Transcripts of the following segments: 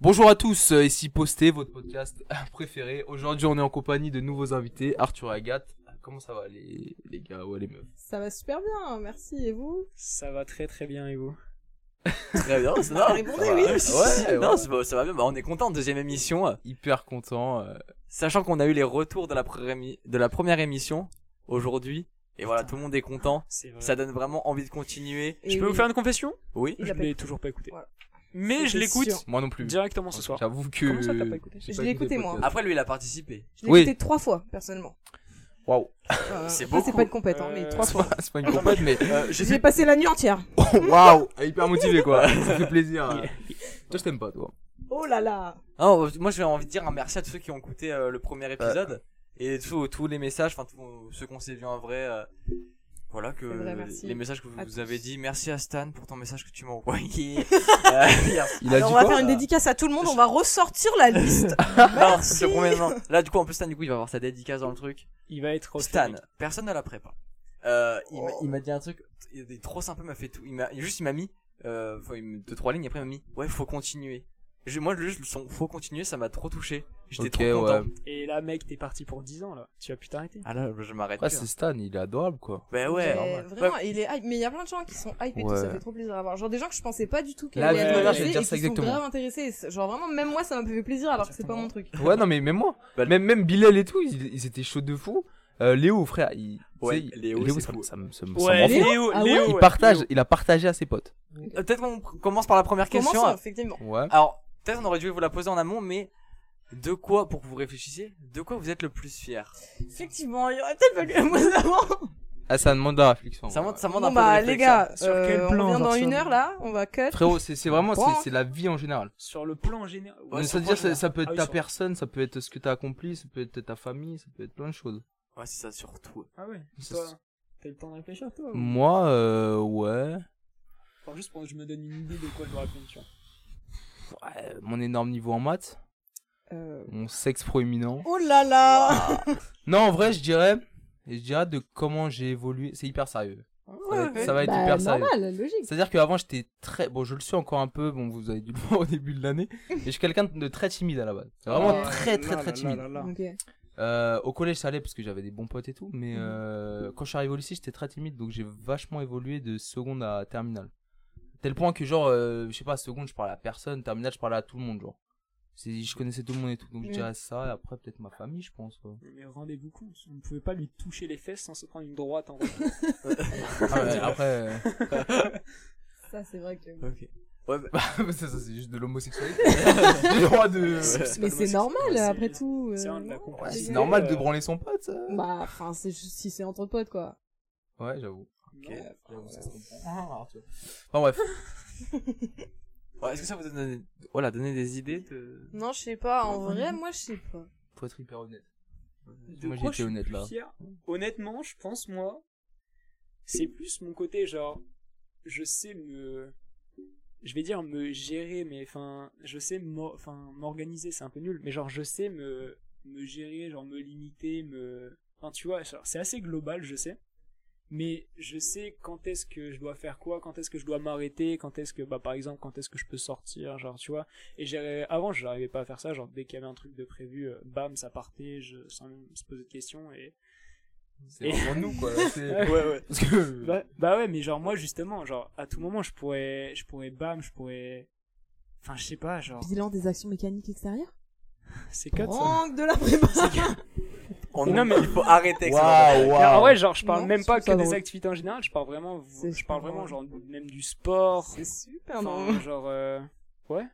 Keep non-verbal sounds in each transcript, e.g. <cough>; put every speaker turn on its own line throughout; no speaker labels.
Bonjour à tous, euh, ici Posté, votre podcast <laughs> préféré. Aujourd'hui, on est en compagnie de nouveaux invités, Arthur et Agathe. Ah, Comment ça va les, les gars ou les meufs
Ça va super bien, hein, merci. Et vous
Ça va très très bien et vous
Très bien, c'est
T'as
non.
répondu,
ça va.
oui.
Ouais, non, c'est bon, ça va bien. Bah, on est content, deuxième émission. euh,
Hyper content. euh,
Sachant qu'on a eu les retours de la, première émi- de la première émission aujourd'hui. Et voilà, tout le monde est content.
C'est vrai.
Ça donne vraiment envie de continuer.
Je
Et
peux vous
oui.
faire une confession
Oui.
Il
Je
a pas
l'ai
écouté.
toujours pas écouté.
Voilà.
Mais je
C'était
l'écoute
sûr.
Moi non plus.
directement ce soir. Euh,
J'avoue que.
Comment ça, t'as pas écouté
j'ai
Je l'ai écouté,
le
moi.
podcast.
Après, lui, il a participé.
Je l'ai
Oui.
écouté trois fois, personnellement.
Ah, Waouh.
Euh,
C'est
après,
beaucoup.
pas une compète, hein, mais
Euh,
trois
C'est
fois.
pas- <laughs> C'est pas une <laughs> compète, mais.
Euh,
<laughs>
je
J'ai
sais
passé la nuit entière.
Waouh <laughs> Hyper motivé quoi. Ça fait plaisir.
Yeah.
Toi, je t'aime pas, toi.
Oh là là
Non, euh, moi j'ai envie de dire un merci à tous ceux qui ont écouté euh, le premier épisode et tous tous les messages, enfin tous euh, ceux qu'on s'est vu en vrai. euh, voilà que
C'est vrai, merci
les messages que vous,
à
vous avez
tous.
dit. Merci à Stan pour ton message que tu
<laughs>
m'as envoyé. Euh, <laughs> hier.
Il a
Alors, on
dit
va
quoi
euh,
faire une dédicace à tout le monde, on va ressortir la liste.
non, je te promets, non. Là du coup en plus Stan du coup il va avoir sa dédicace dans le truc.
Il va être
Stan,
hostile.
personne à la prépa. Euh, il
Oh.
m'a- il m'a dit un truc, il est trop sympa, il m'a fait tout. Il m'a il- juste il m'a mis euh, enfin, il me- deux trois lignes après il m'a mis ouais faut continuer. Je- moi juste le son faut continuer ça m'a trop touché.
Ok,
J'étais trop content.
ouais.
Et là mec, t'es parti pour 10 ans là. Tu vas plus t'arrêter.
Ah là je m'arrête.
Ouais,
plus,
c'est Stan, il est adorable quoi.
Bah
Mais
ouais,
vraiment, il est hype. Mais il y a plein de gens qui sont hype et tout,
Ouais.
ça fait trop plaisir à voir. Genre des gens que je pensais pas du tout qu'ils
Là,
allaient
ouais,
être
ouais,
intéressés
j'allais
et
dire
qui
ça
sont
exactement.
grave intéressés. Genre vraiment, même moi, ça m'a fait plaisir alors que c'est pas
Exactement.
mon truc.
<laughs> Ouais, non, mais même moi.
Bah,
Même, même Bilal et tout, ils, ils étaient chauds de fou. Euh, Léo, frère, il.
Ouais,
tu sais,
Léo, c'est
ça,
fou.
me- ça me- ça me- ça
Ouais,
m'en fout.
Léo, Léo,
Ah ouais
Léo,
Il
ouais,
partage,
Léo.
il a partagé à ses potes.
Euh, Peut-être qu'on commence par la première question. hein.
Commençons, effectivement.
Ouais.
Alors, peut-être on aurait dû vous la poser en amont, mais de quoi, pour que vous réfléchissiez, de quoi vous êtes le plus fier
Effectivement, il aurait peut-être fallu la poser avant.
Ah, ça demande de la réflexion.
Ça
ouais.
demande, ça demande
Bon
un
bah
peu de
les gars,
Sur
euh,
quel plan,
on vient
genre,
dans
sur-
une heure là, on va cut.
Frérot, c'est c'est vraiment,
Bon.
c'est- c'est la vie en général.
Sur le plan général.
Ouais,
Mais
sur
c'est-à-dire,
quoi,
ça, ça peut
Ah
être
oui,
ta
sur-
personne, ça peut être ce que t'as accompli, ça peut être ta famille, ça peut être plein de choses.
réflexion. Ouais, c'est ça surtout.
Ah ouais.
Ça,
Toi, t'as eu le temps de réfléchir toi ou-
Moi, euh, ouais.
Enfin, juste pour que je me donne une idée de quoi je dois répondre, tu vois.
Ouais, Mon énorme niveau en maths,
Euh,
mon sexe proéminent.
Oh là là
Non, en vrai, je dirais, et je dirais de comment j'ai évolué. C'est hyper sérieux. Ça va être, ça va être hyper sérieux.
Ah, logique.
C'est-à-dire qu'avant, j'étais très. Bon, je le suis encore un peu, bon, vous avez dû le <laughs> voir au début de l'année, mais je suis quelqu'un de très timide à la base. Vraiment
Ah,
très,
là,
très,
là,
très
là,
timide.
là, là.
Ok.
Euh, au collège, ça allait parce que j'avais des bons potes et tout, mais euh, quand je suis arrivé au lycée, j'étais très timide, donc j'ai vachement évolué de seconde à terminale. Tel point que genre, euh, je sais pas, seconde, je parlais à personne, terminale, je parlais à tout le monde, genre. C'est- Je connaissais tout le monde et tout, donc je
Ouais.
dirais ça, et après peut-être ma famille, je pense. <laughs> ouais.
Mais rendez-vous compte, on ne pouvait pas lui toucher les fesses sans se prendre une droite en retour.
Ah, ouais, après, euh,
Ça c'est vrai que.
Ok. Ouais, bah,
<laughs> ça, ça, c'est juste de <laughs> l'homosexualité. J'ai le droit de.
Ouais.
Mais c'est normal
c'est-
après tout.
c'est un de la
non
compétition.
Ouais, Ah, c'est
Euh,
normal de branler son pote, ça.
Bah enfin c'est juste si c'est entre potes quoi.
Ouais, j'avoue.
ok.
Ouais,
J'avoue, ça se comprend.
Ah,
Enfin bref,
Ouais, Est-ce que ça vous donne, voilà, donner des idées de.
Non je sais pas. En vrai moi je sais pas.
faut être hyper honnête.
De
Moi,
quoi
j'ai
je
été
suis
honnête,
plus
là.
fier Honnêtement, je pense moi, c'est plus mon côté genre, je sais me, je vais dire me gérer, mais enfin, je sais m'or- enfin m'organiser, c'est un peu nul, mais genre je sais me me gérer, genre me limiter, me, enfin tu vois, genre, c'est assez global, je sais. Mais je sais quand est-ce que je dois faire quoi, quand est-ce que je dois m'arrêter, quand est-ce que, bah, par exemple, quand est-ce que je peux sortir, genre, tu vois, et j'arrivais- avant, je n'arrivais pas à faire ça. Genre, dès qu'il y avait un truc de prévu, euh, bam, ça partait, je, sans même se poser de questions. Et...
C'est
Et-
vraiment nous, <laughs> quoi. c'est-
<laughs> Ouais, ouais.
Parce que.
Bah, bah ouais, mais genre, moi, justement, genre, à tout moment, je pourrais, je pourrais bam, je pourrais. Enfin, je sais pas, genre,
Bilan des actions mécaniques extérieures.
c'est cut ça.
Manque de la prépa.
On
Non, mais-
il faut arrêter. avec ce
Waouh,
bordel.
Mais en
waouh.
vrai, genre, je parle
Non,
même
je
pas
trouve
que
ça
des
drôle.
activités en général, je parle vraiment,
C'est
je
super
parle vraiment, genre,
drôle.
même du sport.
C'est super non.
Enfin, genre, euh, ouais.
Et
Ouais,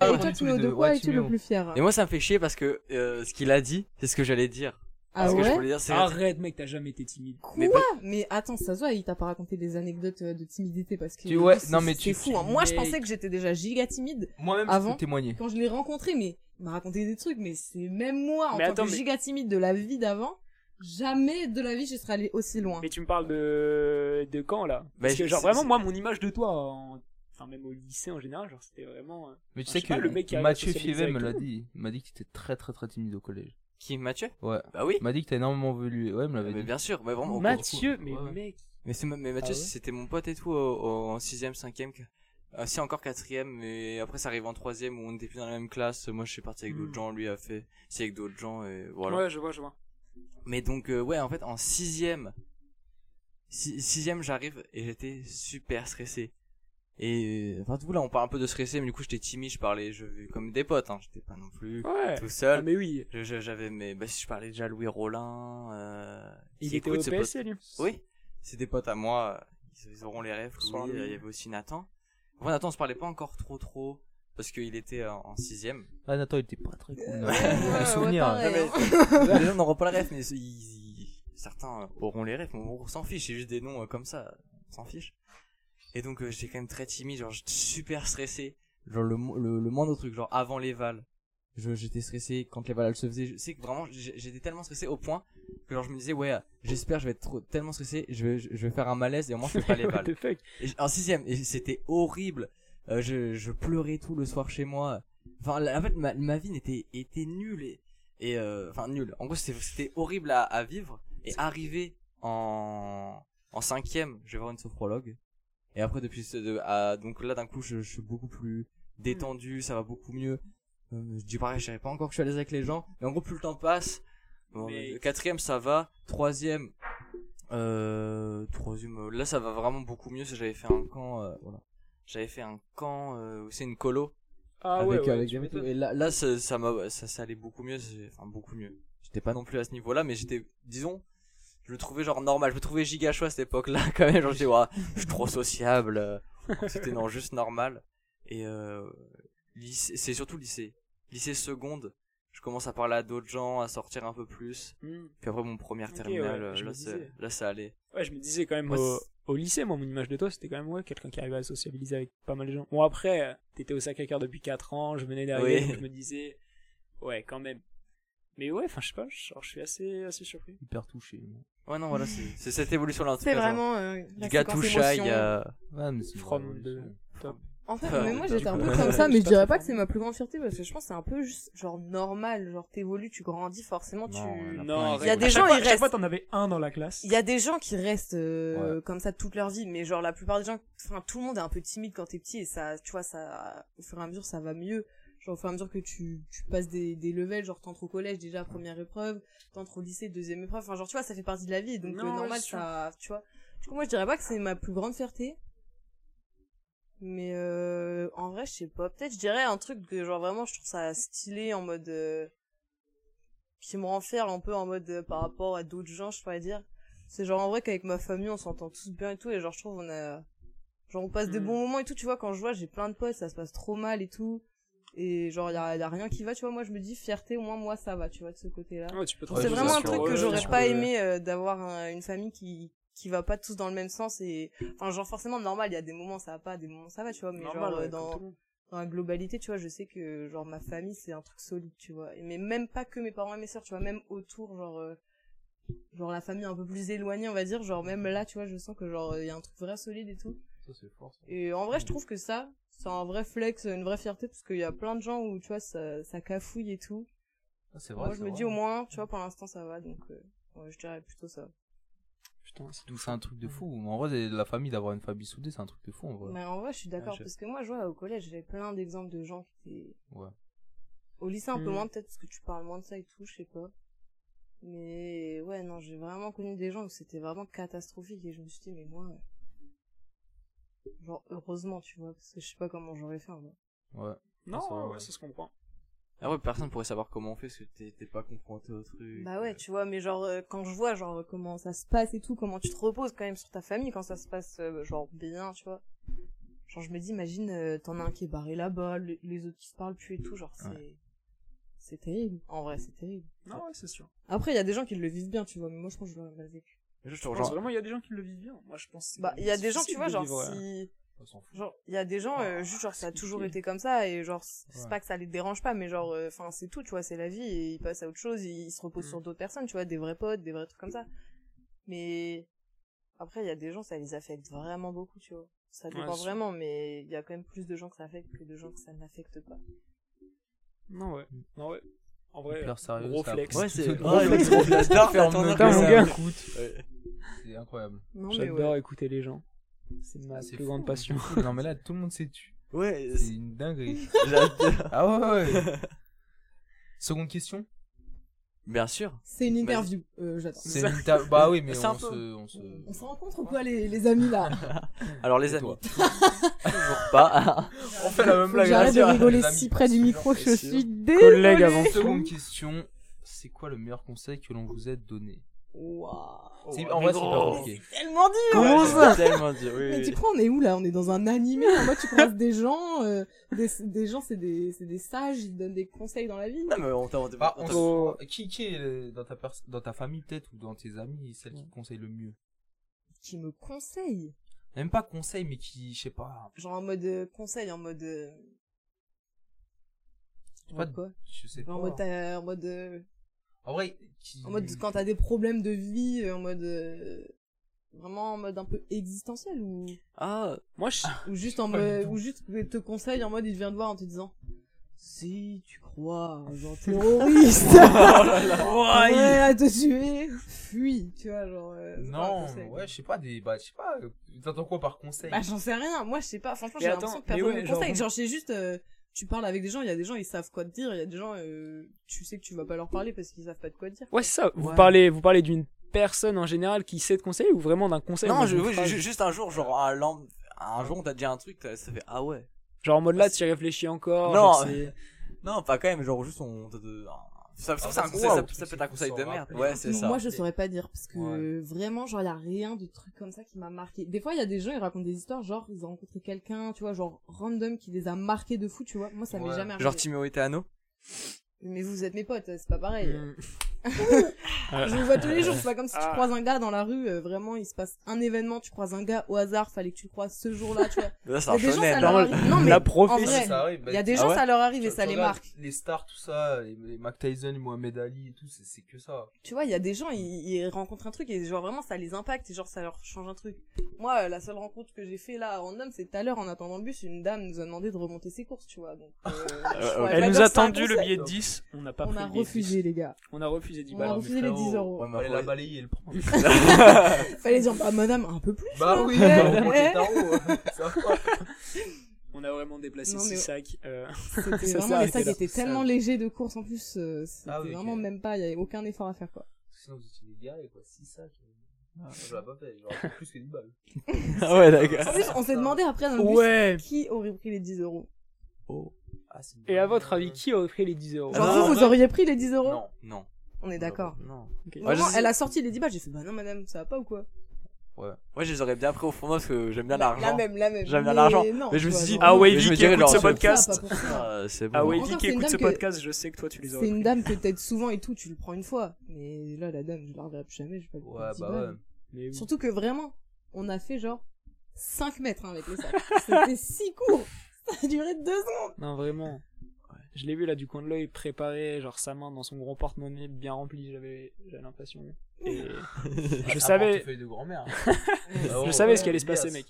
Ah toi
tous
tu
les
me
deux.
de
Ouais,
quoi es-tu
Timéo.
le plus fier
Et moi ça me fait chier parce que euh, ce qu'il a dit, c'est ce que j'allais dire.
Ah
ce que je
ouais.
voulais dire, c'est.
Arrête, mec, t'as jamais été timide.
Mais
Quoi Mais attends, ça se voit, il t'a pas raconté des anecdotes euh, de timidité parce que
Tu- ouais,
c'est-
non, mais
c'est
tu-
fou. hein. Moi, je
mec.
pensais que j'étais déjà giga timide
Moi-même, je
Avant.
peux témoigner.
quand je l'ai rencontré, mais il m'a raconté des trucs, mais c'est même moi, en
Mais
tant
attends,
que
mais-
giga timide de la vie d'avant, jamais de la vie je serais allé aussi loin.
Mais tu me parles de, de quand là
Bah,
Parce que
je-
genre
c'est-
vraiment
c'est-
moi mon image de toi, en- enfin même au lycée en général, genre c'était vraiment. euh,
Mais tu
Je
sais
sais
que
pas, le mec qui arrive à
Mathieu
socialiser
Fievet me
avec
l'a
tout le
dit. Il m'a dit que t'étais très très très timide au collège.
Qui Mathieu
Ouais.
Bah oui.
Il m'a dit que t'as énormément évolué. Ouais, il me l'avait
Mais
dit.
bien sûr, mais vraiment. au
Mathieu,
cours-
ouais.
mec.
Mais, c'est ma- mais Mathieu
Ah ouais
c'était mon pote et tout au- au- en 6ème, 5ème. Ah, si, encore quatrième, mais après ça arrive en troisième où on était plus dans la même classe. Moi, je suis parti avec d'autres
Mm.
gens, lui a fait, c'est avec d'autres gens, et voilà.
Ouais, je vois, je vois.
Mais donc, euh, ouais, en fait, en sixième, si- sixième, j'arrive et j'étais super stressé. Et, euh, enfin, tout là, on parle un peu de stressé, mais du coup, j'étais timide, je parlais, je, comme des potes, hein, j'étais pas non plus
Ouais.
tout
Ah,
seul.
mais oui,
Je- je- J'avais mes, bah, si je parlais déjà à Louis Rollin, euh,
il
qui
était au
écoute ce pod-
PSC, lui. <laughs>
oui, c'est des potes à moi, euh, ils- ils auront les rêves.
Bonsoir,
oui,
Louis.
euh, il y avait aussi Nathan. Enfin, Nathan, on se parlait pas encore trop trop, parce qu'il était euh, en en sixième.
Ah, Nathan, il était pas très <laughs> cool. non.
ouais, ouais,
Un souvenir.
pareil.
Non, mais- les gens n'auront pas le rêve, mais ils- ils- certains euh, auront les rêves, mais on s'en fiche, c'est juste des noms euh, comme ça, on s'en fiche. Et donc euh, j'étais quand même très timide, genre j'étais super stressé, genre le, mo- le, le moindre truc, genre avant les vals. Je- J'étais stressé quand les vals elles se faisaient, je sais que vraiment j'ai- j'étais tellement stressé au point que genre je me disais ouais, j'espère je vais être trop, tellement stressé, je vais, je vais faire un malaise et au moins je fais pas les
What
vals.
<laughs> the fuck
Et j- en sixième, et c'était horrible. Euh, je, je pleurais tout le soir chez moi. Enfin, la- en fait, ma, ma vie n'était était nulle et, et euh, enfin nulle. En gros, c'était- c'était horrible à, à vivre. Et arrivé en en cinquième, je vais voir une sophrologue. Et après, depuis ce, de- à- donc là, d'un coup, je, je suis beaucoup plus détendu, ça va beaucoup mieux. Euh, je dis pareil, je savais pas encore que je suis à l'aise avec les gens. Mais en gros, plus le temps passe, bon,
Mais-
le quatrième, ça va. Troisième, euh, troisième, euh, là ça va vraiment beaucoup mieux. parce que J'avais fait un camp, euh, voilà. J'avais fait un camp, euh, où c'est une colo
Ah
avec, euh,
ouais, ouais,
avec
tu
des mecs et tout.
m'étonnes.
Et là, là ça, ça m'a, ça, ça allait beaucoup mieux. c'est- Enfin, beaucoup mieux. J'étais pas non plus à ce niveau-là, mais j'étais, disons, je me trouvais genre normal. Je me trouvais giga chaud à cette époque-là <laughs> quand même. Genre, j'étais, Ouah, je suis trop sociable. euh. C'était non, juste normal. Et euh, lycée- c'est surtout lycée, lycée seconde. Je commence à parler à d'autres gens, à sortir un peu plus.
Hmm.
Puis après mon première
Ok,
terminale,
ouais,
euh,
je me
là, ça-
disais.
là ça allait.
Ouais, je me disais quand même
Moi,
au,
c'est-
au lycée, moi, mon image de toi, c'était quand même ouais, quelqu'un qui arrivait à sociabiliser avec pas mal de gens. Bon, après, euh, t'étais au Sacré-Cœur depuis 4 ans, je venais d'arriver,
Oui.
donc je me disais, ouais, quand même. Mais ouais, enfin, je sais pas, genre, je suis assez, assez surpris.
hein. Hyper touché.
Ouais non voilà, c'est c'est cette évolution là en tout
C'est
cas, genre,
vraiment euh, la
du gars
séquence
tout shy euh,
émotion. euh.
à-
Ouais, mais c'est une
From
révolution.
the-
En fait,
Ah,
mais moi
putain,
j'étais un
je
peu
comprends.
comme ça, mais
Je
je
sais
dirais
pas
pas
trop.
que c'est ma plus grande fierté parce que je pense que c'est un peu juste genre normal, genre t'évolues, tu grandis forcément, tu.
Non, ouais,
Non,
plein,
arrête.
Il y a
À
des
chaque
gens,
fois-
ils
à Chaque
restent.
fois, t'en avais un dans la classe.
Il y a des gens qui restent euh,
Ouais.
comme ça toute leur vie, mais genre la plupart des gens, enfin tout le monde est un peu timide quand t'es petit et ça, tu vois, ça, au fur et à mesure, ça va mieux. Genre au fur et à mesure que tu, tu passes des, des levels, genre t'entres au collège déjà première épreuve, t'entres au lycée deuxième épreuve, enfin genre tu vois, ça fait partie de la vie, donc
Non,
euh,
ouais,
normal
c'est sûr.
ça, tu vois. Du coup moi je dirais pas que c'est ma plus grande fierté, mais euh, en vrai je sais pas, peut-être je dirais un truc que genre vraiment je trouve ça stylé en mode euh, qui me rend fier un peu en mode euh, par rapport à d'autres gens, je pourrais dire. C'est genre en vrai qu'avec ma famille on s'entend tous bien et tout et genre je trouve on a genre on passe des
Mm.
bons moments et tout, tu vois quand je vois j'ai plein de potes, ça se passe trop mal et tout et genre y a, y a rien qui va, tu vois moi je me dis fierté au moins moi ça va, tu vois de ce côté-là.
Ouais, tu peux te
Ouais,
C'est
je
reposer
suis
vraiment un
sûr,
truc
sur
que
eux,
j'aurais
sur
pas
eux.
aimé euh, d'avoir un- une famille qui qui va pas tous dans le même sens et enfin genre forcément normal, il y a des moments ça va pas, des moments ça va, tu vois mais
Normal,
genre euh,
ouais, comme
dans
tout le monde.
dans la globalité, tu vois, je sais que genre ma famille c'est un truc solide, tu vois. Et- Mais même pas que mes parents et mes sœurs, tu vois, même autour, genre euh, genre la famille un peu plus éloignée, on va dire, genre même là, tu vois, je sens que genre il y a un truc vrai solide et tout.
Ça, c'est fort, ça.
Et en vrai, je trouve que ça, c'est un vrai flex, une vraie fierté parce qu'il y a plein de gens où tu vois ça, ça cafouille et tout.
Ah, c'est vrai.
Moi, je
c'est
me
vrai.
dis au moins, tu vois, pour l'instant ça va, donc euh, ouais, je dirais plutôt ça.
Putain, c'est
D'où c'est un truc de fou. En vrai, c'est- la famille, d'avoir une famille soudée, c'est un truc de fou en vrai.
Mais en vrai, je suis d'accord
Ouais, Ah, je-
parce que moi, je vois au collège, j'avais plein d'exemples de gens qui étaient
Ouais.
Au lycée, un peu
Hmm.
moins, peut-être, parce que tu parles moins de ça et tout, je sais pas. Mais ouais, non, j'ai vraiment connu des gens où c'était vraiment catastrophique et je me suis dit, mais moi. euh, Genre, heureusement, tu vois, parce que je sais pas comment j'aurais fait. en vrai.
Ouais. Ça,
Non, ouais,
ouais.
ouais, ça se comprend.
Ah ouais, personne pourrait savoir comment on fait parce que t'es t'es pas confronté au truc.
Bah ouais, tu vois, mais genre, euh, quand je vois, genre, comment ça se passe et tout, comment tu te reposes quand même sur ta famille quand ça se passe, euh, genre, bien, tu vois. Genre, je me dis, imagine, euh, t'en as un qui est barré là-bas, le- les autres qui se parlent plus et tout, genre, c'est. C'est terrible. En vrai, c'est terrible.
Non, ouais, c'est sûr.
Après, il y a des gens qui le vivent bien, tu vois, mais moi, je pense que je l'aurais mal vécu.
Je te
Je
rejoins.
pense vraiment, il y a des gens qui le vivent bien. Moi, je pense. que c'est
Bah, il y a des gens,
difficile
tu vois,
de
genre,
vivre, euh,
si.
On s'en fout.
Genre, il y a des gens, euh,
Ah,
juste, genre, ça a
c'est
toujours
compliqué.
été comme ça, et genre, c'est c'est
Ouais.
pas que ça les dérange pas, mais genre, euh, enfin, c'est tout, tu vois, c'est la vie, et ils passent à autre chose, ils ils se reposent
Mm.
sur d'autres personnes, tu vois, des vrais potes, des vrais trucs comme ça. Mais. Après, il y a des gens, ça les affecte vraiment beaucoup, tu vois. Ça
Ouais,
dépend
c'est sûr.
vraiment, mais il y a quand même plus de gens que ça affecte que de gens que ça n'affecte pas.
Non, ouais. Non, ouais. En vrai,
Hyper sérieux.
gros
ça.
flex.
<laughs>
Ouais, c'est. Ah,
Gros
Ouais,
flex.
le gros flash d'art,
Ferme
attends,
le
non,
gars,
mais
mon
ça-
gars.
Ouais.
C'est incroyable.
Non, mais
j'adore
ouais.
écouter les gens. C'est ma
C'est fou.
plus grande passion.
non, mais là, tout le monde s'est
<laughs>
tu.
Ouais,
C'est une dinguerie.
<laughs> j'adore.
ah ouais,
<laughs>
ouais. Seconde question.
Bien sûr.
C'est une interview. Euh, J'attends.
C'est une ta- Bah oui, mais
C'est un
on
peu-
se, on se.
On se rencontre ou quoi, les, les amis,
<laughs>
là
Alors les
Et
amis,
toi
toujours pas.
<laughs> On fait la même
Faut que
blague.
J'arrête de
rassure,
rigoler
les amis.
si près du micro,
sûr,
je
c'est
suis
Collègue
désolée.
avant tout.
Seconde question. C'est quoi le meilleur conseil que l'on vous ait donné
Waouh.
Oh,
C'est- En vrai,
Oh.
c'est pas compliqué.
Tellement dur.
<laughs> Comment
Ouais,
ça Tellement dur. oui,
Mais
oui.
tu crois, on est où là On est dans un animé. En
<laughs>
mode, tu croises des gens. euh, des, des gens, c'est des, c'est des sages, ils te donnent des conseils dans la vie.
Non mais on t'a on t'a-
Bah,
on
on
t'a-
se-
Oh,
Qui, qui est euh, dans ta, pers- dans ta famille, peut-être, ou dans tes amis, celle qui te conseille le mieux
Qui me conseille
Même pas conseil, mais qui, je sais pas.
Genre en mode euh, conseil, en mode. euh,
sais pas,
Genre quoi
Je sais pas.
Oh.
Genre en mode, t'as- en mode, euh,
En vrai, qui...
en mode quand t'as des problèmes de vie, euh, en mode euh,
<laughs>
vraiment en mode un peu existentiel ou,
Ah,
moi, je...
ou juste en
Ah,
Pas du
mode,
tout.
ou juste que te conseille en mode il vient te voir en te disant si tu crois en
<laughs>
un terroriste prêt à te tuer, fuis, tu vois genre. euh, c'est pas un
Non,
conseil.
ouais, je sais pas, des. Bah, je sais pas, euh, t'entends quoi par conseil
Bah j'en sais rien, moi je sais pas, franchement
Mais
j'ai
attends,
l'impression que
mais
personne
ouais,
me
genre,
conseille,
bon.
genre, c'est juste euh, tu parles avec des gens, il y a des gens ils savent quoi te dire, il y a des gens euh, tu sais que tu vas pas leur parler parce qu'ils savent pas de quoi te dire.
ouais, c'est ça. Vous
Ouais.
parlez, vous parlez d'une personne en général qui sait de conseiller ou vraiment d'un conseil en
non,
mode
je,
d'une
oui,
phrase
ju- juste un jour, genre un, lam- un jour, on t'a dit un truc, t'as- ça fait ah ouais.
Genre en mode là, tu y réfléchis encore.
Non.
genre, c'est-
Non, pas quand même, genre juste on t'a de- Ça, Ah, ça,
En
c'est un
fait,
conseil,
wow,
ça,
tu sais
ça peut être un
qu'on
conseil
s'en
de
rappelle.
merde. Ouais, c'est
Mais
ça.
Moi, je saurais pas dire parce que
Ouais.
vraiment, genre, il y a rien de truc comme ça qui m'a marqué. Des fois, il y a des gens, ils racontent des histoires, genre, ils ont rencontré quelqu'un, tu vois, genre, random qui les a marqués de fou, tu vois. Moi, ça
Ouais.
m'est jamais arrivé.
Genre Timéo et Tano.
Mais vous êtes mes potes, c'est pas pareil.
Mm.
Je vous vois tous les jours, c'est pas comme si tu
Ah.
croises un gars dans la rue, euh, vraiment, il se passe un événement, tu croises un gars au hasard, fallait que tu le croises ce jour-là, tu vois.
Là,
Il y
c'est un
a des gens, ça leur
shonen.
normal.
arrive. Non, mais,
<laughs> La
en
prophétie.
vrai,
ça arrive, bah,
il y a des
Ah
gens,
ouais
ça leur arrive et
tu-
ça
tu
les
regardes
marque.
Les stars, tout ça, les, les Mac Tyson, les Mohamed Ali et tout, c'est c'est que ça.
Tu vois, il y a des gens, ils, ils rencontrent un truc et genre vraiment ça les impacte et genre ça leur change un truc. Moi, euh, la seule rencontre que j'ai fait là en homme, c'est tout à l'heure en attendant le bus, une dame nous a demandé de remonter ses courses, tu vois. Donc, euh, je
ouais.
pourrais pas
Elle nous
dire
a
que c'est un
tendu le
conseil.
billet de 10. On n'a pas
On
pris
a
le billet de 10.
refusé les gars.
On a refusé 10
On
balles.
a refusé les 10
<laughs>
euros.
Ouais, mais
Allez la
après-
balayer et le
<laughs>
prendre.
Fallait dire bah madame un peu plus.
bah oui,
Ouais.
on prend les
<laughs>
tarots, ça va.
On a vraiment déplacé
Non,
6
mais-
sacs. euh,
C'était
Ça
vraiment les
s'arrêtait
sacs
là.
étaient
Ça-
tellement légers de course en plus, euh, c'était
Ah oui, ok.
vraiment même pas, il y avait aucun effort à faire quoi.
Sinon, vous étiez garés, quoi, si ça.
Ah.
J'aurais pas fait, j'aurais fait plus que 10
<laughs>
balles.
Ah ouais, d'accord.
En plus, on s'est demandé après
Euh,
dans le bus
Ouais.
qui aurait pris les 10 euros.
Ah, c'est une
Et à
bonne
votre
idée.
avis, qui aurait pris les 10 euros
Ah
Genre
non,
vous,
non,
vous auriez pris les 10 euros
Non.
Non.
On est Ah, d'accord.
Non.
Ok.
bah. Ouais, je
Vraiment,
sais-
elle a sorti les 10 balles, j'ai fait bah non madame, ça va pas ou quoi
Moi, je les aurais bien pris au fourneau parce que j'aime bien
La
l'argent.
même, la même.
J'aime bien
Mais
l'argent.
non,
Mais je me
tu
suis dit,
vois,
Ah,
genre,
ouais,
Wavy
je me
qui
dirais,
écoute
genre,
ce
pour ça,
podcast.
pas pour ça.
Ah, c'est bon.
Ah,
ouais.
Wavy
Encore,
qui
c'est une
écoute ce
dame que-
podcast, je sais que toi tu les
C'est
aurais
une
pris.
dame que t'aides souvent et tout, tu le prends une fois. Mais là, la dame, je la reverrai plus jamais, je vais pas lui
Ouais,
dix
bah
balles.
ouais.
Mais oui.
Surtout que vraiment, on a fait genre 5 mètres hein, avec les
<laughs>
sacs. C'était si court Ça a duré 2 ans
Non, vraiment. Je l'ai vu là du coin de l'œil préparer genre sa main dans son gros porte-monnaie bien rempli, j'avais j'avais l'impression. <laughs> Et je
Un
savais
portefeuille de
<laughs>
grand-mère. Ah
je savais ce qui allait se passer mec.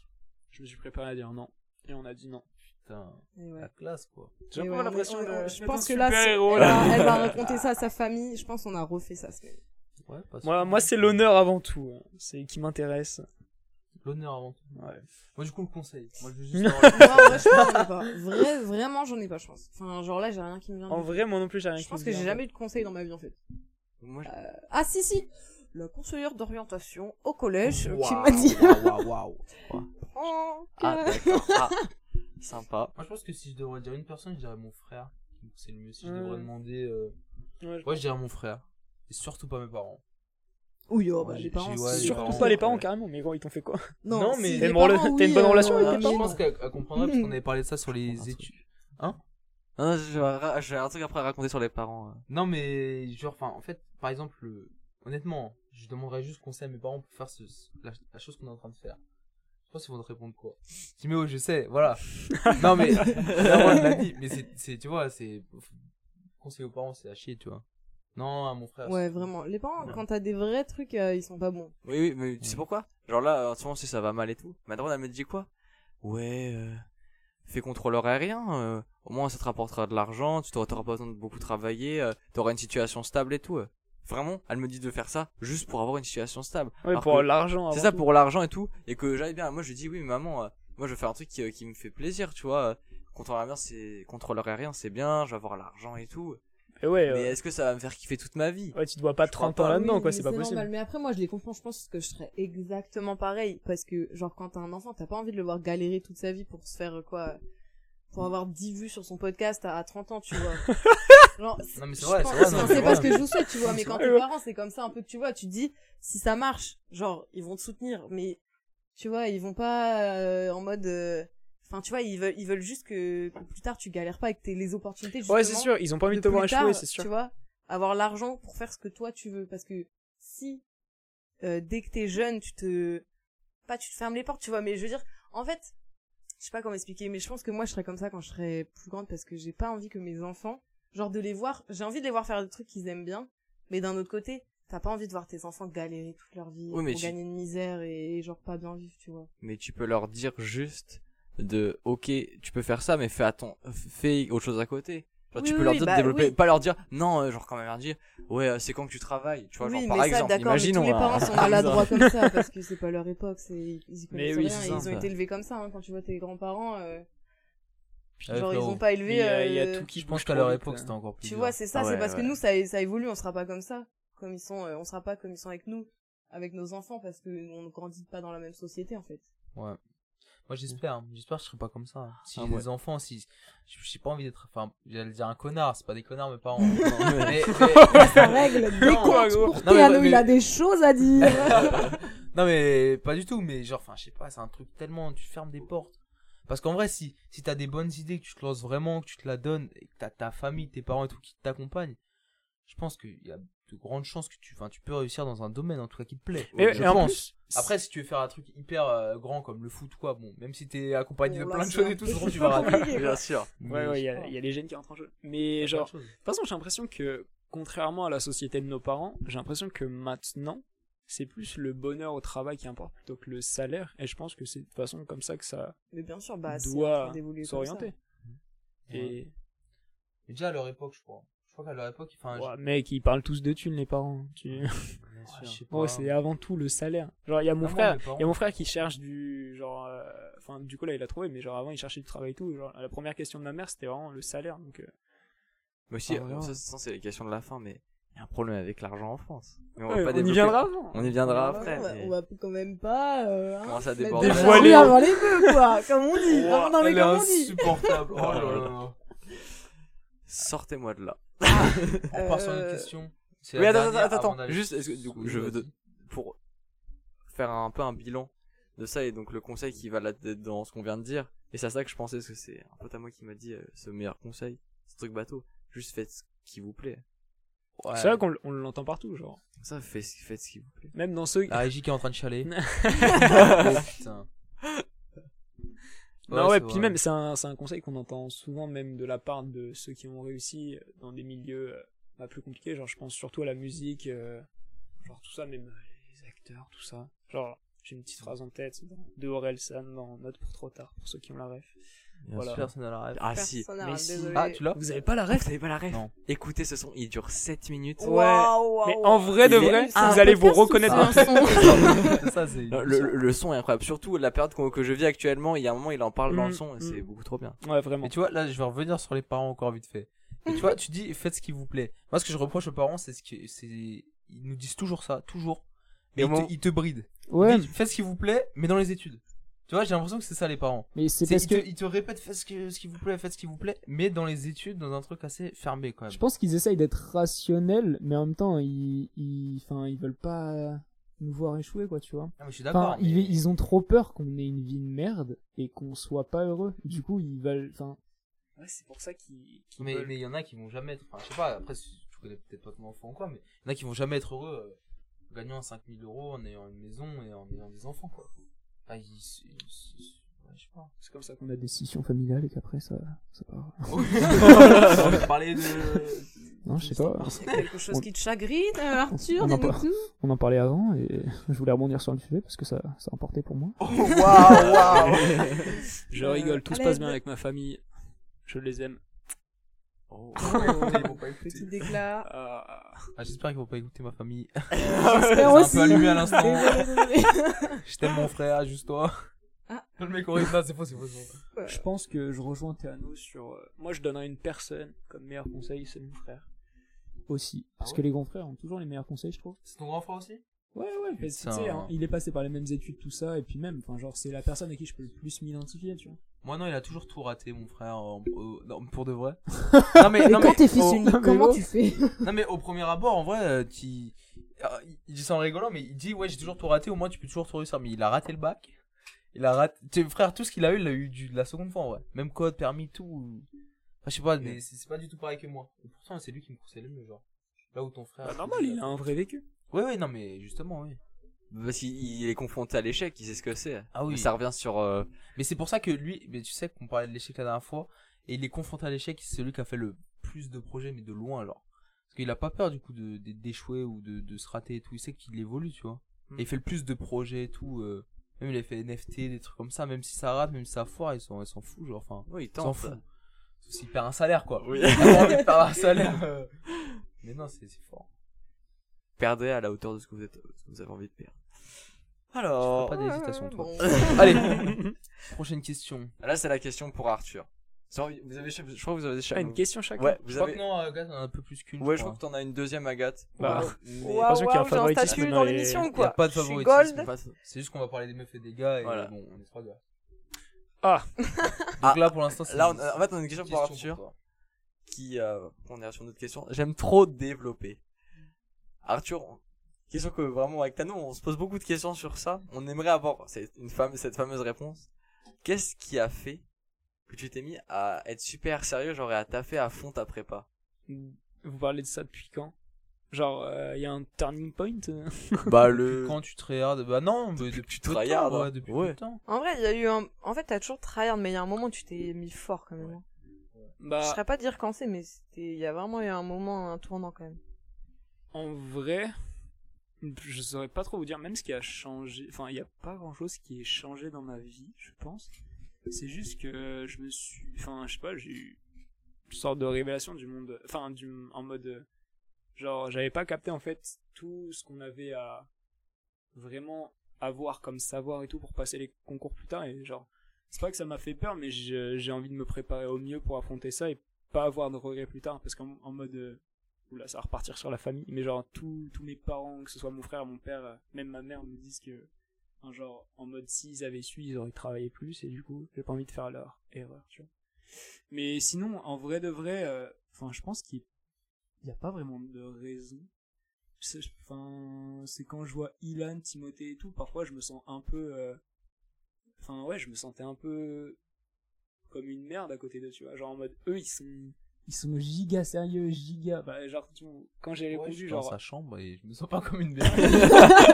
Je me suis préparé à dire non et on a dit non.
Putain,
Et ouais.
la classe, quoi.
Et
J'ai vraiment
ouais,
l'impression
on-
de
on-
je
je
vais
pense
être
que
un
là, c'est- elle
super-héros,
va, elle va raconter ça à sa famille. Je pense qu'on a refait ça. ce mec.
Ouais, pas sûr.
Moi moi c'est l'honneur avant tout, hein. c'est qui m'intéresse.
L'honneur avant tout.
Ouais.
Moi, du coup, le conseil. Moi, je veux juste
<laughs> Non.
avoir le
Moi, en vrai, je pense que j'en ai pas. Vrai- vraiment, j'en ai pas, je pense. Enfin, genre là, j'ai rien qui me vient.
En
de-
vrai moi non plus j'ai rien
Je
qui
pense
me
que
vient,
j'ai
quoi.
jamais eu de conseil dans ma vie en fait.
Moi, je-
Ah si si La conseillère d'orientation au collège euh, qui
Waouh,
m'a dit
waouh, waouh.
Oh,
Ah,
que-
d'accord. Ah, sympa.
Moi, je pense que si je devrais dire une personne, je dirais mon frère. Donc, C'est le mieux. Si je
Hmm.
devrais demander. euh,
Ouais, je-
Ouais, je dirais mon frère. Et surtout pas mes parents.
Oui, oh, bah,
Ouais,
les
j'ai-
parents.
j'ai- ouais,
c'est-
les
Surtout
parents,
pas les parents
ouais.
carrément, mais gros ils t'ont fait quoi
Non,
Non,
si,
mais-
les
T'as une
parents,
rela- t'as une
oui,
bonne
euh,
relation avec
mais
Ah,
tes
je
non.
pense qu'elle elle comprendrait parce qu'on avait parlé de ça sur
Un
les
truc.
études.
Non, non, j'ai un- j'ai un truc après à raconter sur les parents. euh.
Non, mais genre, enfin, en fait, par exemple, euh, honnêtement, je demanderais juste conseil à mes parents pour faire ce, ce- la, la chose qu'on est en train de faire. Je pense qu'ils vont te répondre quoi. Timéo, je sais, voilà. non, mais là, on l'a dit, mais c'est, c'est- tu vois, c'est. Conseil aux parents, c'est à chier, tu vois. Non, à mon frère.
Ouais,
c'est-
vraiment. Les parents,
Ouais.
quand t'as des vrais trucs, euh, ils sont pas bons.
Oui, oui, mais tu sais pourquoi Genre là, en ce moment, si ça va mal et tout. Ma drôle, elle me dit quoi Ouais, euh, fais contrôleur aérien. euh, au moins, ça te rapportera de l'argent. Tu t'auras t'auras pas besoin de beaucoup travailler. euh, T'auras une situation stable et tout. euh. Vraiment, elle me dit de faire ça juste pour avoir une situation stable.
Ouais,
Alors
pour
que-
l'argent.
C'est
avant
ça
tout.
pour l'argent et tout. Et que j'allais bien. Moi, je dis oui, mais maman, euh, moi, je veux faire un truc qui, euh, qui me fait plaisir, tu vois. euh, Contrôle aérien, c'est contrôle aérien, c'est bien. Je vais avoir l'argent et tout.
Et ouais,
Mais
euh,
est-ce que ça va me faire kiffer toute ma vie
ouais, tu te vois pas
je crois
30 ans
pas.
là-dedans,
Ah Oui,
quoi,
mais
c'est pas possible.
normal. Mais après, moi, je les comprends. Je pense que je serais exactement pareil. Parce que, genre, quand t'as un enfant, t'as pas envie de le voir galérer toute sa vie pour se faire, euh, quoi, euh, pour avoir 10 vues sur son podcast à, à 30 ans, tu vois.
<laughs>
Genre, c'est-
Non, mais c'est
je
vrai,
pense-
c'est vrai,
enfin,
non,
c'est
c'est
pas
vrai.
ce que je vous souhaite, tu vois. Mais quand
vrai,
tes
ouais.
parents, c'est comme ça un peu, tu vois, tu te dis, si ça marche, genre, ils vont te soutenir. Mais, tu vois, ils vont pas euh, en mode. euh, Enfin, tu vois, ils veulent, ils veulent juste que, que plus tard tu galères pas et que t'aies les opportunités.
Ouais, c'est
justement,
sûr, ils ont pas envie de te
plus
voir échouer,
tard,
c'est sûr.
Tu vois, avoir l'argent pour faire ce que toi tu veux. Parce que si, euh, dès que t'es jeune, tu te. Pas tu te fermes les portes, tu vois, mais je veux dire, en fait, je sais pas comment expliquer, mais je pense que moi je serais comme ça quand je serais plus grande parce que j'ai pas envie que mes enfants, genre de les voir, j'ai envie de les voir faire des trucs qu'ils aiment bien, mais d'un autre côté, t'as pas envie de voir tes enfants galérer toute leur vie
Oui, mais
pour
tu-
gagner une misère et, et genre pas bien vivre, tu vois.
mais tu peux leur dire juste de ok tu peux faire ça mais fais attends fais autre chose à côté genre tu
Oui,
peux
oui,
leur
oui,
dire
bah
de développer
oui.
pas leur dire non euh, genre quand même leur dire ouais euh, c'est quand que tu travailles tu vois
oui,
genre par
mais
exemple
ça, d'accord, mais
imaginons hein.
tous les
un-
Ah,
parents sont
par
maladroits
exemple.
comme ça parce que c'est pas leur époque, c'est ils y
Mais
connaissent
oui,
rien,
c'est
et
ça,
ils ont
ça.
été élevés comme ça. hein, quand tu vois tes grands-parents, euh,
Ouais,
genre ils
frérot.
ont pas élevé.
Il y a- il y a
euh,
tout qui
Je
bouge
pense qu'à
trop
leur
vite,
époque,
là.
c'était encore plus.
Tu
dur.
vois, c'est ça,
Ah
c'est
ouais,
parce
ouais.
que nous, ça, ça évolue, on sera pas comme ça. Comme ils sont, euh, on sera pas comme ils sont avec nous, avec nos enfants, parce que on ne grandit pas dans la même société, en fait.
Ouais. Moi j'espère, hein. j'espère que je serai pas comme ça. hein. Si
Ah
j'ai
ouais.
des enfants, si j'ai j'ai pas envie d'être, enfin, j'allais dire un connard, c'est pas des connards mes parents. mais, mais-
Sa règle,
Non,
décompte
gros.
pour
Non, mais-
Théano,
mais-
il a des choses à
<laughs>
dire.
non mais pas du tout, mais genre, enfin, je sais pas, c'est un truc tellement, tu fermes des portes. Parce qu'en vrai, si si t'as des bonnes idées, que tu te lances vraiment, que tu te la donnes, et que t'as ta famille, tes parents et tout qui t'accompagnent, je pense qu'il y a de grandes chances que tu, enfin, tu peux réussir dans un domaine en tout cas qui te plaît.
Mais-
je
et en
pense.
plus,
Après, si tu veux faire un truc hyper euh, grand comme le foot ou quoi, bon, même si t'es accompagné de
Bon, là,
plein de
c'est
choses
un
et tout,
peu
c'est
<laughs>
bon, tu
plus
vas rater.
compliqué, quoi.
bien sûr
ouais, ouais, il y, a-
pas.
il y a les gènes qui rentrent en jeu. Mais
Mais
genre, de toute façon, j'ai l'impression que, contrairement à la société de nos parents, j'ai l'impression que maintenant, c'est plus le bonheur au travail qui importe plutôt que le salaire. Et je pense que c'est de toute façon comme ça que ça
Mais bien sûr, bah, c'est en train
doit
d'évoluer comme
s'orienter.
ça.
Et
Mais déjà à leur époque, je crois. Je crois qu'à leur époque, enfin,
Ouah, mec, ils parlent tous de thunes, les parents. Tu...
Ah, je- je sais pas.
Ouais, c'est avant tout le salaire. Genre, il y a mon
Ah non,
frère,
mes parents.
il y a mon frère qui cherche du genre, euh, enfin, du coup là, il a trouvé, mais genre avant, il cherchait du travail et tout. Genre, la première question de ma mère, c'était vraiment le salaire. Donc, euh,
mais aussi
Ah,
bon,
vraiment.
ça c'est ça, c'est la question de la fin mais il y a un problème avec l'argent en France mais on, va
ouais,
pas
on y
développer-
viendra avant.
on y
Ah,
viendra
Bah
Ouais,
après
on, va,
mais
on va quand même pas euh, hein,
Comment ça
mettre de
déborde
l'argent
Dévoiler.
avant les bœufs, quoi, comme on dit.
Ouah,
Ah, non, mais
elle est
comme on dit.
insupportable. oh là là là.
sortez-moi de là
On part sur une
Euh,
question. C'est
mais
la
attends
dernière
attends
avant
attends
d'aller-
juste est-ce que du coup je veux de- pour faire un peu un bilan de ça et donc le conseil qui va là dans ce qu'on vient de dire et c'est à ça que je pensais parce que c'est un pote à moi qui m'a dit euh, ce meilleur conseil ce truc bateau juste faites ce qui vous plaît
Ouais.
C'est vrai qu'on l- on l'entend partout, genre.
Comme ça faites, ce- faites ce qui vous plaît
Même dans ceux.
La
Ah,
régie qui est en train de chialer.
Non.
Oh, putain.
non ouais,
c'est
puis
vrai.
même c'est un c'est un conseil qu'on entend souvent même de la part de ceux qui ont réussi dans des milieux euh, bah, plus compliqués. Genre, je pense surtout à la musique, euh, genre tout ça, même euh, les acteurs, tout ça. Genre, j'ai une petite phrase en tête c'est dans- de Orelsan dans Note pour trop tard pour ceux qui ont la ref. Voilà. hein,
Personne n'a la rêve.
ah si
personne n'a
mais
rien,
si.
désolé.
Ah, tu
<laughs>
l'as
Vous avez pas la ref
vous avez pas la ref
Non.
écoutez ce son il dure 7 minutes
Ouais. Mais en vrai de
Il est
vrai,
un
vous allez vous reconnaître. <laughs>
Ah.
C'est un son.
C'est ça, c'est.
le, le- le son est incroyable surtout la période qu'on- que je vis actuellement il y a un moment il en parle dans le
Mm,
son et
mm.
c'est beaucoup trop bien
Ouais, vraiment.
Mais tu vois, là, je vais revenir sur les parents encore vite fait. Mais tu vois, tu dis, faites ce qui vous plaît. Moi, ce que je reproche aux parents, c'est ce qui, c'est, ils nous disent toujours ça, toujours. Mais
Et
ils,
moi-
te, ils te brident.
Ouais,
Ils disent, faites ce qui vous plaît, mais dans les études. Tu vois, j'ai l'impression que c'est ça les parents.
mais c'est
C'est-
parce
ils, te,
que
ils te répètent, faites ce, que- ce qui vous plaît, faites ce qui vous plaît, mais dans les études, dans un truc assez fermé quand
je
même.
pense qu'ils essayent d'être rationnels, mais en même temps, ils, ils, enfin, ils veulent pas nous voir échouer, quoi, tu vois.
Ah, mais je suis
Enfin,
d'accord.
ils,
mais-
ils ont trop peur qu'on ait une vie de merde et qu'on soit pas heureux. Du coup, ils veulent. Enfin, Ouais, c'est pour ça qu'ils.
Mais mais il y en a qui vont jamais être. Enfin, je sais pas, après, si tu connais peut-être pas ton enfant ou quoi, mais il y en a qui vont jamais être heureux euh, en gagnant 5000 euros, en ayant une maison et en ayant des enfants, quoi. Ah, ils. ils- ils- ouais, je sais <laughs> pas.
C'est comme ça qu'on a des scissions familiales et qu'après ça, ça part.
On va <laughs> parler
<laughs>
de.
Non, je sais pas.
Il y a quelque chose qui te chagrine, euh, Arthur,
On en
dis-nous
<laughs>
parle.
tout.
<laughs> On en parlait avant et je voulais rebondir sur le sujet parce que ça, ça importait pour moi.
Oh, waouh, waouh!
Je
Euh,
<laughs>
rigole, tout
à
se passe
l'aide.
bien avec ma famille. Je les aime.
Oh,
Petit déclat.
Ah,
Ah, J'espère qu'ils vont pas écouter ma famille.
Eh,
<laughs>
J'espère
un
aussi.
peu allumé à l'instant.
<laughs>
Désolé, désolé.
Je t'aime mon frère, juste toi.
Ah.
Le mec horrible, non, c'est faux, c'est faux. c'est faux.
Je pense que je rejoins Théano sur. euh, moi, je donnerais une personne comme meilleur conseil, c'est mon frère. Ah Aussi. Parce
ouais
que les grands frères ont toujours les meilleurs conseils, je trouve.
C'est ton grand frère aussi
Ouais, ouais, mais tu sais,
Putain.
hein, il est passé par les mêmes études, tout ça, et puis même, enfin, genre, c'est la personne à qui je peux le plus m'identifier, tu vois.
Moi non, il a toujours tout raté, mon frère. en- au- non, pour de
<laughs>
vrai. non mais, non, mais, oh. au-
unique, comment tu
fais
non mais au premier abord, en vrai, euh, tu- ah, il- il dit ça en rigolant, mais il dit ouais, j'ai toujours tout raté. Au moins, tu peux toujours tout réussir. Mais il a raté le bac. Il a raté. Tu sais, frère, tout ce qu'il a eu, il l'a eu du- de la seconde fois, en vrai. Même code, permis, tout. Enfin, je sais pas, mais c'est c'est pas du tout pareil que moi. Et pourtant, c'est lui qui me conseille le mieux, genre. Là où ton frère. euh,
Bah, normal, il a un vrai vécu.
Ouais, ouais, non mais justement, oui.
Parce qu'il il est confronté à l'échec, il sait ce que c'est.
Ah oui.
Ça revient sur. euh,
Mais c'est pour ça que lui, mais tu sais qu'on parlait de l'échec la dernière fois, et il est confronté à l'échec, c'est celui qui a fait le plus de projets, mais de loin, genre. Parce qu'il a pas peur, du coup, de, de- d'échouer ou de, de se rater et tout, il sait qu'il évolue, tu vois.
Mm.
Et il fait le plus de projets et tout, euh, même il a fait NFT, des trucs comme ça, même si ça rate, même si ça foire, il s'en, il s'en fout, genre, enfin,
Oui, il
il s'en
tente.
fout. Sauf s'il perd un salaire, quoi.
Oui.
Il a pas envie de perdre un salaire.
<laughs>
euh. Mais non, c'est, c'est fort.
Perdez à la hauteur de ce que vous, êtes, ce que vous avez envie de perdre.
Alors. Pas
Ah,
d'hésitation, toi.
Bon,
Allez, prochaine question.
Ah, Là, c'est la question pour Arthur. Sans- Vous avez, je crois que vous avez
Ah, une question chacun.
Ouais,
Je
vous
crois
avez.
que non, euh, gars, on en a un peu plus qu'une.
Ouais, je crois que t'en as une deuxième, Agathe.
Bah.
Waouh,
Mais-
sûr qu'il y a un
waouh, j'ai un
favoritisme
statut
dans
dans
les-
l'émission,
Il y a
quoi.
pas de
Je suis
favoritisme.
gold.
Pas-
C'est juste qu'on va parler des meufs et des gars et
Voilà.
bon, on est trois gars.
Ah.
<laughs> Donc
Ah.
là pour l'instant c'est
Là, on- en fait, on a une question
une
pour
question
Arthur
pour toi.
qui. euh, on est sur notre question. J'aime trop développer. Arthur, on- question que vraiment avec Tano, on se pose beaucoup de questions sur ça. On aimerait avoir c'est une fame, cette fameuse réponse. Qu'est-ce qui a fait que tu t'es mis à être super sérieux, genre et à taffer à fond
<laughs>
ta prépa
Vous parlez de ça depuis quand Genre, euh, il y a un turning point euh
Bah,
Depuis Quand tu tryhard Bah non, mais
que
depuis
tu
peu de temps,
tryhard, hein.
ouais, depuis
Ouais.
peu de temps.
En vrai, il y a eu un. En fait, t'as toujours tryhard, mais il y a un moment où tu t'es mis fort quand même. Je
Bah,
saurais pas dire quand c'est, mais c'était- il y a vraiment eu un moment, un tournant quand même.
en vrai, je saurais pas trop vous dire, même ce qui a changé. Enfin, il y a pas grand chose qui ait changé dans ma vie, je pense. C'est juste que je me suis. Enfin, je sais pas, j'ai eu une sorte de révélation du monde. Enfin, du... en mode. euh, Genre, j'avais pas capté en fait tout ce qu'on avait à vraiment avoir comme savoir et tout pour passer les concours plus tard. Et genre, c'est pas que ça m'a fait peur, mais je- j'ai envie de me préparer au mieux pour affronter ça et pas avoir de regrets plus tard. Parce qu'en en mode. euh, Oula, ça va repartir sur la famille. Mais genre, tous tous mes parents, que ce soit mon frère, mon père, euh, même ma mère, me disent que. enfin, Hein, genre, en mode, s'ils avaient su, ils auraient travaillé plus. Et du coup, j'ai pas envie de faire leur erreur, tu vois. Mais sinon, en vrai de vrai, euh, enfin, je pense qu'il n'y a pas vraiment de raison. C'est- Enfin, c'est quand je vois Ilan, Timothée et tout, parfois je me sens un peu. euh, Enfin, ouais, je me sentais un peu comme une merde à côté d'eux, tu vois. Genre en mode, eux, ils sont. Ils sont giga sérieux, giga. Bah, genre, tu- quand j'ai
Ouais, je
répondu,
suis dans
genre.
sa chambre et je me sens pas comme une merde.
<laughs>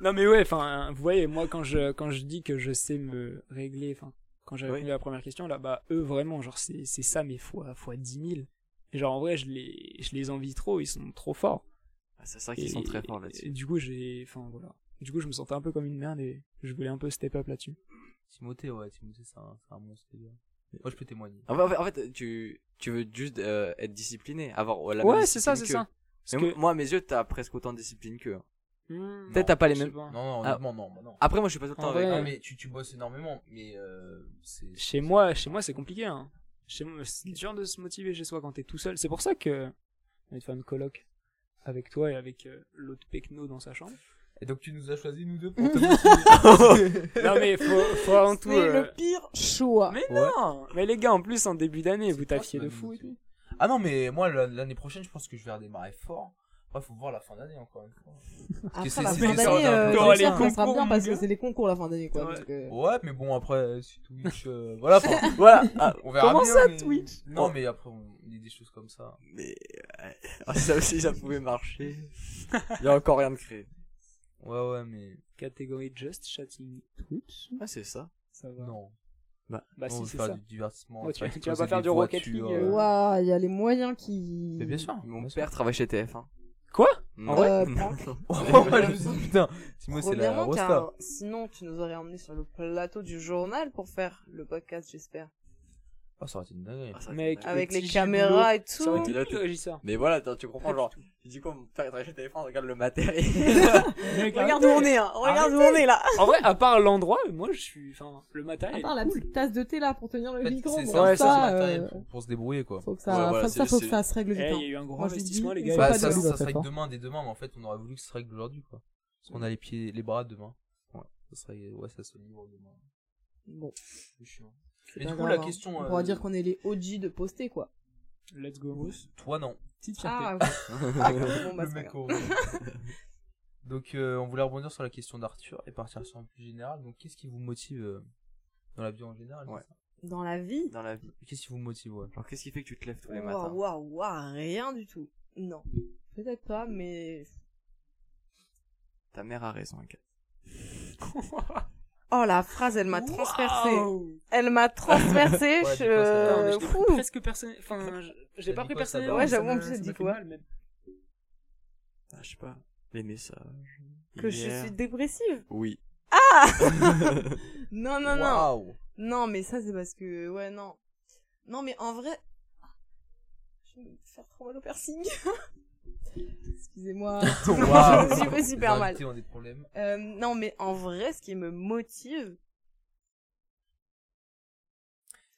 Non mais ouais, enfin, vous voyez, moi quand je quand je dis que je sais me régler, enfin, quand j'ai
Oui.
répondu à la première question, là, bah eux vraiment, genre c'est c'est ça mais fois fois dix mille. Et genre en vrai, je les je les envie trop, ils sont trop forts.
Ah, C'est vrai qu'ils sont
Et-
très forts
et
là-dessus.
Du coup j'ai, enfin voilà, du coup je me sentais un peu comme une merde et je voulais un peu step up là-dessus.
Timothée, ouais, Timothée c'est un, c'est un monstre. les gars. Moi je peux témoigner.
En fait, en fait, en fait, tu, tu veux juste euh, être discipliné, avoir la même
Ouais, c'est ça, c'est ça.
discipline qu'eux.
Parce
Mais
que
Moi, à mes yeux, t'as presque autant de discipline qu'eux.
Hmm,
Peut-être t'as pas les
je sais
mêmes.
pas.
Non, non,
Ah.
honnêtement, non, bah non.
Après, moi, je suis pas tout le
En
temps
vrai,
avec.
Non
ouais.
mais tu, tu bosses énormément, mais euh, c'est.
Chez moi, chez moi, c'est compliqué. Hein. Chez moi, c'est dur de se motiver chez soi quand t'es tout seul. C'est pour ça que on est faire une coloc avec toi et avec euh, l'autre pecno dans sa chambre.
Et donc tu nous as choisi nous deux
<laughs>
pour te
Ah
motiver.
Non mais faut, faut
<laughs>
avant tout.
C'est
euh,
le pire choix.
Mais
Ouais.
non Mais les gars, en plus en début d'année, vous
C'est toi
taffiez
qui
de
m'as
fou et
dit.
tout.
ah non, mais moi la- l'année prochaine, je pense que je vais redémarrer fort. Après, faut voir la fin d'année encore une fois.
Après
c'est-
la
c'est-
fin
c'est-
d'année, euh,
T'auras
j'espère
les
que ça sera
concours,
bien
mon
parce
gars.
que c'est les concours la fin d'année quoi.
Ouais.
parce que-
Ouais, mais bon, après, euh, si Twitch. euh, voilà, <laughs> enfin,
Voilà. Ah,
on verra
Comment
bien,
ça,
mais-
Twitch
Non, mais après, on il y a des choses comme ça.
mais euh, ah, ça aussi, ça pouvait marcher. Il y a encore rien de créé.
Ouais, ouais, mais.
Catégorie Just Chatting Twitch
Ah, c'est ça.
Ça va.
Non.
Bah
on
si,
veut
c'est
faire
ça.
du divertissement.
Ouais, tu-
faire
tu vas
exploser
pas faire
des
du Rocket
voitures,
League,
euh.
euh.
Waouh, il y a les moyens qui.
Mais bien sûr.
Mon
bien sûr.
<laughs>
père travaille chez TF1.
Quoi
Non.
vrai Euh,
Non.
Oh, ouais, je me suis dit, putain, Timo, c'est la
Premièrement,
rosta.
car sinon tu nous aurais emmené sur le plateau du journal pour faire le podcast, j'espère.
Oh, ça aurait été une dinguerie.
Ah, ça,
Mec,
c'est dingue.
Avec
Le
les
petit
caméras et tout.
Ça aurait été
Ouais.
nul, le régisseur.
Mais voilà, attends, tu comprends, genre, tu dis quoi, mon père est trash le téléphone, regarde le matériel.
Mec,
Regarde où
arrêtez.
on est, hein. Regarde où on
Arrêtez.
est là.
En vrai, à part l'endroit, moi je suis. Enfin, le
À
matériel.
part la petite tasse de thé là pour tenir le
En fait,
micro.
c'est
bon,
ça,
ouais,
c'est
ça,
le matériel
euh,
pour, pour se débrouiller quoi.
faut que ça,
Ouais, voilà,
faut que ça,
c'est-
faut que
c'est-
ça se règle
Eh,
vite.
il
hein.
y a eu un gros
Moi, je
investissement,
dis,
les
il
gars.
faut
Bah,
pas
ça,
de-
ça,
ça
se
fait
règle
pas.
demain, dès demain, mais en fait, on aurait voulu que ça se règle aujourd'hui quoi. Parce qu'on a les pieds, les bras demain. Ouais, ça serait, ouais, ça se livre demain.
Bon,
C'est chiant.
c'est
Mais
pas
du coup, la
grave, hein.
question.
On
euh,
pourra dire qu'on est les OG de poster quoi.
Let's go, Bruce.
Toi, non.
Petite fierté.
<laughs>
Ah,
<laughs>
Bon, bah,
Le
c'est pas
mec
grave.
au- Donc, euh, on voulait rebondir sur la question d'Arthur et partir sur un plus général. Donc, qu'est-ce qui vous motive euh, dans la vie en général
Ouais.
c'est ça
Dans la vie. Oh,
Dans la vie.
Qu'est-ce qui vous motive ouais
Genre, qu'est-ce qui fait que tu te lèves tous les matins
Waouh, waouh, waouh, rien du tout. Non. Peut-être pas, mais.
Ta mère a raison, ok.
Oh, la phrase, elle m'a transpercée.
Wow.
Elle m'a transpercée.
Ouais,
je...
dis pas ça.
Non, mais je l'ai
Ouh.
pris presque personne. Enfin, je- j'ai
T'as
pas
dit
pris
quoi, ça,
personne.
Dora
Ouais, j'avoue, en plus, j'ai
j'ai
dit quoi.
Ah, je sais pas. Les messages.
que
Hier.
je suis dépressive.
Oui.
Non, non, non.
Waouh
Non, mais ça, c'est parce que, ouais, non. Non, mais en vrai. Je vais me faire trop mal au
<laughs>
piercing.
<laughs>
Excusez-moi.
Waouh.
J'ai fait super
Les
mal.
invités ont des problèmes.
Euh, non, mais en vrai, ce qui me motive.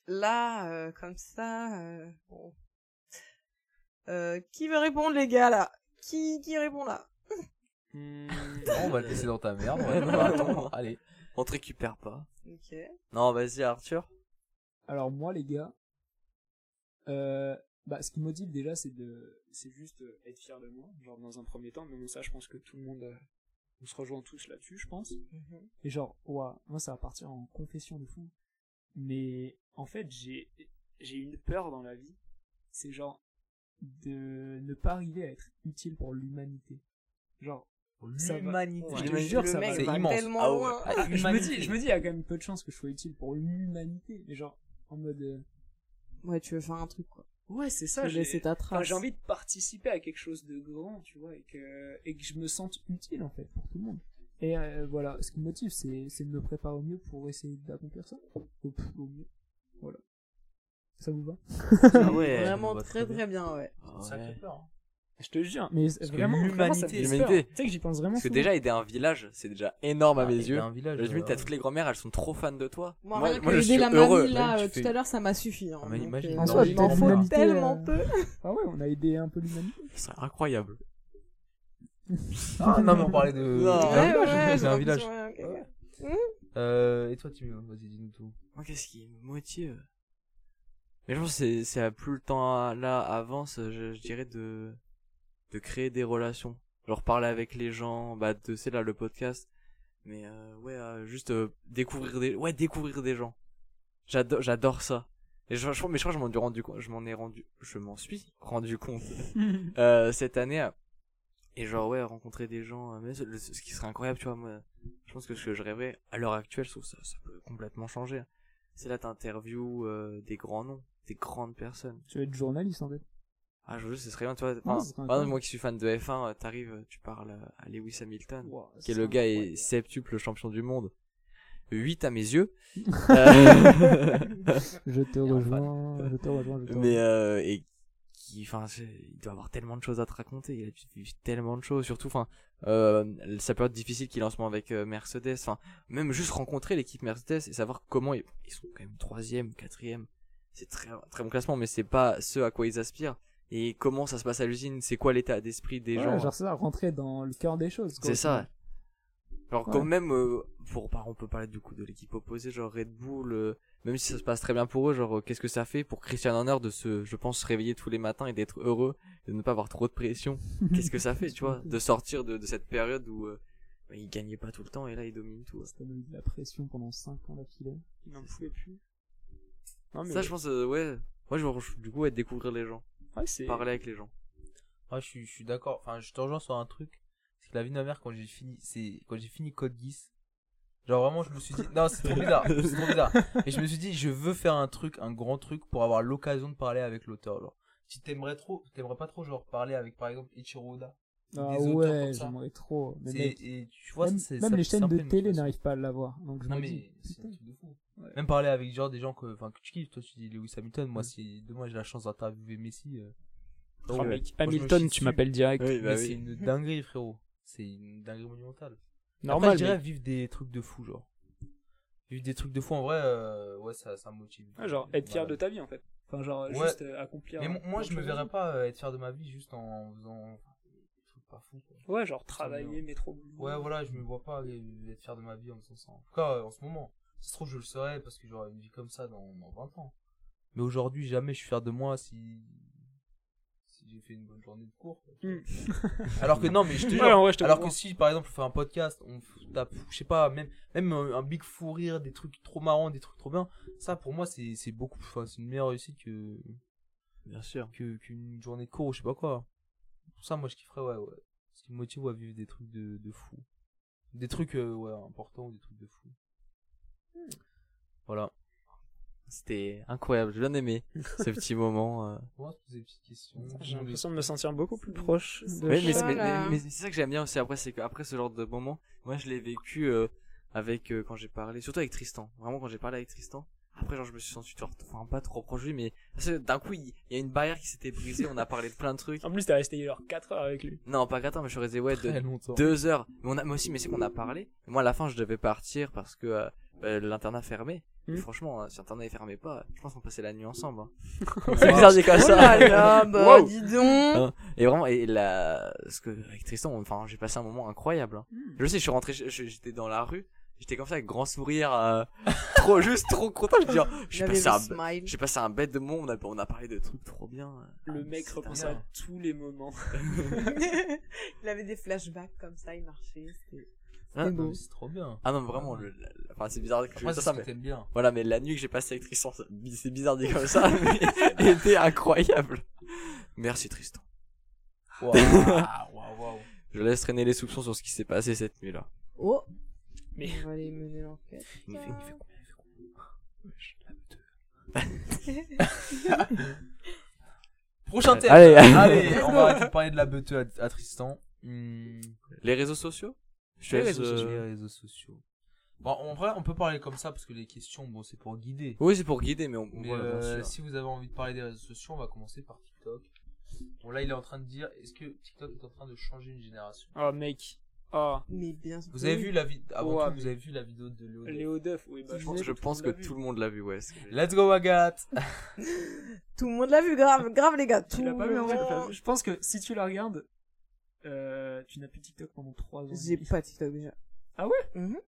Là, euh, comme ça. euh, bon. Euh, qui veut répondre, les gars, là Qui, qui répond là
Non,
Hmm.
<laughs> on va le laisser dans ta merde. ouais.
Non, attends.
Allez.
<laughs> On te récupère pas.
Ok.
Non, vas-y, Arthur.
Alors moi les gars, euh, bah, ce qui me motive déjà c'est de, c'est juste euh, être fier de moi, genre dans un premier temps. Mais bon ça je pense que tout le monde, euh, on se rejoint tous là-dessus je pense.
Mm-hmm.
Et genre ouah, moi ça va partir en confession de fou. Mais en fait j'ai, j'ai une peur dans la vie, c'est genre de ne pas arriver à être utile pour l'humanité. Genre Ça va.
L'humanité.
je te jure
Le
ça
mec
va.
C'est
va
immense.
tellement
Ah ouais.
loin.
Ah,
Je me
l'humanité.
dis, je me dis il y a quand même peu de chances que je sois utile pour l'humanité. Mais genre en mode, euh,
Ouais, tu veux faire un truc, quoi.
ouais c'est ça.
Faut
j'ai-
laisser ta
Enfin,
trace.
j'ai envie de participer à quelque chose de grand, tu vois, et que, et que je me sente utile, en fait, pour tout le monde. Et euh, voilà, ce qui me motive, c'est c'est de me préparer au mieux pour essayer d'accomplir ça. Au, plus- au mieux. Voilà. Ça vous va
Ah ouais.
on
Vraiment
voit
très
très
très bien, ouais.
Ah
Sacré
ouais.
peur, hein.
Je te jure, mais c'est-
Parce que
vraiment, vraiment, ça me
l'humanité-
fait peur.
l'humanité.
Tu sais que j'y pense vraiment
Parce que
souvent.
déjà, aider un village, c'est déjà énorme à Oh, bah, mes
Ah, il y
yeux.
a un village,
Je me
euh,
t'as toutes les grand-mères, elles sont trop fans de toi.
Moi,
moi,
rien que
moi, je
Aider
suis
la
heureux.
mamie là
Même
euh,
tu fais-
tout à l'heure ça m'a suffi. hein,
Ah, mais
donc,
imagine,
euh,
dans
il
la
m'en
vie,
faut
l'humanité,
tellement
euh,
peu.
Ah ouais, on a aidé un peu l'humanité.
Ce serait incroyable.
Ah non, mais on parlait de.
Non.
d'un
Ouais,
village,
ouais,
c'est un village.
Ouais, ok, ok.
Euh, et toi, Timéo Vas-y, dis-nous tout.
Moi, qu'est-ce qui me motive Mais je pense que c'est- c'est à plus le temps là avance, je, je dirais de de créer des relations, genre parler avec les gens, bah de c'est là le podcast, mais euh, ouais euh, juste euh, découvrir des ouais découvrir des gens. J'adore j'adore ça. Et je, je crois- mais je crois que je m'en suis rendu compte, je m'en ai rendu je m'en suis rendu compte euh, cette année euh, et genre ouais rencontrer des gens euh, mais ce, le- ce qui serait incroyable tu vois moi je pense que ce que je rêvais à l'heure actuelle sauf ça ça peut complètement changer c'est là t'interviews euh, des grands noms des grandes personnes
tu vas être journaliste, en fait.
ah je veux dire, ce serait bien tu vois
Ouais,
enfin,
ce serait
par
incroyable.
exemple, moi qui suis fan de F1 euh, t'arrives euh, tu parles euh, à Lewis Hamilton
Ouah,
qui est
ça-
le gars
ouais.
est septuple champion du monde 8 à
<laughs>
mes yeux Euh,
Je te
un fan.
rejoins, je te rejoins, je te rejoins.
mais euh, et qui enfin c'est- il doit avoir tellement de choses à te raconter il a dû vivre tellement de choses surtout enfin euh, sa période difficile qu'il a en ce moment avec euh, Mercedes enfin même juste rencontrer l'équipe Mercedes et savoir comment ils, ils sont quand même troisième quatrième c'est très très bon classement mais c'est pas ce à quoi ils aspirent et comment ça se passe à l'usine c'est quoi l'état d'esprit des
Ouais,
gens
genre ça, rentrer dans le cœur des choses. quoi.
c'est ça. Alors quand
Ouais.
même, euh, pour par- on peut parler du coup de l'équipe opposée, genre Red Bull, euh, même si ça se passe très bien pour eux, genre euh, qu'est-ce que ça fait pour Christian Horner de se, je pense, se réveiller tous les matins et d'être heureux, de ne pas avoir trop de pression. qu'est-ce que ça fait, tu vois, de sortir de, de cette période où euh, bah, il gagnait pas tout le temps et là il domine tout.
C'était même de la pression pendant 5 ans d'affilée. Il n'en pouvait plus. Non, mais
Ça, je pense, euh, ouais. Moi, je, je- du coup, ouais, découvrir les gens,
ouais, c'est.
parler avec les gens.
Ah, je suis, je suis d'accord. Enfin, je te rejoins sur un truc. C'est que la vie de ma mère, quand j'ai fini, c'est, quand j'ai fini Code Geass, genre vraiment, je me suis dit, non, c'est trop
<laughs>
bizarre, c'est trop bizarre. Et je me suis dit, je veux faire un truc, un grand truc pour avoir l'occasion de parler avec l'auteur, genre. Si t'aimerais trop, t'aimerais pas trop, genre, parler avec, par exemple, Ichiro Oda. des
Ah
auteurs
ouais,
comme ça.
j'aimerais trop. Mais
C'est-
mec,
et tu vois,
même,
c'est-
même
ça-
les
c'est un
chaînes de
peu une
télé
frustration.
n'arrivent pas à l'avoir. Donc je
Non
me
mais
dis,
c'est
putain.
un truc de fou. Même parler avec genre des gens que, enfin, que tu kiffes, toi tu dis Lewis Hamilton, moi si demain j'ai la chance d'interviewer Messi, euh,
Oh,
frérot, moi,
mec,
je me
Hamilton,
chie
tu
dessus.
m'appelles direct.
Oui,
mais c'est <laughs> une dinguerie frérot, c'est une dinguerie monumentale. Après,
Normal,
je dirais
mais-
vivre des trucs de fou genre. Vivre des trucs de fou en vrai, euh, ouais ça, ça me motive.
Ouais, genre, être fier
Voilà.
de ta vie, en fait. Enfin, genre,
Ouais.
juste euh, accomplir.
Mais mo- moi
plein de
je me
choses.
verrais pas euh, être fier de ma vie juste en faisant des trucs pas fous. quoi.
Ouais, genre, travailler, mais trop.
Ouais, voilà, je me vois pas euh, être fier de ma vie en me sens ça. En tout cas, euh, en ce moment. Ça se trouve, je le serais parce que j'aurais une vie comme ça dans, dans 20 ans. Mais aujourd'hui, jamais je suis fier de moi si. si j'ai fait une bonne journée de cours. quoi.
Hmm.
Alors que non, mais je te jure.
<laughs> Ouais, en vrai, je te
alors que
comprends.
si, par exemple, on fait un podcast, on f- tape, je sais pas, même, même euh, un un big fou rire, des trucs trop marrants, des trucs trop bien, ça pour moi, c'est c'est beaucoup. Enfin, c'est une meilleure réussite que.
Bien sûr.
que- qu'une journée de cours ou je sais pas quoi. Pour ça, moi, je kifferais, ouais, ouais. Ce qui me motive à vivre des trucs de, de fou. Des trucs, euh, ouais, importants ou des trucs de fou. Voilà.
C'était incroyable, j'ai bien aimé ce petit moment. euh.
On va se poser des petites questions.
J'ai
On
l'impression de me sentir beaucoup plus proche. de-
Ouais, mais, c'est- mais-
Voilà.
mais- mais c'est ça que j'aime bien aussi après, c'est qu'après ce genre de moment, moi je l'ai vécu euh, avec euh, quand j'ai parlé, surtout avec Tristan. Vraiment quand j'ai parlé avec Tristan. Après genre je me suis senti genre, enfin pas trop proche de lui, mais parce que d'un coup il il y a une barrière qui s'était brisée, on a parlé de plein de trucs.
En plus, t'es resté genre 4 heures avec lui.
Non pas gratin, mais je suis resté ouais de
Très longtemps.
deux heures. Mais on a, moi aussi, mais c'est qu'on a parlé. Moi, à la fin, je devais partir parce que euh, euh, l'internat fermait.
Mhm.
Et
Hmm.
franchement, euh, si l'internat il fermait pas, je pense qu'on passait la nuit
<laughs>
ensemble. hein.
C'est bizarre,
dit comme
Oh là
<laughs>
là, bah, dis
Hein,
donc.
Et vraiment, et la, ce que avec Tristan, on- enfin, j'ai passé un moment incroyable. hein. Je sais, je suis rentré, je- je- j'étais dans la rue, j'étais comme ça avec grand sourire, euh, <laughs> trop juste, trop content. Je dis, genre, j'ai
J'avais
passé un,
le smile.
j'ai passé un bête de moment. On a, on a parlé de trucs trop bien. euh.
Le mec
C'est
repense
Ah, dingue.
à tous les moments.
<laughs>
il avait des flashbacks comme ça, il marchait. c'était-
Hein
Non, mais C'est trop bien.
Ah non, mais vraiment, le, la- la- enfin, c'est bizarre que je
Moi, c'est
dise
ça
ça,
que
mais
t'aimes
<laughs>
bien.
Voilà, mais la nuit que j'ai passée avec Tristan, ça- c'est bizarre dit comme ça, <laughs> mais était incroyable. Merci Tristan.
Waouh, waouh, waouh.
Je laisse traîner les soupçons sur ce qui s'est passé cette nuit-là.
Oh
Mais-
On va aller mener l'enquête.
Il fait- il fait quoi
<laughs> Prochain thème.
Allez.
Allez, on va arrêter de parler de la beuté à, à Tristan. Hmm,
Les réseaux sociaux Je te
les
laisse,
réseaux sociaux,
euh,
les réseaux sociaux. Bon, en vrai, on peut parler comme ça parce que les questions, bon, c'est pour guider.
Oui, c'est pour guider, mais on.
Mais
voilà, bien
euh,
sûr.
si vous avez envie de parler des réseaux sociaux, on va commencer par TikTok. Bon, là, il est en train de dire est-ce que TikTok est en train de changer une génération
Oh, mec. Oh,
Mais bien sûr.
Vous avez vu la vidéo avant
Ouais,
tout,
mais-
vous avez vu la vidéo de Léo.
Léo Duff, oui, bah,
Je pense, je pense que tout le monde l'a vu, ouais. c'est-
Let's go Agathe.
Tout le monde l'a vu, grave, grave les gars. Tout
Tu l'as
le
pas vu, en fait,
monde.
enfin, Je pense que si tu la regardes, euh, tu n'as plus TikTok pendant 3 ans.
J'ai pas TikTok déjà.
Moi, c'est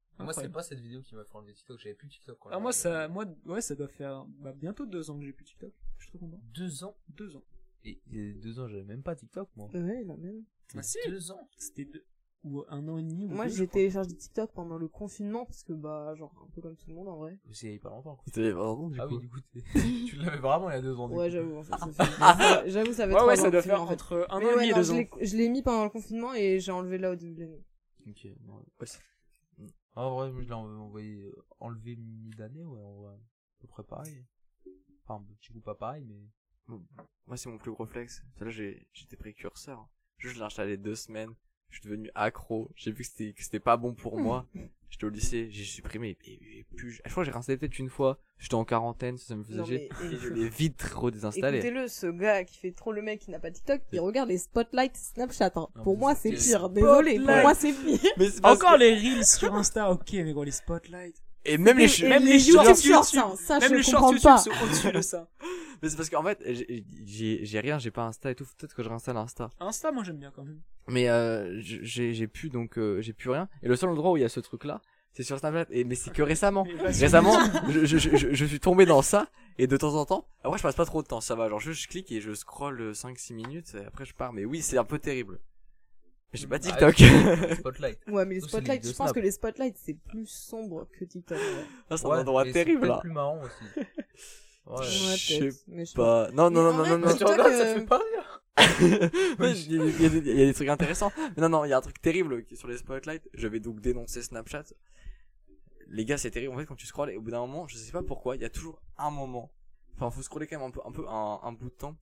Incroyable.
pas cette vidéo qui m'a fait enlever TikTok, j'avais plus TikTok quand
Ah,
j'ai
moi, ça,
regardé.
moi, ouais, ça doit faire bah, bientôt 2 ans que j'ai plus TikTok. Je suis trop content.
deux ans
2 ans.
et il y a deux ans, j'avais même pas TikTok moi.
Ouais, la même.
Ah, si.
Deux ans.
C'était deux- ou un an et demi. Ou
Moi,
deux, je
j'ai
crois.
téléchargé TikTok pendant le confinement parce que, bah, genre, un peu comme tout le monde en vrai.
C'est il y a pas longtemps. quoi.
C'était pardon, du
ah
coup.
oui, du coup,
<laughs>
t'es- tu l'avais vraiment il y a deux ans. du
Ouais,
coup.
j'avoue, en fait, ça fait- J'avoue, ça va
Ouais, ouais, ça doit faire entre un
Mais
an et
ouais,
demi et
non,
2
je
ans.
l'ai- je l'ai mis pendant le confinement et j'ai enlevé là au début de l'année.
Ok. non, ouais. Ah, en vrai, moi, je l'ai env- envoyé euh, enlevé mi-d'année, ouais, en vrai. À peu près pareil. Enfin, un petit coup pas pareil, mais.
Moi, c'est mon plus gros flex. Là, j'ai, j'étais précurseur. Juste, je l'ai installé deux semaines. Je suis devenu accro. J'ai vu que c'était, que c'était pas bon pour moi. J'étais au lycée, j'ai supprimé. Et, et plus, je crois que j'ai réinstallé peut-être une fois. J'étais en quarantaine, ça me faisait
Non,
chier.
mais-
Et je l'ai vite redésinstallé.
Écoutez-le, ce gars qui fait trop le mec qui n'a pas TikTok, il regarde les spotlights Snapchat. hein.
Non,
Pour
mais
moi,
c'est-
c'est pire. Désolé, pour
Spotlight.
moi, c'est pire.
Mais c'est parce
Encore
que-
les reels sur Insta, ok, mais gros, les spotlights.
Et même les,
Et
che-
même les shorts
YouTube Shorts,
YouTube.
hein, ça,
Même
je
les shorts
comprends
YouTube
pas.
sont au-dessus de ça.
mais c'est parce qu'en fait, j'ai, j'ai, j'ai rien, j'ai pas Insta et tout. Peut-être que je réinstalle Insta.
Insta, moi j'aime bien quand même.
Mais euh, j- j'ai, j'ai plus donc, euh, j'ai plus rien. Et le seul endroit où il y a ce truc-là, c'est sur Snapchat. Et, mais c'est que récemment.
Mais pas sur-
Récemment, je, je, je, je suis tombé dans ça, et de temps en temps, après je passe pas trop de temps, ça va, genre je, je clique et je scroll 5-6 minutes, et après je pars, mais oui, c'est un peu terrible. Mais J'ai pas
Ah,
TikTok. <laughs>
le Spotlight.
Ouais,
Oh,
mais les
Ou c'est les
spotlights,
deux
je pense
Snap.
que les spotlights, c'est plus sombre que TikTok. Ouais,
Ah, c'est
Ouais,
un endroit
mais
terrible
c'est peut-être
là.
plus marrant aussi.
<laughs>
Ouais.
Je sais
peut-être, mais je
Bah, non, non, non,
Mais en
non,
vrai,
non, non.
TikTok, euh,
pas rire.
<laughs> Ouais, Il y, a- il y a des- il y a des trucs intéressants. Mais non, non, il y a un truc terrible qui est sur les spotlights. Je vais donc dénoncer Snapchat. Les gars, c'est terrible. En fait, quand tu scrolles, et au bout d'un moment, je sais pas pourquoi, il y a toujours un moment. Enfin, faut scroller quand même un peu, un peu, un, un bout de temps.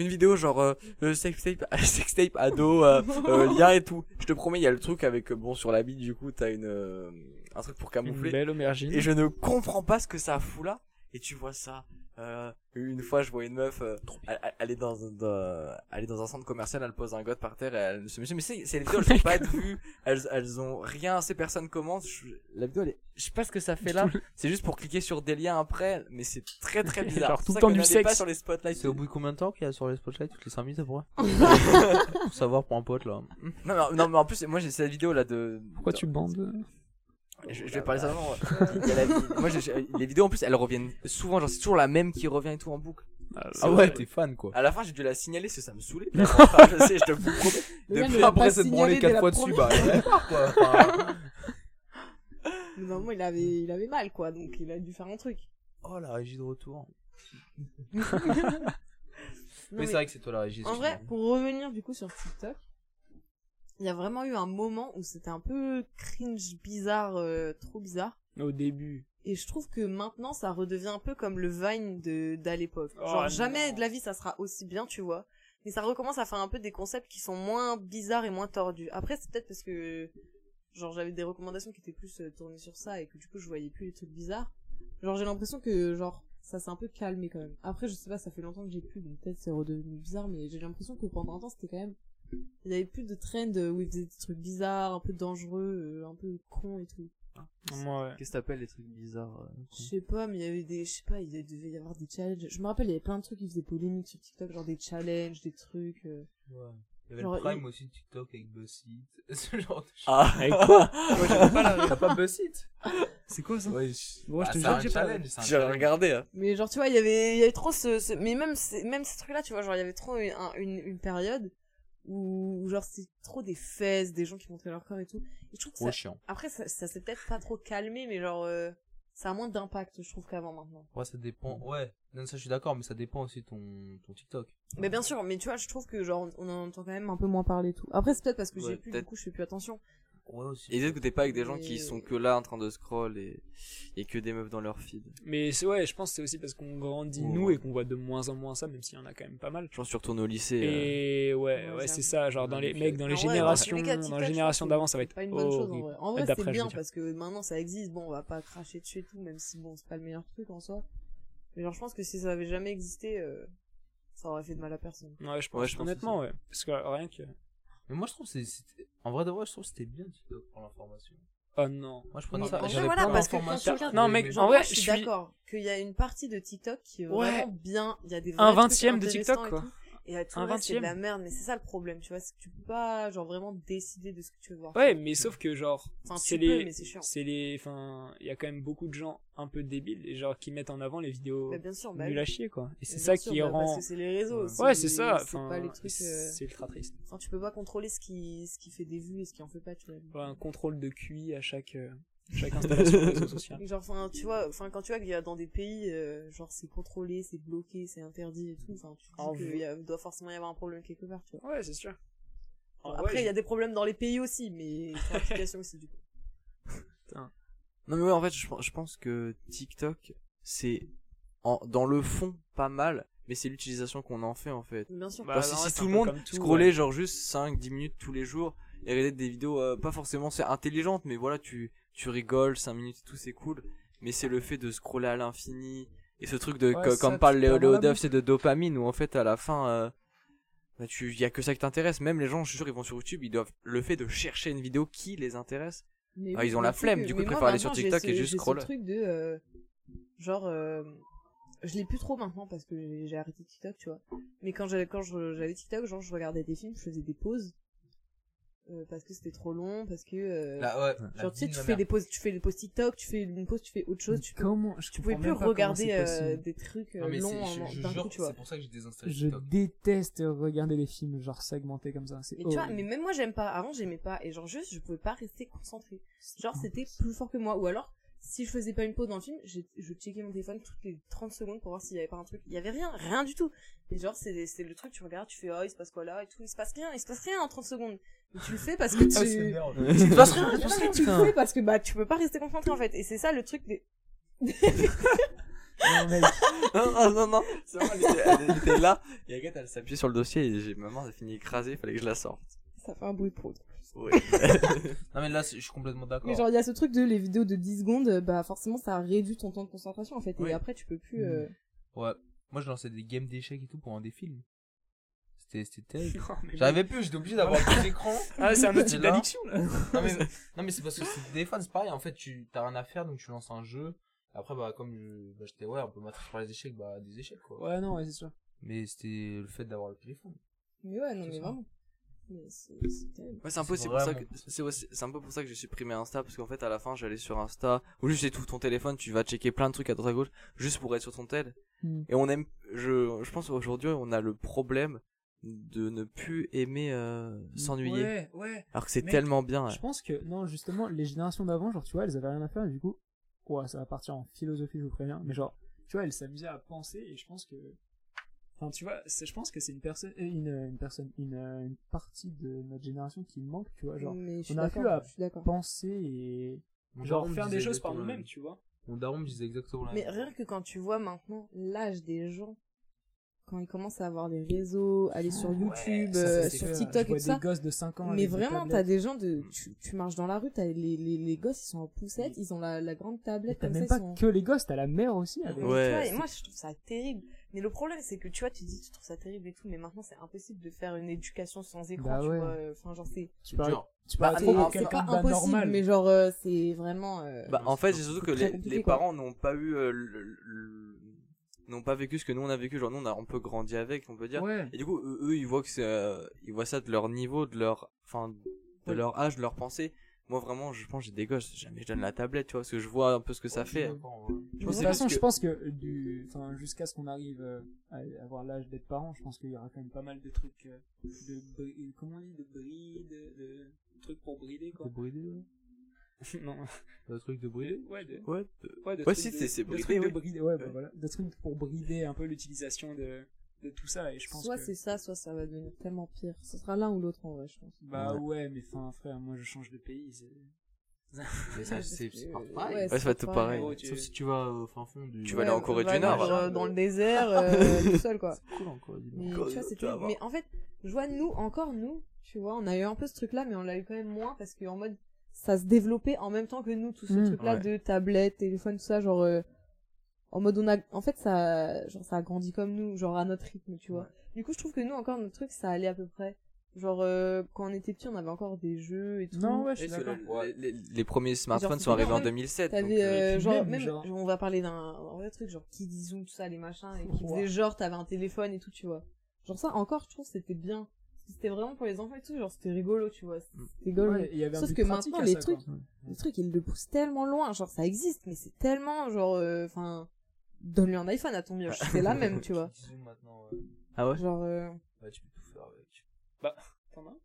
une vidéo genre euh, euh, <laughs> sextape sextape ado euh, euh, lien et tout. Je te promets, il y a le truc avec euh, bon sur la bite du coup, t'as une euh, un truc pour
Une
camoufler.
belle aubergine.
Et je ne comprends pas ce que ça fout là. Et tu vois ça. euh, une fois, je vois une meuf, euh, elle, elle- elle est dans, un- dans- elle est dans un centre commercial, elle pose un god par terre et elle se met. Mais c'est c'est
<laughs>
les vidéos, elles sont pas vues, elles, elles ont rien, ces personnes commentent. Je, la vidéo, elle est- je sais pas ce que ça fait là. C'est juste pour cliquer sur des liens après, mais c'est très
<laughs>
très bizarre.
Genre,
C'est
tout
ça
le temps
que
du
n'allez
sexe.
pas sur les spotlights.
C'est au bout de combien de temps qu'il y a sur les spotlights Toutes les 5 minutes, à peu <laughs> près Pour savoir pour un pote, là.
Non, non, non, mais en plus, moi j'ai cette vidéo là de.
Pourquoi tu bandes
Je, je vais parler ça avant. Il y a la- Moi, j'ai- j'ai- les vidéos en plus, elles reviennent souvent, genre c'est toujours la même qui revient et tout en boucle.
Ah ouais, t'es fan, quoi.
À la fin, j'ai dû la signaler parce que ça me saoulait. Enfin, je sais, je te le promets.
Le gars
Depuis
ne l'a
Après,
pas
c'est de branler
signalé dès
4
la
fois dessus, bah,
première.
elle est d'accord, quoi. <laughs> Enfin,
Mais normalement, il avait, il avait mal, quoi, donc il a dû faire un truc.
Oh, la régie de retour.
Non,
mais
mais
c'est vrai que c'est toi la régie.
En vrai,
excuse-moi.
pour revenir du coup sur TikTok, il y a vraiment eu un moment où c'était un peu cringe, bizarre, euh, trop bizarre.
Au début.
Et je trouve que maintenant, ça redevient un peu comme le Vine de d'à l'époque.
Oh,
Genre
non.
jamais de la vie, ça sera aussi bien, tu vois. Mais ça recommence à faire un peu des concepts qui sont moins bizarres et moins tordus. Après, c'est peut-être parce que genre j'avais des recommandations qui étaient plus euh, tournées sur ça et que du coup je voyais plus les trucs bizarres.
Genre, j'ai l'impression que, genre, ça s'est un peu calmé quand même. Après, je sais pas, ça fait longtemps que j'ai plus, donc peut-être c'est redevenu bizarre, mais j'ai l'impression que pendant un temps, c'était quand même. Il y avait plus de trend
euh,
où ils faisaient des trucs bizarres, un peu dangereux, euh, un peu cons et tout.
<laughs>
Ouais.
Qu'est-ce que t'appelles les trucs bizarres euh,
Je sais pas, mais il y avait des. Je sais pas, il devait y avoir des challenges. Je me rappelle, il y avait plein de trucs qui faisaient polémique sur TikTok, genre des challenges, des trucs. euh.
Il y avait
Genre,
le Prime aussi de TikTok avec BuzzFeed. <laughs> Ce genre de choses.
Ah, <laughs>
Avec quoi
T'as pas BuzzFeed
C'est quoi ça
Ouais, Ah,
Moi, je te
c'est
jure
un
que j'ai pas-
challenge, c'est un
j'ai
challenge.
regardé. hein.
Mais genre, tu vois, il y avait, il y avait trop ce, ce- mais même, ces- même ces trucs-là, tu vois, genre, il y avait trop une, un- une, une période où, où genre, c'est trop des fesses, des gens qui montraient leur corps et tout. Et je trouve que
Trop
ça,
chiant.
après, ça, ça s'est peut-être pas trop calmé, mais genre, euh, ça a moins d'impact, je trouve, qu'avant maintenant.
Ouais, ça dépend. Ouais, non, ça je suis d'accord, mais ça dépend aussi de ton, ton TikTok.
Mais bien sûr, mais tu vois, je trouve que, genre, on en entend quand même un peu moins parler et tout. Après, c'est peut-être parce que
Ouais,
j'ai plus, du
peut-être.
coup, je fais plus attention.
Ouais, aussi.
Et peut-être que t'es pas avec des gens
Mais-
qui sont que là en train de scroll et, et que des meufs dans leur feed.
Mais c'est- ouais, je pense que c'est aussi parce qu'on grandit
Ouais.
nous et qu'on voit de moins en moins ça, même s'il y en a quand même pas mal.
Je pense surtout au lycée. euh,
Et ouais,
Ouais,
ouais,
ça-
c'est ça, genre dans les
Ouais,
mecs, dans
Ah
les
ouais, dans les
générations,
mecs à TikTok,
dans
je
les générations
pense que
d'avant, ça va être
Pas une bonne chose, en
horrible.
vrai. En vrai,
Oh, D'après, je
c'est
veux
bien
dire.
parce que maintenant, ça existe. Bon, on va pas cracher dessus et tout, même si, bon, c'est pas le meilleur truc en soi. Mais genre, je pense que si ça avait jamais existé, euh, ça aurait fait de mal à personne.
Ouais, je pense,
Ouais, je pense
honnêtement, ouais. Parce que rien que.
Mais moi je trouve que c'est- c'était. En vrai de vrai, je trouve que c'était bien TikTok pour l'information.
Oh non.
Moi je prenais
Mais
ça.
après,
j'avais
voilà,
plein
parce que quand
d'informations,
tu regardes-
Non,
mais-
mec,
mais-
en vrai,
je suis,
je suis-
d'accord qu'il y a une partie de TikTok qui est
Ouais.
vraiment bien. Il y a des vrais
Un
trucs
vingtième de
intéressants
TikTok,
et
quoi.
tout. Et à tout
Un
le reste, c'est de la
vingtième.
merde, mais c'est ça le problème, tu vois, c'est que tu peux pas, genre, vraiment décider de ce que tu veux voir.
Ouais, mais sauf que genre,
Enfin,
c'est
tu peux,
les,
mais c'est chiant.
c'est les, enfin, il y a quand même beaucoup de gens un peu débiles et genre qui mettent en avant les vidéos
Bah, bien sûr, bah,
nul
oui.
à chier quoi. Et c'est
Bien
ça
sûr,
qui
bah,
rend.
Parce que c'est les réseaux.
Ouais, c'est ça.
C'est
Enfin,
pas les trucs. euh,
c'est ultra triste.
Enfin, tu peux pas contrôler ce qui, ce qui fait des vues et ce qui en fait pas, tu vois.
Ouais, un contrôle de QI à chaque, euh, chaque installation de
<laughs>
réseau social.
Genre, enfin, tu vois, enfin, quand tu vois qu'il y a dans des pays, euh, genre, c'est contrôlé, c'est bloqué, c'est interdit et tout, enfin, tu
En
te dis
vrai.
qu'il y a- doit forcément y avoir un problème quelque part, tu vois.
Ouais, c'est sûr. En
Après,
vrai,
il y a des problèmes dans les pays aussi, mais c'est l'application aussi, du coup.
Non mais ouais, en fait, je, pense- je pense que TikTok, c'est en- dans le fond pas mal, mais c'est l'utilisation qu'on en fait en fait.
Bien sûr.
Bah,
Parce
non,
que
ouais,
si
c'est
tout
un
le
peu
monde
comme tout,
scrollait
ouais.
genre juste 5-10 minutes tous les jours et regardait des vidéos euh, pas forcément c'est intelligente mais voilà tu tu rigoles 5 minutes et tout c'est cool mais c'est le fait de scroller à l'infini et ce truc de
Ouais,
co-
ça,
comme
tu
parle
te
Léo
perds dans la
Léo Duff,
boucle.
c'est de dopamine où en fait à la fin euh, bah, tu y a que ça qui t'intéresse même les gens je suis sûr ils vont sur YouTube ils doivent le fait de chercher une vidéo qui les intéresse <laughs>
Mais
Ah,
oui,
ils ont
mais
la
tu sais
flemme,
que-
du coup,
mais
ils
moi,
préfèrent aller sur
maintenant, j'ai
TikTok
ce-
et juste
j'ai ce
scroll.
truc de. euh, genre. euh, je l'ai plus trop maintenant parce que j'ai- j'ai arrêté TikTok, tu vois. Mais quand j'avais quand je- j'avais TikTok, genre je regardais des films, je faisais des pauses euh, parce que c'était trop long, parce que euh,
Là, ouais, la
genre tu sais
vie de
tu
ma
fais
mère.
des pauses, tu fais des pauses TikTok, tu fais une pause, tu fais autre chose, tu peux,
Comment je
tu pouvais
comprends
plus
même pas comment
regarder
c'est
euh,
possible.
des trucs euh,
Non, mais
longs
c'est-
en-
je- je
d'un
jure
coup,
que
tu vois.
C'est pour ça que j'ai désinstallé
Je
TikTok.
déteste regarder des films genre segmentés comme ça. C'est
Mais
Oh.
tu vois,
horrible.
mais même moi j'aime pas. Avant j'aimais pas et genre juste je pouvais pas rester concentrée. Genre c'était plus fort que moi ou alors si je faisais pas une pause dans le film, j'ai- je checkais mon téléphone toutes les 30 secondes pour voir s'il y avait pas un truc. Il y avait rien, rien du tout. Et genre c'est c'est le truc tu regardes, tu fais oh il se passe quoi là et tout, il se passe rien, il se passe rien en 30 secondes. Mais tu le fais parce que
Ah, c'est
tu
énorme.
il se passe rien, il se passe
Non,
rien.
mais tu le fais parce que bah tu
Tu peux pas rester concentré en fait et c'est ça le truc des
Non,
<laughs>
mec,
non, non, non, non. C'est bon, elle était, elle était là. Et Agathe, elle s'appuyait sur le dossier et j'ai, maman, elle a fini écrasée, fallait que je la sorte.
Ça fait un bruit pour
Oui.
Non, mais là, c'est- je suis complètement d'accord.
Mais genre, il y a ce truc de les vidéos de 10 secondes, bah forcément, ça réduit ton temps de concentration en fait.
Oui.
Et après, tu peux plus.
Mm.
euh,
Ouais. Moi, je lançais des games d'échecs et tout pour un des films. C'était c'était terrible.
Non, Oh, mais
J'arrivais plus, j'étais obligé d'avoir deux écrans.
Ah, c'est un autre
C'est
type
là.
d'addiction là.
Non, mais, non, mais c'est parce que c'est téléphone, c'est pareil. En fait, tu t'as rien à faire, donc tu lances un jeu. Après, bah, comme je- bah, j'étais, ouais, on peut m'attraper par les échecs, bah, des échecs, quoi.
Ouais, non, ouais, c'est sûr.
Mais c'était le fait d'avoir le téléphone.
Mais ouais, non,
C'est
mais
ça.
vraiment.
Mm.
Mais c'est c'est terrible.
Ouais, c'est un peu,
C'est
c'est pour ça que,
vraiment-
c'est, ouais, c'est- c'est un peu pour ça que j'ai supprimé Insta, parce qu'en fait, à la fin, j'allais sur Insta, ou juste tout ton téléphone, tu vas checker plein de trucs à droite à gauche, juste pour être sur ton tel.
Mm.
Et on aime, je, je pense aujourd'hui, on a le problème de ne plus aimer, euh, s'ennuyer.
Ouais, ouais.
Alors que c'est
Mec,
tellement bien.
Je pense que, non, justement, les générations d'avant, genre, tu vois, elles avaient rien à faire, et du coup, ouais, ça va partir en philosophie, je vous préviens, mais genre, tu vois, elles s'amusaient à penser, et je pense que, enfin, tu vois, c'est- je pense que c'est une personne, euh, une, une personne, une, euh, une partie de notre génération qui manque, tu vois, genre,
mais je
on
suis
a plus
d'accord,
à-
je suis d'accord.
penser et,
Mon
Genre
daron me
faire des
disait
choses par
exactement la
nous-mêmes,
même-
tu vois.
Mon daron me disait exactement la
Mais
même
rien que quand tu vois maintenant
L'âge des gens, quand ils commencent à avoir les réseaux, aller sur YouTube,
Ça, ça,
euh,
c'est
sur
que,
TikTok
je vois
et tout ça.
des gosses de 5 ans.
Mais
avec des
vraiment, t'as
tablettes. Mm.
des gens de. Tu, tu marches dans la rue, t'as les, les, les gosses, ils sont en poussette, ils ont la, la grande
Mais
tablette
T'as
comme ça.
même
Ils
pas
sont...
que les gosses, t'as la mère aussi. avec-
Mais
Ouais,
tu vois, et
c'est-
moi, je trouve ça terrible. Mais le problème, c'est que tu vois, tu dis, tu trouves ça terrible et tout, mais maintenant, c'est impossible de faire une éducation sans écran,
Bah
tu
ouais.
vois. euh, Enfin, genre, c'est.
Tu parles,
dur.
tu
Bah,
parles
c'est-
trop pour
c'est
Ah, quelqu'un
pas impossible,
d'anormal.
mais genre, euh, c'est vraiment. euh,
Bah,
Non,
en
c'est
fait,
sûr.
c'est surtout
C'est
que
très
les,
compliqué,
les
quoi.
parents n'ont pas eu euh, le- le- le- n'ont pas vécu ce que nous on a vécu. Genre nous on a un peu grandi avec, on peut dire.
Ouais.
Et du coup, eux, eux, ils voient que c'est, euh, ils voient ça de leur niveau, de leur, enfin, de
Ouais.
leur âge, de leur pensée. Moi vraiment, je pense que j'ai des gosses. Jamais je donne la tablette, tu vois, parce que je vois un peu ce que ça fait.
De
pense que
toute
c'est
façon,
parce
je
que-
pense que du, enfin, jusqu'à ce qu'on arrive euh, à avoir l'âge d'être parent, je pense qu'il y aura quand même pas mal de trucs, euh,
De bri- Comment on dit De bride, de de trucs pour brider quoi.
De brider, ouais.
<laughs>
non.
Le truc de brider.
De- Ouais, de.
Ouais.
Ouais, de
Ouais,
trucs
si,
de-
c'est- c'est
de
bridé,
trucs de
oui.
bride- ouais, bah
Ouais.
voilà. De trucs pour brider un peu l'utilisation de, de tout ça. Et je pense
soit
que.
c'est ça, soit ça va devenir tellement pire. Ce sera l'un ou l'autre en vrai, je pense.
bah ouais, mais enfin, frère, moi je change de pays. c'est-
Mais ça, c'est c'est pas pareil.
Ouais,
Ouais, ça va être tout pareil.
Ouais, tu-
Sauf si tu vas au fin fond du.
Tu vas aller en
on
Corée
va
du Nord,
vivre,
bah,
là.
euh, dans le
<laughs>
désert, euh, tout seul quoi.
Cool en Corée du Nord.
Mais tu
Corée
vois,
du
c'est
Nord,
terrible.
ça va.
Mais en fait, je vois nous, encore nous, tu vois, on a eu un peu ce truc-là, mais on l'a eu quand même moins parce que en mode, ça se développait en même temps que nous, tout ce
Mm.
truc-là de tablette, téléphone, tout ça, genre. euh, en mode, on a. En fait, ça, genre, ça a grandi comme nous, genre à notre rythme, tu vois. Du coup, je trouve que nous, encore, notre truc, ça allait à peu près. Genre, euh, quand on était petit, on avait encore des jeux et tout.
Non, ouais, je
Et
suis
sur-
d'accord.
Ouais.
les, les- les premiers smartphones
c'est
sont arrivés en
normal.
2007. donc,
T'avais
euh,
euh,
puis
genre
même,
même
genre-
genre, on va parler d'un un vrai truc genre qui disons tout ça les machins et qui
Ouah.
faisait genre t'avais un téléphone et tout tu vois genre ça encore je trouve c'était bien Parce que c'était vraiment pour les enfants et tout genre c'était rigolo tu vois c'était rigolo
Ouais, et il y avait un
Sauf
but
que
pratique
maintenant,
à
les
ça, quoi.
trucs- le truc il le pousse tellement loin genre ça existe mais c'est tellement genre euh, enfin donne-lui un iPhone à ton mieux c'est la même tu vois
Petit zoom maintenant, ouais.
Ah ouais.
genre euh...
Bah, tu peux tout faire avec.
Bah, T'en as un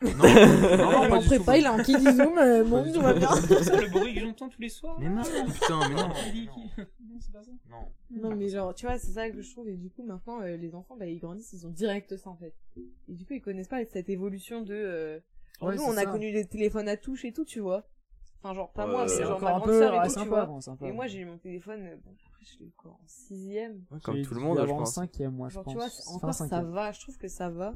Non,
<laughs> il est en prépa il est en qui zoom euh, mon
Pas du
Dieu,
tout.
va bien.
C'est le bruit que j'entends tous les soirs.
Mais non, putain, mais non.
Il dit
non,
qui- Non, c'est pas ça.
Non.
non mais genre tu vois c'est ça que je trouve et du coup maintenant euh, les enfants bah ils grandissent ils ont direct ça en fait et du coup ils connaissent pas cette évolution de euh, Genre,
Ouais,
nous,
c'est
on a
ça.
connu les téléphones à touche et tout, tu vois. Enfin, genre, pas
Ouais,
moi,
ouais,
mais
ouais.
C'est
genre ma
encore un
grande
peu
sœur
ah,
et tout, tu
sympa,
vois.
bon, sympa.
Et moi, j'ai eu mon téléphone, euh, bon, après, je l'ai eu quoi, en sixième.
Comme
J'ai
tout le
dû
monde, hein, je
l'avoir en
pense.
cinquième, moi, je
Genre,
pense.
tu vois,
Enfin,
encore, ça
cinquième.
va, je trouve que ça va.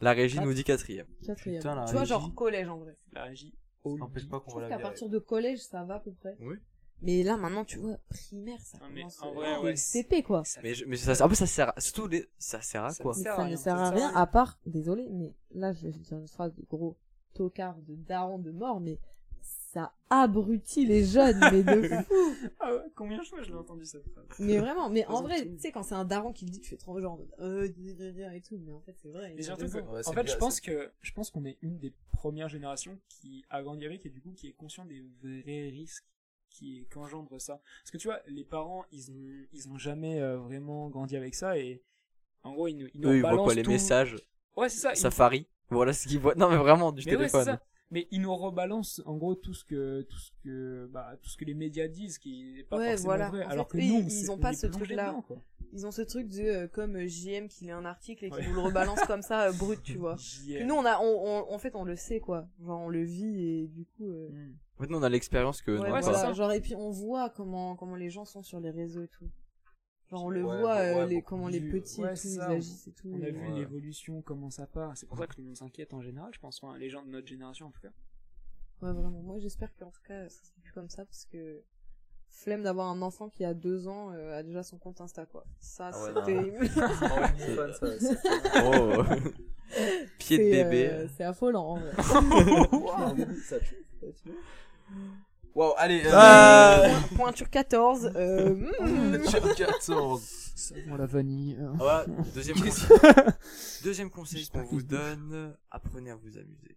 La régie nous dit quatrième.
Quatrième.
Putain, la
tu vois,
régie. Oh
genre, collège, en vrai.
La régie.
Ça n'empêche pas qu'on
Je
va
trouve
la
qu'à
virer.
partir de collège, ça va à peu près.
Oui.
Mais là, maintenant, tu vois, primaire, ça
Non, mais
commence...
en vrai,
euh,
ouais,
et CP, quoi.
Ça-
Mais, je- mais ça, en plus, ça sert à, surtout les- ça sert à
Ça
quoi
sert
ça ne sert à rien, à part, désolé, mais là, je vais dire une phrase de gros tocard, de daron, de mort, mais ça abrutit les jeunes, mais de
<laughs>
fou
Ah ouais, combien de fois je l'ai entendu cette phrase
Mais vraiment, mais en
Vas-y,
vrai,
continue.
tu sais, quand c'est un daron qui le dit, tu fais trop genre, euh, gna, gna, gna et tout, mais en fait, c'est vrai.
Mais
il a
surtout
raison.
que-
Ouais,
en
c'est
fait,
bien,
je pense que je pense qu'on est une des premières générations qui a grandi avec et du coup qui est consciente des vrais risques qui qu'engendre ça. Parce que tu vois, les parents, ils ont ils ont jamais euh, vraiment grandi avec ça et en gros, ils nous ils nous
Eux, ils voient
rebalancent
quoi les
tout.
messages
Ouais, c'est ça. ils-
Safari. Voilà ce qu'ils voient. Non, mais vraiment, du
Mais ouais, c'est
téléphone.
ça. Mais ils nous rebalancent en gros tout ce que tout ce que bah tout ce que les médias disent qui est pas
Ouais,
forcément
voilà.
vrai
En
alors
fait,
que
eux,
nous on
ils
s'est-
ont
on
pas
est
ce
plongé
truc-là.
dedans, quoi.
Ils ont ce truc de, euh, comme euh, JM, qu'il ait un article et qu'il
Ouais.
nous le rebalance comme ça, euh, brut, tu vois.
<laughs>
Que
Yeah.
nous, on a, on, on- en fait, on le sait, quoi. Genre, on le vit, et du coup... euh,
Mm.
Maintenant, on a l'expérience que.
ouais,
non,
ouais,
pas.
voilà.
c'est ça.
Genre, et puis, on voit comment, comment les gens sont sur les réseaux et tout. Genre, on le
Ouais,
voit,
ouais,
euh, les,
beaucoup
comment les
plus,
petits
ouais,
et tout, ils
ça,
agissent et tout.
On a vu
Ouais.
l'évolution, comment ça part. C'est pour ça que tout le monde s'inquiète en général, je pense. Enfin, les gens de notre génération, en tout cas.
Ouais, vraiment. Moi, j'espère qu'en tout cas, ça sera plus comme ça parce que flemme d'avoir un enfant qui a deux ans euh, a déjà son compte Insta, quoi. Ça,
Ah ouais,
c'est
non.
terrible.
<laughs> Oh. Pied de
C'est,
bébé.
euh, c'est affolant, en
hein,
vrai.
Waouh, allez. euh,
Ah
Pointure 14, euh, hmm.
Sur 14.
Moi, la vanille.
euh.
Voilà, Ah deuxième conseil. deuxième conseil qu'on vous donne, apprenez à vous amuser.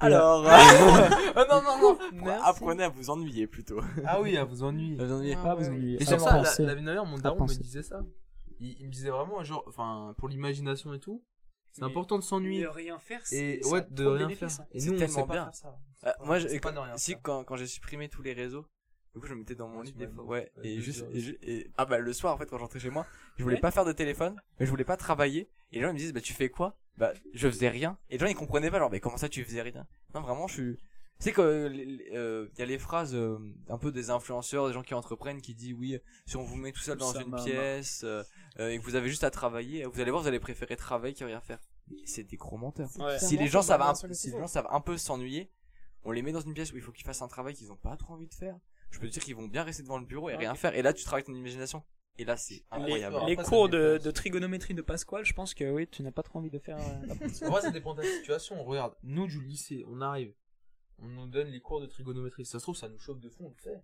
Alors,
euh,
<laughs> Ah non, non,
<laughs>
non, apprenez à vous ennuyer plutôt.
Ah oui, à vous ennuyer.
À vous ennuyer.
Ah, vous oubliez.
Et
Ah,
sur ça,
pensez.
la, la vie d'ailleurs, mon daron me
penser.
disait ça. Il, il me disait vraiment, genre, enfin, pour l'imagination et tout, c'est
Mais-
important de s'ennuyer.
Ne rien faire, c'est.
Et
ça
ouais,
a
de
trop
rien faire.
bénéfices, hein.
Et
C'est
nous, on
tellement
sait Ah, pas
bien.
faire ça.
Euh, moi, je-
c'est pas de rien.
si
faire.
quand, quand j'ai supprimé tous les réseaux, du coup, je me mettais dans mon
Ouais,
lit
tu
des
m'as
fois.
dit,
Ouais,
euh,
et
de
juste,
dire
et
aussi.
ju- et- ah bah le soir en fait quand j'entrais chez moi, je voulais
Ouais.
pas faire de téléphone, mais je voulais pas travailler. Et les gens ils me disent bah tu fais quoi Bah je faisais rien. Et les gens ils comprenaient pas genre mais comment ça tu faisais rien Non vraiment je suis. Tu sais que euh, les- les- euh, y a les phrases euh, un peu des influenceurs, des gens qui entreprennent, qui disent oui si on vous met tout seul dans
Ça
une
m'a-
pièce euh, euh, et que vous avez juste à travailler, vous allez voir vous allez préférer travailler que rien faire. C'est des gros menteurs
Ouais.
si les
Clairement,
bah,
gens
ça
savent
va
un,
sur le
si les
cerveau.
gens savent un peu s'ennuyer, on les met dans une pièce où il faut qu'ils fassent un travail qu'ils ont pas trop envie de faire. Je peux te dire qu'ils vont bien rester devant le bureau et rien faire. Et là, tu travailles ton imagination. Et là, c'est
Les,
incroyable.
les
hein. Après, ça
cours de,
dépend.
de trigonométrie de Pasquale, je pense que oui, tu n'as pas trop envie de faire. euh, <laughs> d'apprendre ça.
En vrai, ça dépend de la situation. Regarde, nous du lycée, on arrive, on nous donne les cours de trigonométrie. Si ça se trouve, ça nous chauffe de fond, on le fait.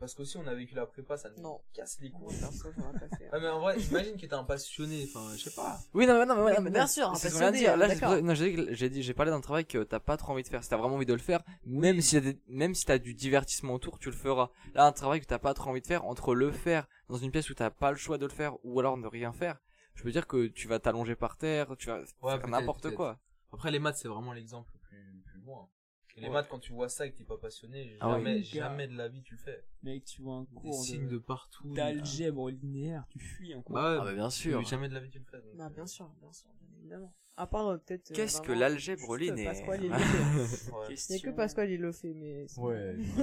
Parce que si on a vécu la prépa, ça nous
Non.
casse les couilles.
Perso, j'aurais pas fait.
<laughs>
Ah, mais en vrai, imagine que t'es un passionné, enfin, je sais pas.
Oui, non, mais non, mais,
Ouais,
non, mais
bien
non,
sûr, un
c'est ce que je viens de
passionné,
hein,
dire. Là, j'ai-
hein, d'accord.
non, j'ai dit que- j'ai dit, j'ai parlé d'un travail que t'as pas trop envie de faire. Si t'as vraiment envie de le faire, même si t'as des- même si t'as du divertissement autour, tu le feras. Là, un travail que t'as pas trop envie de faire, entre le faire dans une pièce où t'as pas le choix de le faire ou alors ne rien faire, je peux dire que tu vas t'allonger par terre, tu vas faire
peut-être,
n'importe
peut-être.
quoi.
Après, les maths, c'est vraiment l'exemple le plus, le plus loin. Et les
Ouais.
maths, quand tu vois ça et que t'es pas passionné,
Ah oui.
jamais,
Gars.
jamais de la vie tu le fais.
Mec, tu vois un
Des
cours
signes de
de-
partout.
d'algèbre linéaire, tu fuis en cours.
Bah ouais,
Ah, bah, bien sûr.
mais jamais de la vie tu le fais. donc. euh,
Bah, bien sûr, bien sûr, bien évidemment. À part euh, peut-être. euh,
Qu'est-ce que
vraiment,
l'algèbre
juste, euh,
linéaire <laughs>
Pasquale, il le fait.
Ouais.
Il y a que Pasquale, il le fait, mais.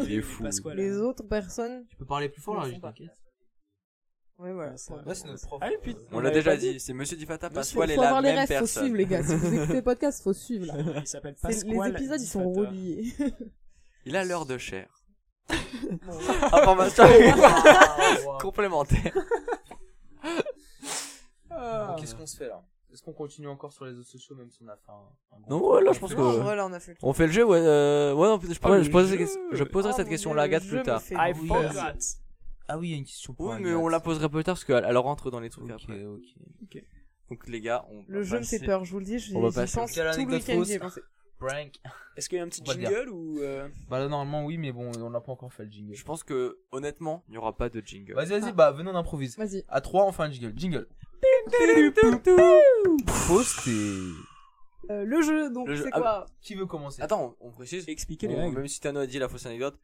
Il est fou.
Pasquale.
Les
hein.
autres personnes.
Tu peux parler plus fort
Ils
là,
sont
je
pas-
t'inquiète.
Ouais, voilà.
Ouais, ça-
Ouais, Bah, c'est notre prof.
Ah, et puis-
euh,
<laughs>
On
On
l'a
l'avait
déjà
pas
dit, c'est Monsieur Di Fata,
Faut
Pasquale est
faut
la
avoir les
même
rêves, faut
personne.
suivre, les gars. Si vous écoutez le podcast, faut suivre, là.
Il s'appelle
<laughs> C'est-
Pasquale.
les épisodes, ils sont
Difata.
reliés. <laughs>
Il a l'heure de chair. Ah,
Bon,
Information
Ah,
waouh, waouh.
complémentaire.
Donc,
Ah.
Qu'est-ce qu'on se fait là Est-ce qu'on continue encore sur les réseaux sociaux même si on a fait un, un gros-
Non, ouais, là, je pense
non, en
que.
vrai, Oh là, on a fait le tour.
On fait le jeu, ouais, euh, ouais, non, je,
Ah,
ouais,
le
je poserai,
jeu.
cette- je poserai
Oh
Ah,
cette
mon
question
Dieu,
là à
le
Agathe
jeu
plus
me
tard.
fait
I
beaucoup
Oui.
forgot.
Ah oui, il y a une question pour
Oui,
Agathe.
mais on la posera plus tard parce qu'elle elle rentre dans les trucs
Ok,
après.
ok.
Donc les gars, on.
Le
va
jeu me
passer-
fait peur, je vous le dis. J'y
Bah, On va
j'y
passer au-
pense tout
Quelle
le
anecdote
week-end. j'y ai
fausse
pensé.
Prank.
Est-ce qu'il y a un petit
On va le dire.
jingle ou. euh,
Bah là, normalement, oui, mais bon, on n'a pas encore fait le jingle.
Je pense que, honnêtement, il n'y aura pas de jingle.
Vas-y, vas-y, bah venez, on improvise.
Ah. Vas-y.
À 3, on fait un jingle. Jingle. Posté.
Euh, le jeu, donc,
Le jeu-
c'est
ah,
quoi
Qui veut commencer
Attends, on on précise.
Expliquez les
On-
règles.
Même si Tano a dit la fausse anecdote,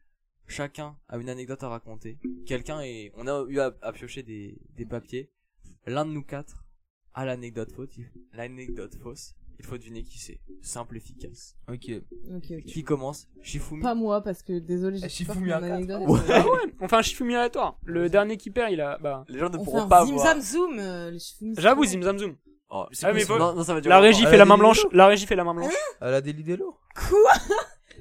chacun a une anecdote à raconter. Quelqu'un est, on a eu à, à piocher des, des papiers. L'un de nous quatre a l'anecdote fausse. Il- L'anecdote fausse. Il faut deviner qui c'est. Simple, efficace.
Ok. Eh,
Ok, ok.
Qui commence Shifumi.
Pas moi, parce que désolé,
Eh,
j'ai
Shifumi
peur que mon
à quatre.
anecdote.
Ouais.
Ah Ouais, on fait un chiffre aléatoire. Le dernier qui perd, il a. Bah,
Les gens ne
On fait
pourront
un
pas
zim
voir.
zam zoom, euh, les Shifumi, c'est
j'avoue,
bon.
Zim Zam Zoom.
Oh, c'est
Ah, mais
possible.
faut-
non, non, ça va durer
La
longtemps.
régie
Ah,
fait
la
la main
vidéo.
blanche. La régie fait la main blanche.
À la Daily Delo
Quoi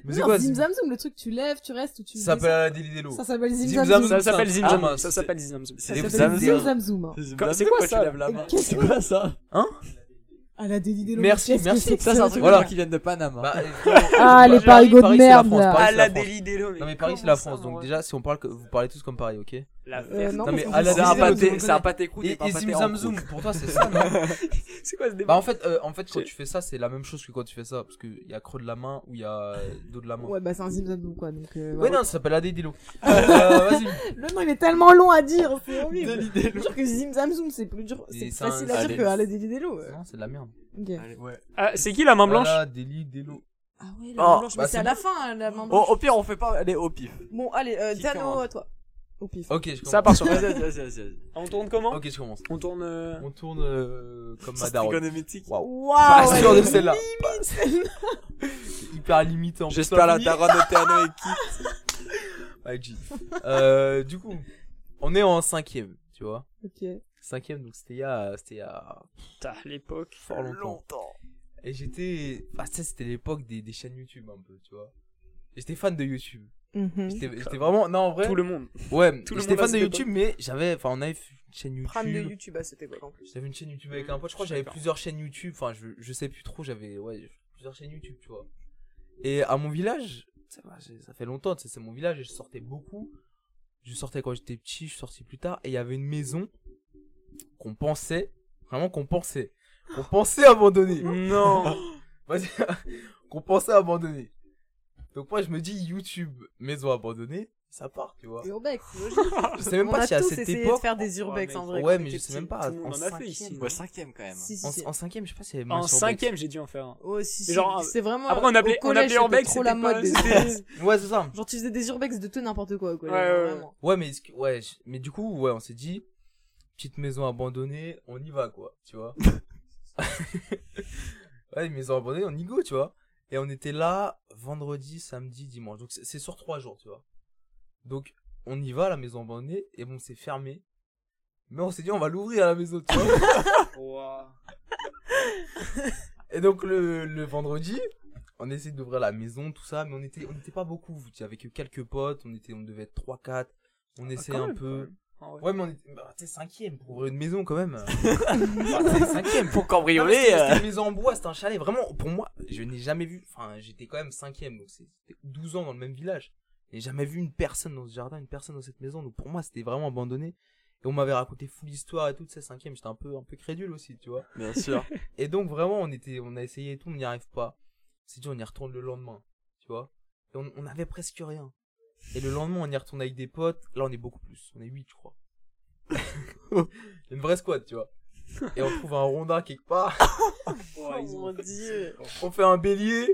Mais c'est
Non,
quoi
Zim
Ça
Zam Zoom, le truc, tu lèves, tu restes ou tu.
s'appelle à la Daily Delo.
descends. Ça s'appelle Zim
Zim
Zam
Zam
Zoom.
Zoom.
Ça s'appelle Zim Zam.
Ah,
Ça s'appelle Zim Zam.
C'est
Ça
des zam-
s'appelle Zim Zam Zoom. hein.
Quoi- c'est
Zim-
quoi
tu
ça
lèves la main
Qu'est-ce que-
quoi ça
Ah, la Daily Delo.
Merci,
qu'est-ce que
merci.
c'est que
Ça, c'est
ce
un truc
truc-là
alors qui viennent de Panama.
Bah,
Ah, les
Paris,
parigots de
Paris, c'est la
merde,
France,
là.
Paris.
À
c'est Ah, la
la
France.
Daily Delo.
non mais Paris c'est la France donc déjà si on parle que vous parlez tous comme Paris ok Et,
La
Euh,
<laughs>
non,
Non, mais
parce qu'on
à la
fait
C'est un
Daily Delo, tu
ça.
pâté,
me
c'est un pâté croûte et pas un
et
pâté
Zim
en
Zam
croûte.
Zoom pour toi c'est ça non
C'est quoi ce
<laughs>
débat
Bah en fait euh, en fait quand tu fais ça c'est la même chose que quand tu fais ça parce qu'il y a creux de la main ou il y a euh, dos de la main. Ouais,
Ouais, bah, c'est un Zim Zam Zoom, quoi. Donc, euh, voilà.
non ça s'appelle la Daily Delo. Euh, Vas-y.
Le nom, il est tellement long à dire, c'est horrible.
Daily Delo.
Je jure que Zim Zam Zoom, c'est plus dur,
Et
c'est plus
c'est un-
facile à
Allez.
dire que la Daily Delo. euh.
Non c'est de la merde.
Ok.
Allez.
Ah, c'est qui la main blanche
Voilà, Daily Delo.
Ah ouais,
la main Oh,
la main
blanche,
blanche,
mais bah, c'est
mais
Oh,
c'est
à
à
la
la fin, la main
Au
blanche.
Oh, au pire, on fait pas. Allez, au pif.
Bon, allez, euh,
Qui
Dano,
commence
à toi. Au pif.
Ok je
Ça
commence.
part sur.
Vas-y, vas-y, vas-y, vas-y.
On tourne comment
Ok je commence.
On tourne. euh,
On tourne euh, comme
C'est
Madara.
économétique.
Waouh.
Waouh!
Pas
elle
Ah, sûr de
est
celle-là.
limite.
C'est Hyper limité en plus.
J'espère la daronne de Théano est qui
Ouais, G. Euh, du coup, on est en cinquième. tu vois.
Ok.
Cinquième, donc c'était il y a, c'était il y a
Putain, l'époque.
fort longtemps. Et j'étais, ah ça c'était l'époque des, des chaînes YouTube un peu, tu vois. Et J'étais fan de YouTube.
Mhm.
J'étais j'étais vraiment, non en vrai,
Tout le monde.
ouais,
tout le
j'étais
monde à
fan de
cette
YouTube, mais j'avais, enfin on avait une chaîne YouTube.
Prime de YouTube à cette époque en plus.
J'avais une chaîne YouTube
Mmh,
avec un pote, je crois que j'avais plusieurs chaînes YouTube, enfin je, je sais plus trop, j'avais ouais, plusieurs chaînes YouTube, tu vois. Et à mon village, ça va, j'ai- ça fait longtemps, tu sais, c'est mon village et je sortais beaucoup. Je sortais quand j'étais petit, je suis sorti plus tard et il y avait une maison qu'on pensait, vraiment qu'on pensait,
<gasps>
qu'on pensait abandonner.
Mmh.
Non.
Vas-y, <laughs> qu'on pensait abandonner. Donc moi je me dis YouTube, maison abandonnée, ça part, tu vois.
Urbex,
Je sais même
On
pas
a
si à
tous
cette
essayé de
époque
faire des urbex
Ouais,
en vrai.
Ouais,
quand
mais
on
je
était
sais même
petit.
pas
Tout le
en,
monde en a fait ici.
<laughs> Ouais, cinquième quand même.
Si, si,
en-
si.
en cinquième, je sais pas si
En cinquième, j'ai dû en faire un.
Oh, si, si.
Genre,
C'est vraiment.
Après, on appelait, on
au collège,
appelait Urbex,
c'était
c'était
trop la
pas-
mode.
<laughs>
c'était-
Ouais, c'est ça.
Genre, tu faisais des urbex de tout n'importe quoi, quoi.
Ouais, ouais, ouais.
vraiment.
Ouais, mais, est-ce que- ouais, je- mais du coup, ouais, on s'est dit, petite maison abandonnée, on y va, quoi, tu
<laughs>
vois. ouais, maison abandonnée, on y go, tu vois. Et on était là vendredi, samedi, dimanche. Donc c'est c'est sur trois jours, tu vois. Donc on y va à la maison abandonnée, et bon, c'est fermé. Mais on s'est dit, on va l'ouvrir à la maison, tu vois.
<laughs> Ouah.
Et donc le, le vendredi, on essayait d'ouvrir la maison, tout ça, mais on était, on n'était pas beaucoup. Il y avait que quelques potes, on était, on devait être 3-4. On essayait
quand
un
même,
peu.
Ah ouais.
Ouais, mais on était. Bah, t'es cinquième pour ouvrir une maison quand <laughs> même. Bah, t'es
<laughs>
cinquième.
Pour
Non, mais c'était-
cambrioler. euh.
C'était une maison en bois, c'était un chalet. Vraiment, pour moi, je n'ai jamais vu. Enfin, j'étais quand même cinquième, donc c'est- c'était 12 ans dans le même village. J'ai jamais vu une personne dans ce jardin, une personne dans cette maison. Donc pour moi, c'était vraiment abandonné. Et on m'avait raconté full histoire et tout. Tu sais, cinquième, j'étais un peu, un peu crédule aussi, tu vois.
Bien sûr.
Et donc vraiment, on était, on a essayé et tout, on n'y arrive pas. On s'est dit, on y retourne le lendemain, tu vois. Et on, on avait presque rien. Et le lendemain, on y retourne avec des potes. Là, on est beaucoup plus. On est 8, je crois. Une vraie squad, tu vois. Et on trouve un rondin quelque part.
Oh, ils ont-
Oh mon dieu.
On fait un bélier.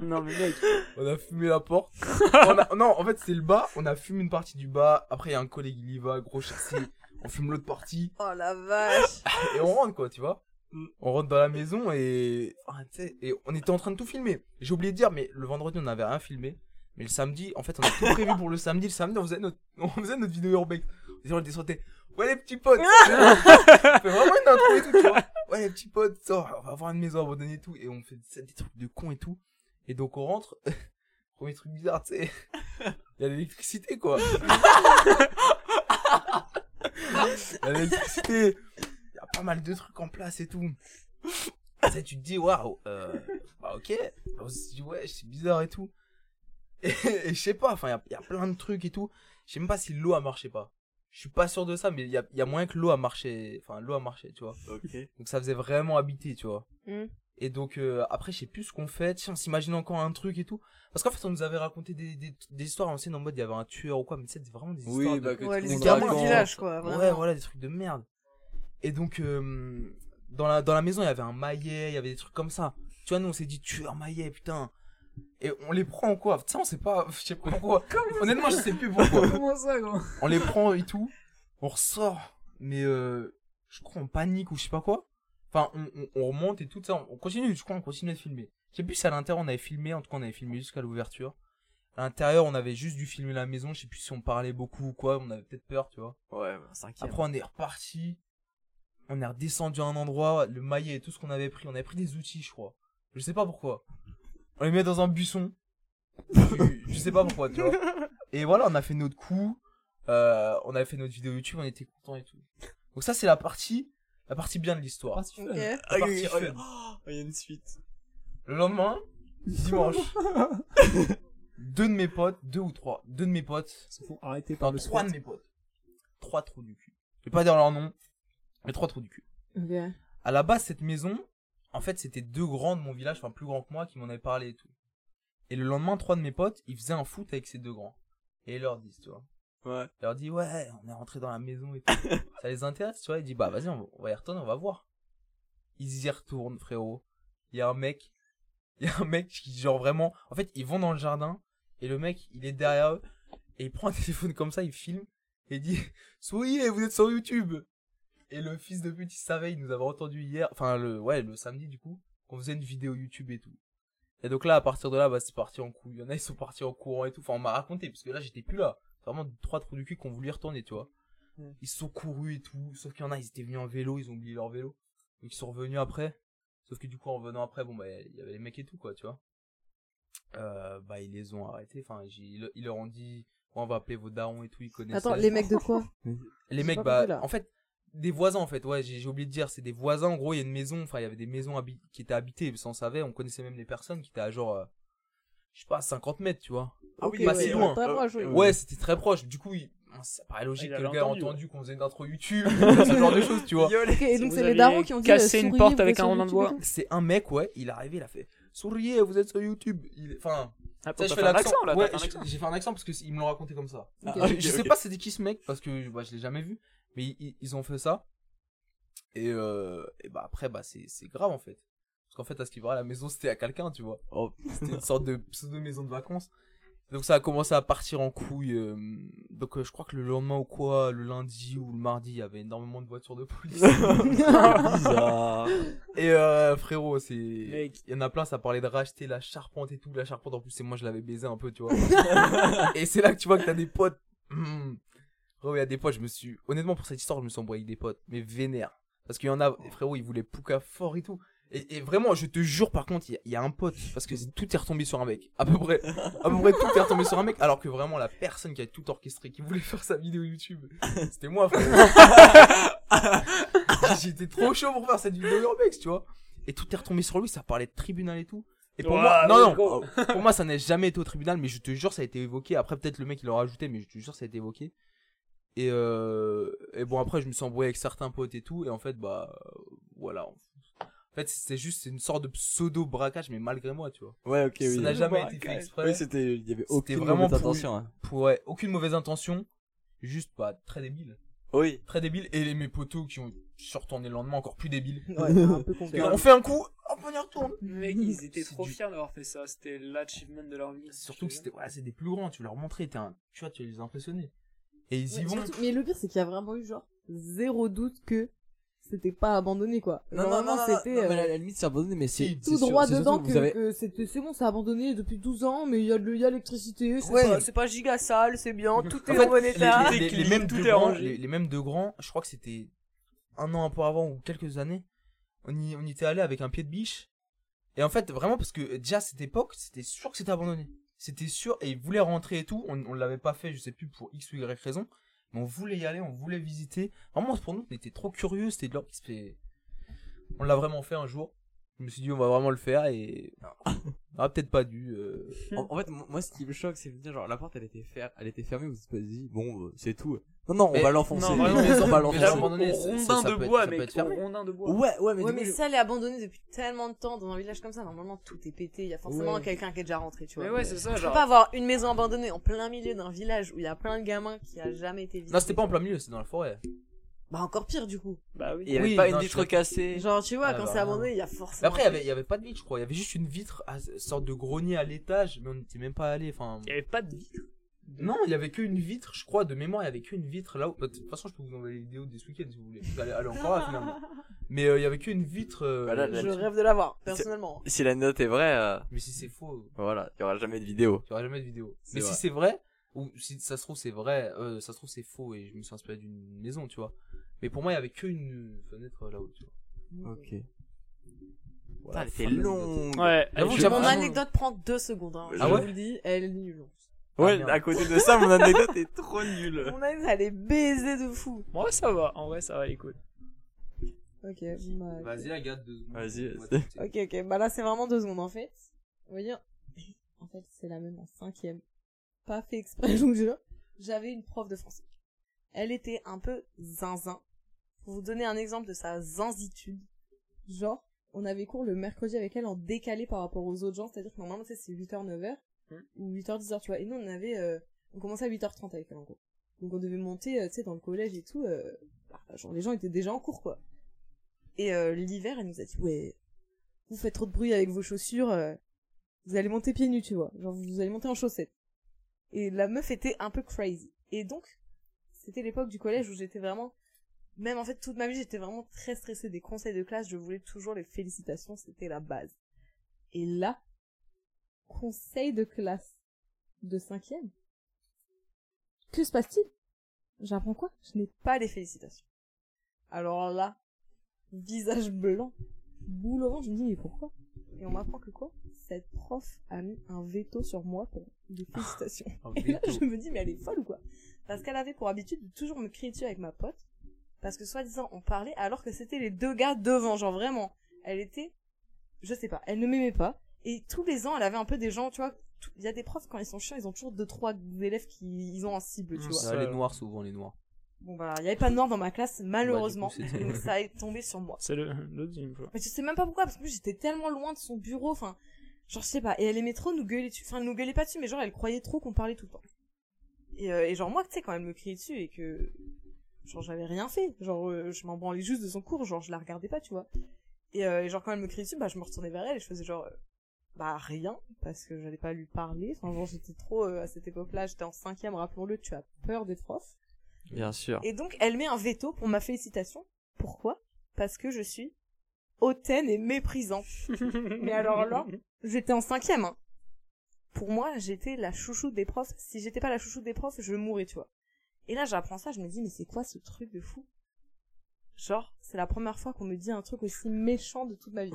Non, mais mec.
On a fumé la porte. On a- non, en fait, c'est le bas. On a fumé une partie du bas. Après, il y a un collègue, il y va, gros chassé. On fume l'autre partie.
Oh
<laughs>
la vache.
et on rentre quoi tu vois on rentre dans la maison et ah, tu sais, et on était en train de tout filmer j'ai oublié de dire mais le vendredi on n'avait rien filmé mais le samedi en fait on a tout prévu pour le samedi le samedi on faisait notre on faisait notre vidéo urbex Et on était sauté ouais les petits potes on fait vraiment une intro et tout tu vois ouais les petits potes ça, on va avoir une maison abandonnée et tout et on fait des trucs de con et tout et donc on rentre <laughs> premier truc bizarre tu sais il y a l'électricité quoi <laughs> Il y a l'électricité y a pas mal de trucs en place et tout. <laughs> Tu sais, tu te dis, waouh, euh, bah ok. On se dit, ouais, c'est bizarre et tout. Et, et je sais pas, enfin, il y, a plein de trucs et tout. Je sais même pas si l'eau a marché pas. Je suis pas sûr de ça, mais il y a, y a moyen que l'eau a marché. Enfin, l'eau a marché, tu vois.
<laughs> Ok.
Donc ça faisait vraiment habiter, tu vois.
Mm.
Et donc euh, après, je sais plus ce qu'on fait. Tiens, on s'imagine encore un truc et tout. Parce qu'en fait, on nous avait raconté des, des, des histoires anciennes en mode il y avait un tueur ou quoi, mais tu sais, c'est vraiment des histoires. de-
Oui, bah que
Ouais,
tout
les
le monde
gamins
histoires
du
raconte.
du village, quoi. vraiment.
Ouais, voilà, des trucs de merde. Et donc, euh, dans, la, dans la maison, il y avait un maillet, il y avait des trucs comme ça. Tu vois, nous, on s'est dit, tueur maillet, putain. Et on les prend ou quoi Tu sais, on sait pas, <laughs> je sais
<laughs>
pas pourquoi. Honnêtement, je sais plus pourquoi.
Comment ça, gros
on les prend et tout, on ressort, mais euh, je crois on panique ou je sais pas quoi. Enfin, on, on- on remonte et tout ça, on, on continue, je crois on continue de filmer. Je sais plus si à l'intérieur on avait filmé, en tout cas on avait filmé jusqu'à l'ouverture. À l'intérieur, on avait juste dû filmer la maison, je sais plus si on parlait beaucoup ou quoi, on avait peut-être peur, tu vois.
Ouais, bah, cinquième.
Après, on est reparti. On est redescendu à un endroit, le maillet et tout ce qu'on avait pris. On avait pris des outils, je crois. Je sais pas pourquoi. On les met dans un buisson. je, je sais pas
<laughs>
pourquoi, tu vois. Et voilà, on a fait notre coup. Euh, on avait fait notre vidéo YouTube, on était contents et tout. Donc ça, c'est la partie, la partie bien de l'histoire.
Ok.
La
Ah,
partie
oui,
fun.
oui, oh, il y a une suite.
Le lendemain,
<laughs>
dimanche, deux de mes potes, deux ou trois, deux de mes potes,
Ils se font arrêter par
enfin
le
trois
SWAT.
de mes potes, trois trous du cul. Je vais pas dire leur nom, mais trois trous du cul.
Ok.
à la base, cette maison, en fait, c'était deux grands de mon village, enfin plus grands que moi, qui m'en avaient parlé et tout. Et le lendemain, trois de mes potes, ils faisaient un foot avec ces deux grands. Et ils leur disent, tu vois.
Ouais.
Ils leur disent, ouais, on est rentré dans la maison et tout. Ça les intéresse, tu vois. Ils disent, bah vas-y, on va- on va y retourner, on va voir. Ils y retournent, frérot. Il y a un mec, il y a un mec qui, genre vraiment, en fait, ils vont dans le jardin, et le mec, il est derrière eux, et il prend un téléphone comme ça, il filme, et il dit, souriez, vous êtes sur YouTube. Et le fils de pute, il savait, il nous avait entendu hier, enfin le, ouais, le samedi du coup, qu'on faisait une vidéo YouTube et tout. Et donc là, à partir de là, bah, c'est parti en couille. Il y en a, ils sont partis en courant et tout. Enfin, on m'a raconté, parce que là, j'étais plus là. Enfin, vraiment trois trous du cul qui ont voulu y retourner, tu vois.
Ouais.
Ils se sont courus et tout, sauf qu'il y en a, ils étaient venus en vélo, ils ont oublié leur vélo. Donc ils sont revenus après. Sauf que du coup, en revenant après, bon, bah, il y avait les mecs et tout, quoi, tu vois. Euh, bah, ils les ont arrêtés, enfin, j'ai- ils, ils leur ont dit, Ouais, on va appeler vos darons et tout, ils connaissent.
Attends, les mecs de quoi
Les
J'ai
mecs,
pas
bah,
compris, là.
en fait, des voisins, en fait, ouais, j'ai j'ai oublié de dire, c'est des voisins, en gros, il y a une maison, enfin, il y avait des maisons habi- qui étaient habitées, ça on savait, on connaissait même les personnes qui étaient à genre, euh, je sais pas, 50 mètres, tu vois.
Ah
oui, pas si loin.
Très proche,
Oh.
oui.
Ouais, c'était très proche, du coup, il- ah, ça paraît logique
Il
Ah,
que
avait
le gars a
entendu,
entendu qu'on faisait une intro YouTube, ce genre de choses, tu
<laughs>
vois.
Ok, et donc
Vous
c'est les
avez
darons qui ont dit.
cassé
euh,
une
souriez,
porte
vous
avec
êtes
un
sur
rondin de
YouTube et
bois.
tout.
C'est un mec, ouais, il est arrivé, il a fait, souriez, vous êtes sur YouTube. Il- Enfin,
Ah,
tu sais,
t'as
je
fait
fais
un
l'accent,
accent, là, t'as
ouais,
fait un
je-
accent.
j'ai fait un accent parce qu'ils me l'ont raconté comme ça.
Ok.
Ah, ok,
je sais
ok.
pas c'était qui ce mec parce que bah, je l'ai jamais vu mais i- i- ils ont fait ça et, euh, et bah après bah c'est c'est grave en fait parce qu'en fait à ce qui paraît la maison c'était à quelqu'un tu vois
Oh,
c'était une sorte de pseudo maison de vacances donc ça a commencé à partir en couille euh, donc euh, je crois que le lendemain ou quoi le lundi ou le mardi il y avait énormément de voitures de police
<laughs> bizarre.
et euh, frérot c'est il
Mec.
y en a plein ça parlait de racheter la charpente et tout la charpente en plus c'est moi je l'avais baisé un peu tu vois et c'est là que tu vois que t'as des potes. Hmm. Frérot, il y a des potes, je me suis. Honnêtement, pour cette histoire, je me suis embrouillé avec des potes, mais vénère. Parce qu'il y en a, frérot, ils voulaient Pouka fort et tout. Et, et vraiment, je te jure, par contre, il y a- il y, a un pote, parce que c'est- tout est retombé sur un mec. À peu près, à peu près tout est retombé sur un mec, alors que vraiment, la personne qui a tout orchestré, qui voulait faire sa vidéo YouTube, c'était moi, frérot.
<laughs>
<laughs> J'étais trop chaud pour faire cette vidéo urbex, tu vois. Et tout est retombé sur lui, ça parlait de tribunal et tout. Et pour moi,
Ouah,
non,
oui,
non,
gros.
pour moi, ça n'a jamais été au tribunal, mais je te jure, ça a été évoqué. Après, peut-être le mec, il l'aura ajouté, mais je te jure, ça a été évoqué. Et, euh, et bon, après, je me suis embrouillé avec certains potes et tout. Et en fait, bah, euh, voilà. En fait, c'est juste c'est une sorte de pseudo-braquage, mais malgré moi, tu vois.
Ouais, ok,
ça
oui.
n'a jamais été fait
Pseudo-braquage.
exprès.
Oui, c'était. Il y avait
C'était
aucune
vraiment
mauvaise
pourri.
intention. hein.
pour, ouais, aucune mauvaise intention. Juste, bah, très débile.
Oui.
Très débile. Et les, mes potos qui ont surtourné le lendemain, encore
<laughs>
plus débiles.
Un peu con.
Et on fait un coup, hop, on y retourne.
Mec, ils étaient
C'est
trop
du-
fiers d'avoir fait ça. C'était l'achievement de leur vie.
Surtout que c'était, ouais, c'est des plus grands, tu leur montrais, t'es un, tu vois, tu les impressionnais. Et ils y
Ouais,
vont.
surtout- mais le pire, c'est qu'il y a vraiment eu genre zéro doute que c'était pas abandonné quoi. Genre, vraiment, c'était
non, mais
euh,
à la limite, c'est abandonné, mais c'est.
tout
c'est sûr-
droit
c'est surtout
dedans
que
que,
vous avez-
que c'était c'est bon, c'est abandonné depuis 12 ans, mais il y a de il y a l'électricité. c'est
C'est
pas-
pas- C'est pas giga sale, c'est bien, tout
En
est
fait,
en bon
les- les,
état.
les-
Dès
les
qu'il
mêmes
tout
deux
est
grands,
rangé.
les, les mêmes deux grands, je crois que c'était un an un peu avant ou quelques années, on y, on y était allé avec un pied de biche. Et en fait, vraiment, parce que déjà à cette époque, c'était sûr que c'était abandonné. C'était sûr, et ils voulaient rentrer et tout. On, on l'avait pas fait, je sais plus pour X ou Y raison. Mais on voulait y aller, on voulait visiter. Vraiment, pour nous, on était trop curieux. C'était de l'or qui se fait. On l'a vraiment fait un jour. Je me suis dit, on va vraiment le faire et. On aurait peut-être pas dû. euh,
En, en fait, m- moi, ce qui me choque, c'est de me dire, genre, la porte, elle était, fer... elle était fermée, vous vous êtes pas dit, bon, euh, c'est tout. Non, non, on
Mais-
va l'enfoncer.
non, vraiment,
<laughs> on va
mais
Mais
là,
l'enfoncer.
bon, abandonné, ça-
rondin
ça- ça
de
peut être-
bois,
ça peut
mec.
être fermé.
au rondin de bois.
Ouais, ouais, mais
Ouais,
du
mais
coup, je-
ça, elle est abandonnée depuis tellement de temps. Dans un village comme ça, normalement, tout est pété. Il y a forcément
Ouais.
quelqu'un qui est déjà rentré, tu vois.
Mais ouais, c'est ça,
Tu peux
genre.
pas avoir une maison abandonnée en plein milieu d'un village où il y a plein de gamins qui a jamais été visités.
Non, c'était pas en plein milieu, c'est dans la forêt.
Bah, encore pire, du coup.
Bah oui.
Il y avait
Oui,
pas
non,
une
je
vitre
suis-
cassée.
Genre, tu vois,
Ah,
quand
bah,
c'est abandonné, il y a
Mais
forcément.
après, il y avait- il y avait pas de vitre, je crois. Il y avait juste une vitre, à, sorte de grenier à l'étage, mais on n'était même pas allé. Enfin,
Il y avait pas de vitre.
non, il y avait qu'une vitre, je crois, de mémoire, il y avait qu'une vitre là. où- bah, De toute façon, je peux vous envoyer les vidéos de ce week-end si vous voulez. Allez, allez encore
<laughs>
là, finalement. Mais euh, il y avait qu'une vitre. euh,
Bah là, là,
Je
je-
rêve de l'avoir, personnellement.
Si la note est vraie, euh,
Mais si c'est faux,
voilà, il y aura jamais de vidéo.
tu auras jamais de vidéo.
C'est
Mais
vrai.
si c'est vrai, ou si ça se trouve c'est vrai, euh, ça se trouve c'est faux et je me suis inspiré d'une maison, tu vois. Mais pour moi, il y avait qu'une fenêtre là-haut, tu vois.
Ok.
Voilà,
elle était
fin de l'anecdote.
longue.
Ouais.
J'avoue,
je-
j'avoue,
Mon
vraiment-
anecdote prend deux secondes. Hein.
Je-
Ah
Je
ouais
vous le dis.
Elle est nulle.
Ah,
Ouais,
merde.
à côté de ça, mon anecdote est trop nulle.
Mon anecdote, elle est baisée de fou.
Moi, ça va. En vrai, ça va, écoute.
Ok, bah,
Vas-y, la garde de.
Vas-y, vas-y.
Ok, ok, bah là c'est vraiment deux secondes en fait. On va dire, <laughs> en fait c'est la même en cinquième. Pas fait exprès, <laughs> je vous jure.
J'avais une prof de français. Elle était un peu zinzin. Pour vous donner un exemple de sa zinzitude.
Genre, on avait cours le mercredi avec elle en décalé par rapport aux autres gens, c'est-à-dire que normalement tu sais, c'est 8h, 9h
Mm.
ou 8h, 10h, tu vois. Et nous on avait, euh, on commençait à 8h30 avec elle en gros. Donc on devait monter, euh, tu sais, dans le collège et tout. euh, bah, genre les gens étaient déjà en cours quoi.
Et euh, l'hiver, elle nous a dit, ouais,
Ouais, vous faites trop de bruit avec vos chaussures, euh, vous allez monter pieds nus, tu vois. Genre vous allez monter en chaussettes.
Et la meuf était un peu crazy. Et donc, c'était l'époque du collège où j'étais vraiment, même en fait toute ma vie, j'étais vraiment très stressée des conseils de classe. Je voulais toujours les félicitations, c'était la base.
Et là, conseil de classe de cinquième.
Que se passe-t-il J'apprends quoi
Je n'ai pas les félicitations.
Alors là, visage blanc, boule au ventre, je me dis mais pourquoi Et on m'apprend que quoi Cette prof a mis un veto sur moi pour des félicitations.
Ah,
<laughs>
Et <laughs> là, je me dis mais elle est folle ou quoi Parce qu'elle avait pour habitude de toujours me crier dessus avec ma pote, parce que soi-disant on parlait alors que c'était les deux gars devant, genre vraiment. Elle était, je sais pas, elle ne m'aimait pas. Et tous les ans, elle avait un peu des gens, tu vois. tout- Il y a des profs quand ils sont chiants, ils ont toujours deux trois élèves qui ils ont en cible, tu
Mm,
vois.
ça,
Ouais, les
là.
noirs, souvent, les noirs.
Bon bah, il y avait pas de noir dans ma classe malheureusement,
Bah, du coup, c'est-
donc ça est tombé sur moi.
C'est le, le deuxième fois.
Mais je sais même pas pourquoi, parce que j'étais tellement loin de son bureau, enfin, genre je sais pas. Et elle aimait trop nous gueuler dessus, enfin, elle nous gueulait pas dessus, mais genre elle croyait trop qu'on parlait tout le temps. Et, euh, et genre moi, tu sais, quand elle me criait dessus et que, genre j'avais rien fait, genre euh, je m'en branlais juste de son cours, genre je la regardais pas, tu vois. Et, euh, et genre quand elle me criait dessus, bah je me retournais vers elle et je faisais genre, euh, bah rien, parce que j'allais pas lui parler, enfin genre j'étais trop, euh, à cette époque-là, j'étais en cinquième, rappelons-le, tu as peur des profs.
Bien sûr.
Et donc, elle met un veto pour ma félicitation. Pourquoi Parce que je suis hautaine et méprisante. <laughs> Mais alors là, j'étais en cinquième. hein. Pour moi, j'étais la chouchoute des profs. Si j'étais pas la chouchoute des profs, je mourrais, tu vois. Et là, j'apprends ça, je me dis, mais c'est quoi ce truc de fou Genre, c'est la première fois qu'on me dit un truc aussi méchant de toute ma vie.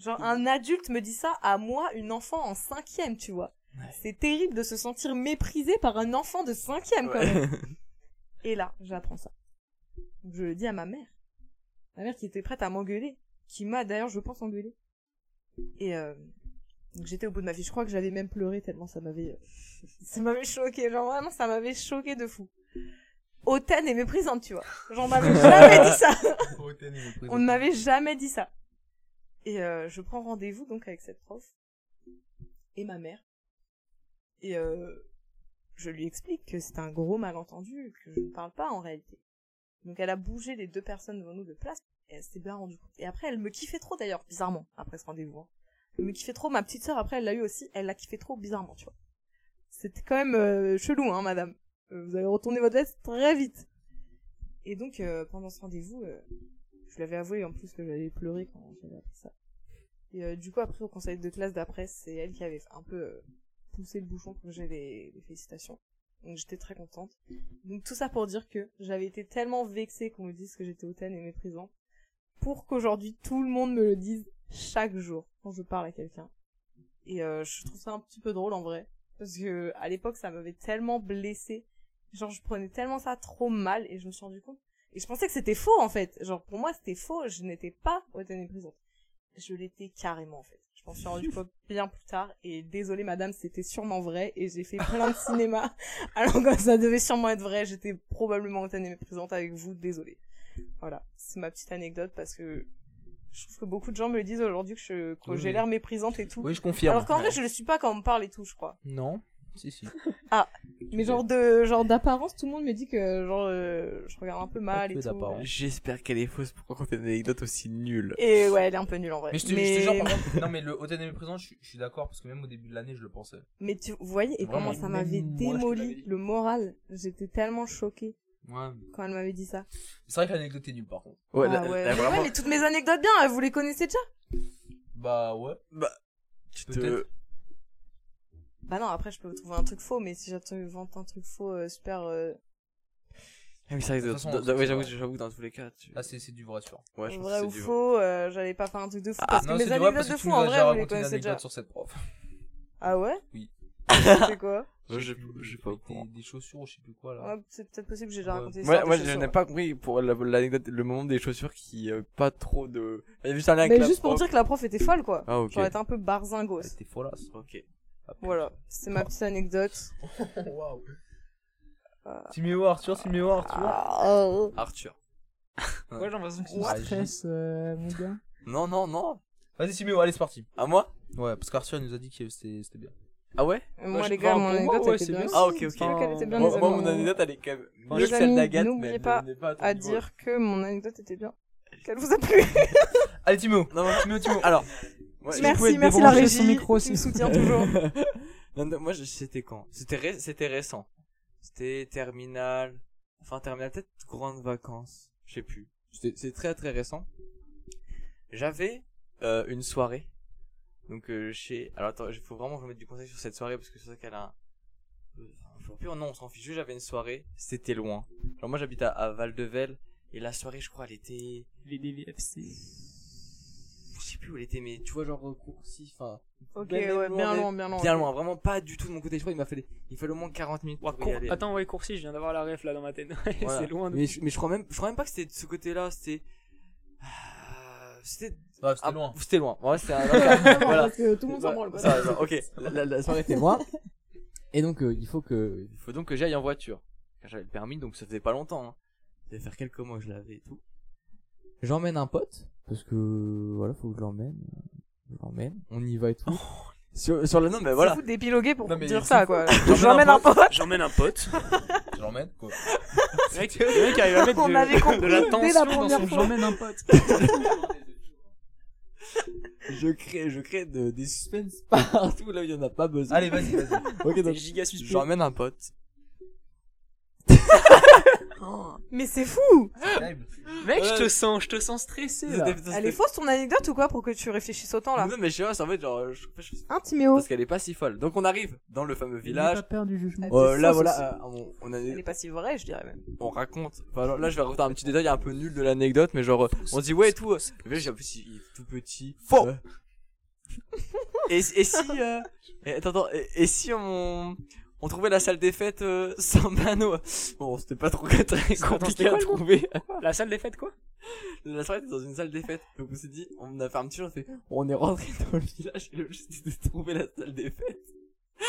Genre, un adulte me dit ça à moi, une enfant en cinquième, tu vois. C'est terrible de se sentir méprisé par un enfant de cinquième, quand même. Et là, j'apprends ça. Donc, Je le dis à ma mère. Ma mère qui était prête à m'engueuler. Qui m'a d'ailleurs, je pense, engueulé. Et euh, donc j'étais au bout de ma vie. Je crois que j'avais même pleuré tellement ça m'avait... euh, <laughs> ça m'avait choqué. Genre vraiment, ça m'avait choqué de fou. Hautaine et méprisante, tu vois. J'en m'avais jamais dit ça. On ne m'avait jamais dit ça. Et euh, je prends rendez-vous donc avec cette prof et ma mère. Et euh, je lui explique que c'est un gros malentendu, que je ne parle pas en réalité. Donc elle a bougé les deux personnes devant nous de place et elle s'était bien rendue compte. Et après elle me kiffait trop d'ailleurs, bizarrement, après ce rendez-vous. hein. Elle me kiffait trop, ma petite sœur après elle l'a eu aussi, elle l'a kiffé trop bizarrement, tu vois. C'était quand même euh, chelou, hein madame. Euh, vous avez retourné votre veste très vite. Et donc euh, pendant ce rendez-vous, euh, je l'avais avoué en plus que j'avais pleuré quand j'avais appris ça. Et euh, du coup, après, au conseil de classe d'après, c'est elle qui avait un peu euh, poussé le bouchon pour que j'ai les, les félicitations. Donc j'étais très contente. Donc tout ça pour dire que j'avais été tellement vexée qu'on me dise que j'étais hautaine et méprisante pour qu'aujourd'hui tout le monde me le dise chaque jour quand je parle à quelqu'un. Et euh, je trouve ça un petit peu drôle en vrai. Parce que à l'époque, ça m'avait tellement blessée. Genre, je prenais tellement ça trop mal et je me suis rendu compte et je pensais que c'était faux, en fait. Genre, pour moi, c'était faux. Je n'étais pas hautaine et présente. Je l'étais carrément, en fait. Je m'en suis rendu compte bien plus tard. Et désolé, madame, c'était sûrement vrai. Et j'ai fait plein de cinéma. <laughs> Alors que ça devait sûrement être vrai. J'étais probablement hautaine et méprisante avec vous. Désolé. Voilà. C'est ma petite anecdote parce que je trouve que beaucoup de gens me le disent aujourd'hui que je- que
Oui.
j'ai l'air méprisante et tout.
Oui, je confirme.
Alors qu'en vrai, je le suis pas quand on me parle et tout, je crois.
Non, si, si.
Mais genre de genre d'apparence, tout le monde me dit que genre euh, je regarde un peu mal
Un
et
peu
tout.
d'apparence.
<laughs> J'espère qu'elle est fausse pour raconter une anecdote aussi nulle.
Et ouais, elle est un peu nulle en vrai.
Mais je te, je te
<laughs>
jure, par contre, non, mais le hautaine et méprisante, je, suis- je suis d'accord, parce que même au début de l'année, je le pensais.
mais tu vous voyez et
Vraiment,
comment ça
même
m'avait
moi, je te
l'avais
démoli
dit.
le moral. J'étais tellement choquée
Ouais.
quand elle m'avait dit ça.
C'est vrai que l'anecdote est nulle, par contre.
Ouais,
Ah
là-
ouais.
là,
Mais
vraiment,
ouais, mais toutes mes anecdotes bien, hein, vous les connaissez déjà
Bah ouais.
tu te...
peut-être.
Bah non, après je peux vous trouver un truc faux, mais si j'invente un truc faux euh, super euh,
Ah oui, ça risque
De
de-
toute façon,
dans-
c'est-
ouais, j'avoue,
c'est
j'avoue, dans tous les cas, tu...
Là, c'est c'est du vrai sûr.
Ouais, Ah, je pense
vrai
que
ou
c'est du-
faux, euh, j'allais pas faire un truc de fou Ah, parce que
Ah, non,
mes
c'est du vrai
anecdotes
parce
de
que tu
fou
nous
en
as
vrai
déjà
vous les
raconté une
connaissez déjà.
anecdote sur cette prof.
Ah ouais
Oui.
C'est quoi
Ouais,
Je sais
j'ai
plus,
j'ai
avec
pas au courant.
Des, des chaussures ou je sais plus quoi là.
Ouais, C'est peut-être possible que j'ai déjà
Ouais.
raconté
Ouais,
ça.
moi je n'ai pas compris pour la- l'anecdote, le moment des chaussures qui euh, pas trop de. Il y avait juste un lien avec
Mais
la
juste pour
prof.
dire que la prof était folle quoi.
Ah ok.
J'aurais été un peu barzingos.
C'était
<laughs>
folasse.
Ok.
Voilà, c'est ma petite anecdote.
Waouh. Timéo Arthur, Timéo Arthur.
Ah,
Arthur.
Moi, j'ai l'impression que c'est
Ouais.
Stress, euh, mon gars.
Non non non.
Vas-y Timéo, allez c'est parti.
À moi
Ouais, parce qu'arthur nous a dit que c'était c'était bien.
Ah ouais.
Moi,
Moi,
les
je-
gars,
enfin,
mon
pour moi,
anecdote
ouais,
était
c'est
bien.
bien.
Ah, ok, ok.
Je trouve qu'elle était bien,
Oh.
Moi,
les
moi,
amis.
mon anecdote elle est quand même.
Les
mieux que celle
amis,
d'Agathe, mais
n'oubliez
elle
pas
n'est pas à ton
À
niveau.
dire que mon anecdote était bien. Qu'elle vous a plu.
Allez Timéo.
Non non,
Timéo, Timéo.
Alors. moi, je-
pouvez
merci, merci la
débrancher son
régie.
micro
qui
aussi.
me
<laughs>
soutient toujours.
non, non, moi je- c'était quand C'était ré- c'était récent. C'était terminal. Enfin terminal peut-être grandes vacances. Je sais plus. C'était- C'est très très récent. J'avais euh, une soirée. Donc euh, chez. Alors attends, il faut vraiment que je mette du conseil sur cette soirée parce que c'est vrai qu'elle a. un- Genre, pire, non, on s'en fiche. Juste, J'avais une soirée, c'était loin. Genre, moi, j'habite à, à Val-de-Velle, et la soirée, je crois, elle était.
Les DVFC.
Je sais plus où elle était, mais tu vois, genre, euh, Courcy, enfin.
Ok,
Ben, ben,
ouais,
loin,
bien
mais-
loin, bien loin.
<laughs>
Bien loin, vraiment pas du tout de mon côté. Je crois, il m'a fait. des- Il fallait au moins 40 minutes.
Ouah,
pour y
cour-
aller.
Attends, ouais, Courcy, je viens d'avoir la ref là dans ma tête. <laughs> Ouais,
Voilà.
C'est loin de.
Mais je, mais je crois même, je crois même pas que c'était de ce côté-là, c'était. Ah, C'était
Bref, c'était
ah,
loin.
C'était loin. Ouais, c'était un. voilà.
Parce que tout le monde s'en branle.
Ouais,
quoi.
ça va, ça va, ok, la, la- la soirée était loin. Et donc, euh, il faut que, il faut donc que j'aille en voiture. J'avais le permis, donc ça faisait pas longtemps. Hein. Ça devait faire quelques mois que je l'avais et tout. J'emmène un pote parce que voilà, faut que je l'emmène. Je l'emmène. On y va et tout. Sur, sur le nom,
Voilà.
mais voilà.
C'est fou d'épiloguer pour
Non, mais
dire
c'est
ça,
fou.
quoi.
J'emmène
J'emmène un pote.
J'emmène un pote.
Je l'emmène, quoi.
Le mec, le mec arrive à
<laughs>
mettre
On
<laughs> de,
avait compris
de la
dès la
tension dans
première
son
fois.
j'emmène un pote.
Je crée, je crée de- des suspens <laughs> partout là où il y en a pas besoin.
Allez, vas-y,
<laughs>
vas-y.
ok,
T'es
donc
giga suspect.
j'emmène un pote.
Mais c'est fou
C'est terrible.
Mec, je te sens, je te sens stressé là.
C'était-
Elle est fausse ton anecdote ou quoi pour que tu réfléchisses autant là
Non, mais je sais pas, c'est en fait, genre, je, je-
Hein, Timéo
parce qu'elle est pas si folle. Donc on arrive dans le fameux village.
Pas perdre du jugement.
Euh,
Elle est
là,
fausse
voilà, euh, on, on a-
Elle est pas si vraie, je dirais même.
on raconte. Enfin, alors, là, je vais raconter un petit détail un peu nul de l'anecdote, mais genre, euh, on dit ouais et tout. euh, Le village, en plus, il il est tout petit. Faux. <laughs> et, et si, euh, et, attends, attends, et, et si on, on trouvait la salle des fêtes euh, sans mano Bon, c'était pas trop très compliqué
c'était
à
quoi le nom
trouver.
La salle des fêtes quoi
La soirée était dans une salle des fêtes. Donc on s'est dit, on a fait un petit jeu, on a fait, on est rentré dans le village et le but c'était de trouver la salle des fêtes.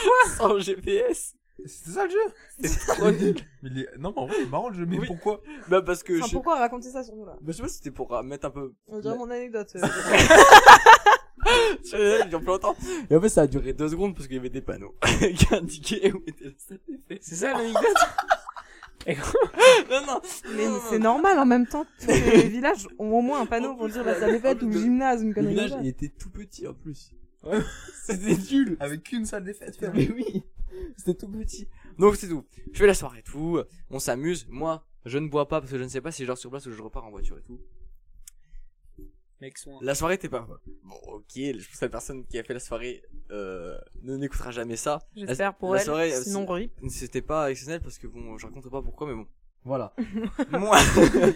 Quoi <laughs> Sans GPS.
C'était ça le jeu
C'était trop nul.
<laughs> mais il est- Non, mais en vrai, il est marrant le jeu, mais
Oui.
pourquoi
Bah parce que
Enfin,
je...
pourquoi raconter ça sur nous là
Bah, je sais pas si c'était pour euh, mettre un <laughs> peu
On dirait
Ouais.
mon anecdote. euh.
sur les dure plus longtemps. Et en fait ça a duré deux secondes parce qu'il y avait des panneaux <laughs> qui indiquaient où était la salle des fêtes.
C'est ça l'anecdote Et gros,
<laughs> Non non
Mais
non,
c'est
non.
normal en même temps, tous les villages ont au moins un panneau pour dire bah, la salle des fêtes
En
ou
plus,
le gymnase, une
Le
connerie.
village
comme
il
ça.
était tout petit en plus.
Ouais.
<laughs> C'était nul
Avec qu'une salle des fêtes, ferme.
Mais oui, c'était tout petit. Donc c'est tout. Je fais la soirée et tout, on s'amuse. Moi, je ne bois pas parce que je ne sais pas si je dors sur place ou je repars en voiture et tout.
<laughs> Mec, soin.
La soirée était pas folle. Bon, ok, je pense que la personne qui a fait la soirée euh, ne n'écoutera jamais ça.
J'espère pour
la
elle.
soirée, euh,
sinon,
c'est-
rip.
C'était pas exceptionnel parce que bon, je raconte pas pourquoi, mais bon. Voilà. Moi. <laughs>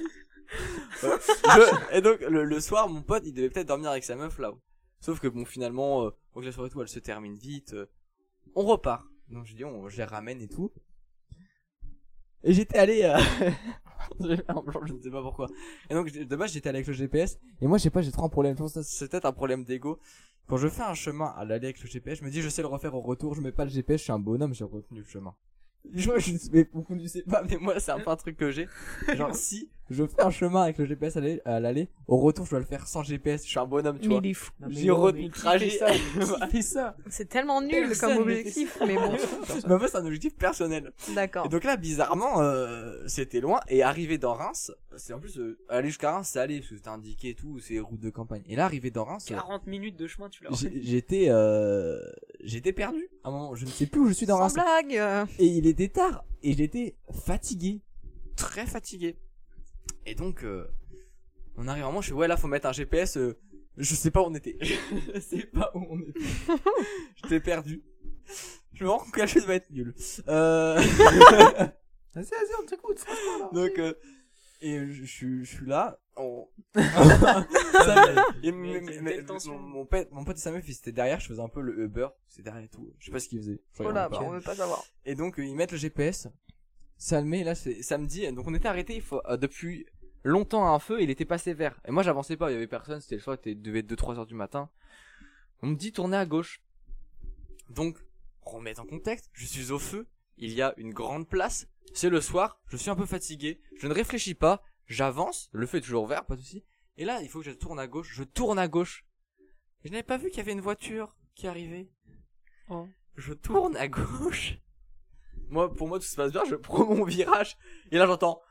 Euh, je- Et donc, le, le soir, mon pote, il devait peut-être dormir avec sa meuf là. Sauf que bon, finalement, euh, donc la soirée et tout, elle se termine vite. euh, on repart. Donc, je dis, on, je les ramène et tout. Et j'étais allé. euh, <laughs> j'ai fait un plan, je ne sais pas pourquoi. Et donc, de base, j'étais allé avec le GPS. Et moi, je sais pas, j'ai trop un problème. Je pense que ça, c'est peut-être un problème d'ego. Quand je fais un chemin à l'aller avec le GPS, je me dis, je sais le refaire au retour. Je mets pas le GPS, je suis un bonhomme, j'ai retenu le chemin. <laughs> Je, je, mais vous connaissez pas, mais moi, c'est un peu un truc que j'ai. Genre, si je fais un chemin avec le GPS à l'aller- à l'aller, au retour, je dois le faire sans GPS. Je suis un bonhomme, tu
Mais
vois.
il est fou.
Non, mais
J'ai
non, mais
retenu le
qui fait
trajet. <laughs>
ça
<laughs>
Qui fait ça
C'est tellement nul comme
Personne ne fait
objectif, mais
<laughs>
bon,
Mais en fait, c'est un objectif personnel.
d'accord.
Et donc là, bizarrement, euh, c'était loin. Et arrivé dans Reims, c'est en plus euh, aller jusqu'à Reims, c'est aller parce que c'était indiqué et tout, c'est route de campagne. Et là, arrivé dans Reims, euh,
40 minutes de chemin, tu l'as.
j'ai- j'étais, euh, j'étais perdu. À un moment, je ne sais plus où je suis dans
Sans
Reims.
blague. euh,
Et il était tard et j'étais fatigué, très fatigué. Et donc, euh, on arrive vraiment, je fais ouais là, faut mettre un GPS. euh, je sais pas où on était. <laughs> je sais pas où on <laughs> était. j'étais perdu. Je me rends compte que la chose va être nulle. Euh... <laughs>
Vas-y, vas-y, on t'écoute. ça se parle, hein.
Donc, euh, et je, je suis- je suis là. on-
Oh.
<laughs> Et
Mais
m-
quelle
m-
telle
m-
tension.
mon, mon pote, mon pote et sa meuf, ils étaient derrière, je faisais un peu le Uber, c'est derrière et tout. Je sais pas ce qu'ils faisaient. je
Oh là,
regardais
bah,
pas.
on veut pas
<laughs>
savoir.
Et donc, euh, ils mettent le GPS. Ça le met, là, c'est samedi. Donc, on était arrêté euh, depuis longtemps à un feu, il était passé vert. Et moi, j'avançais pas, il y avait personne, c'était le soir, il devait être 2-3 heures du matin. On me dit tourner à gauche. Donc, pour remettre en contexte, je suis au feu, il y a une grande place, c'est le soir, je suis un peu fatigué, je ne réfléchis pas, j'avance, le feu est toujours vert, pas de souci. Et là, il faut que je tourne à gauche, je tourne à gauche. Je n'avais pas vu qu'il y avait une voiture qui arrivait.
Oh.
Je tourne à gauche. Moi, pour moi, tout se passe bien, je prends mon virage, et là,
<laughs>
j'entends.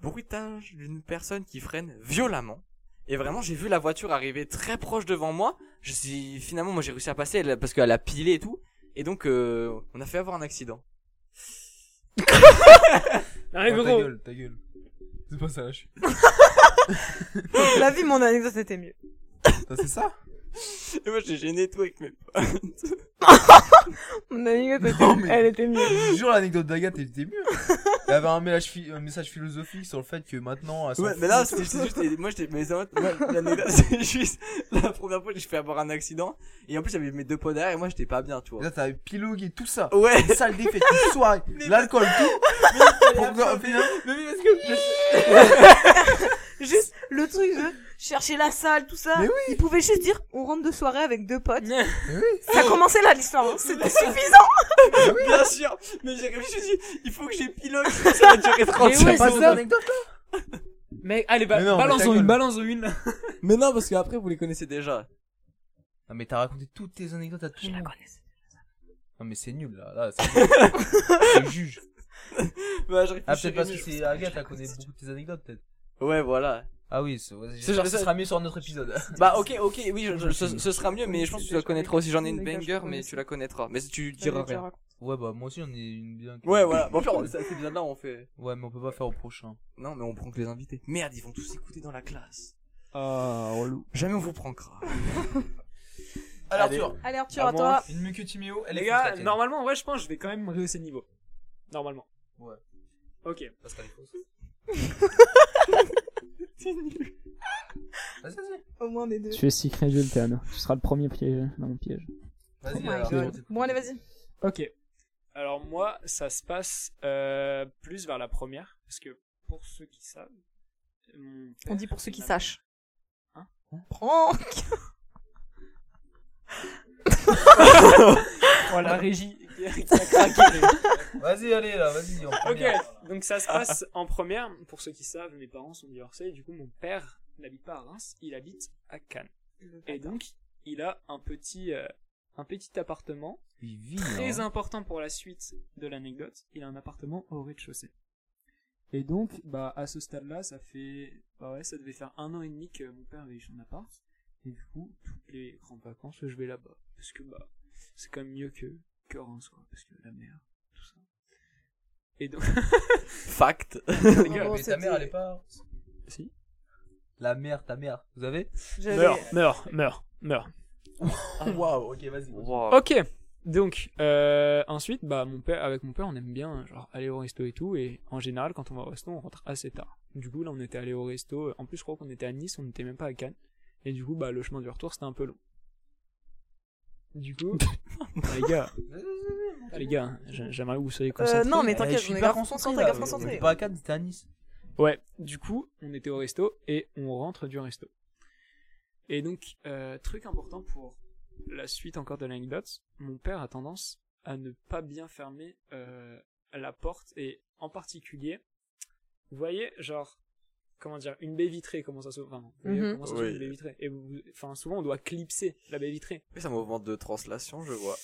Bruitage d'une personne qui freine violemment. Et vraiment, j'ai vu la voiture arriver très proche devant moi. Je suis finalement, moi, j'ai réussi à passer elle- parce qu'elle a pilé et tout. Et donc, euh, on a fait avoir un accident. <laughs>
Non,
Ah, Ta
mais gros, <laughs>
gueule, ta gueule. C'est pas ça, je suis.
La vie, mon anecdote était mieux.
<laughs> Putain, C'est ça
Et moi, j'ai gêné et tout avec mes potes.
Mon anecdote, était-
Non, mais-
elle
<laughs>
était mieux.
Toujours l'anecdote d'Agathe, elle était
<laughs>
mieux. Elle avait un message, phi- un message philosophique sur le fait que maintenant. elle s'en
Ouais,
fout.
mais là, c'était c'était juste, et moi, j'étais, mais en fait, moi, l'anecdote, <laughs> c'est juste, la première fois, j'ai fait avoir un accident, et en plus, j'avais mes deux potes derrière, et moi, j'étais pas bien, tu vois.
Là, t'avais pilogué tout ça.
Ouais!
Une salle des fêtes, une
<laughs>
soirée, l'alcool, tout. Pourquoi
Mais oui, parce que,
Juste le truc de chercher la salle, tout ça.
Mais
Ils pouvaient juste dire on rentre de soirée avec deux potes.
Mais oui.
Ça commençait là l'histoire. hein. C'était suffisant.
bien sûr! Mais j'ai réfléchi, je me suis dit, il faut que j'ai pilote, ça va durer 30
ouais,
pas
c'est
des
ça.
anecdotes
Mec, allez,
Mais non, mais ta
balance-en
gueule.
une, balance-en une.
Mais non, parce qu'après, vous les connaissez déjà.
Non, mais t'as raconté toutes tes anecdotes à tout le monde. Non, mais c'est nul là. là c'est...
<laughs>
c'est juge.
Bah, je réfléchis.
Ah, peut-être parce que
mais je-
c'est Agathe, elle connaît beaucoup de tes anecdotes, peut-être. <laughs>
Ouais, voilà.
Ah oui, c'est...
C'est genre-
ce sera mieux sur notre épisode.
Bah, ok, ok, oui, je- je- ce, ce sera mieux, mais je pense que tu la connaîtras aussi. J'en ai une banger, mais tu la connaîtras. Mais tu diras rien.
<laughs> Ouais, bah moi aussi, on est une bien.
Ouais, voilà. Bon, en fait,
<laughs>
on- cet épisode-là, on fait.
Ouais, mais on peut pas faire au prochain.
Non, mais on prend que les invités. Merde, ils vont tous écouter dans la classe.
Ah, relou.
Jamais on vous prankera.
Alors, Arthur,
Allez Arthur,
Avant,
à toi.
une muque Timéo, elle
Les
est
gars, normalement, en vrai, je pense que je vais quand même monter ces niveaux. Normalement.
Ouais.
Ok.
Parce qu'elle est fausse. Vas-y, vas-y.
Au moins des deux.
Tu es si crédule, Théano. Tu seras le premier piège dans mon piège.
euh, Vas-y,
Oh my
alors,
God.
on t'écoute.
Bon allez vas-y.
Ok. Alors moi, ça se passe euh, plus vers la première, parce que pour ceux qui savent, mon père-
On dit pour ceux qui
Finalement. <laughs>
sachent.
Hein
Prends.
Oh la régie qui a craqué.
Vas-y, allez, là, vas-y. on prend
Ok,
bien.
donc ça se passe en première. Pour ceux qui savent, mes parents sont divorcés. Et du coup, mon père n'habite pas à Reims, il habite à Cannes. Et donc, il a un petit, euh, un petit appartement
Il vit.
très
hein.
important pour la suite de l'anecdote. Il a un appartement au rez-de-chaussée. Et donc, bah à ce stade-là, ça fait, bah ouais, ça devait faire un an et demi que mon père avait eu son appart. Et du coup, toutes les grandes vacances, je vais là-bas parce que bah c'est quand même mieux que que Reims, quoi, parce que la mer, tout ça. Et donc,
Fact.
les gars,
Mais ta mère, elle est pas.
Si.
La mère, ta mère, vous avez
Meurs, meurs, meurs, meurs.
Ah, waouh, ok, vas-y.
Ok. Donc, euh, ensuite, bah, mon père, avec mon père, on aime bien genre, aller au resto et tout. Et en général, quand on va au resto, on rentre assez tard. Du coup, là, on était allé au resto. En plus, je crois qu'on était à Nice, on n'était même pas à Cannes. Et du coup, bah, le chemin du retour, c'était un peu long. Du coup, les gars, les gars, j'ai- j'aimerais que vous soyez
Euh,
concentrés.
non mais
Eh, je
t'inquiète,
suis
on est
hyper
grave concentré, grave
là, on était
concentré.
Pas à Cannes, c'était à Nice.
Ouais, du coup, on était au resto et on rentre du resto. Et donc, euh, truc important pour la suite encore de l'anecdote, mon père a tendance à ne pas bien fermer euh, la porte et en particulier, vous voyez, genre, comment dire, une baie vitrée, comment ça se enfin, vous voyez
Mhm.
comment ça se fait,
Oui.
une baie vitrée. Et vous- enfin, souvent, on doit clipser la baie vitrée.
Oui, c'est un mouvement de translation, je vois.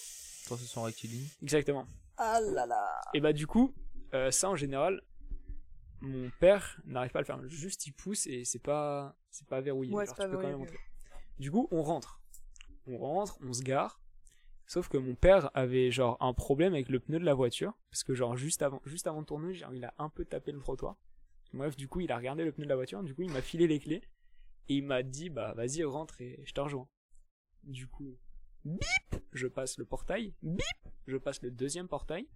Toi, ce sont rectiligne.
Exactement.
Ah là là.
Et bah du coup, euh, ça en général, mon père n'arrive pas à le faire. Juste il pousse et c'est pas c'est pas verrouillé.
Ouais,
Genre,
c'est pas
tu peux quand même
verrouillé.
rentrer. Du coup, on rentre. On rentre, on se gare. Sauf que mon père avait genre un problème avec le pneu de la voiture parce que genre juste avant juste avant de tourner, genre, il a un peu tapé le trottoir. Bref, du coup, il a regardé le pneu de la voiture, du coup, il m'a filé les clés et il m'a dit bah vas-y, rentre et je te rejoins. Du coup, bip, je passe le portail, bip, je passe le deuxième portail.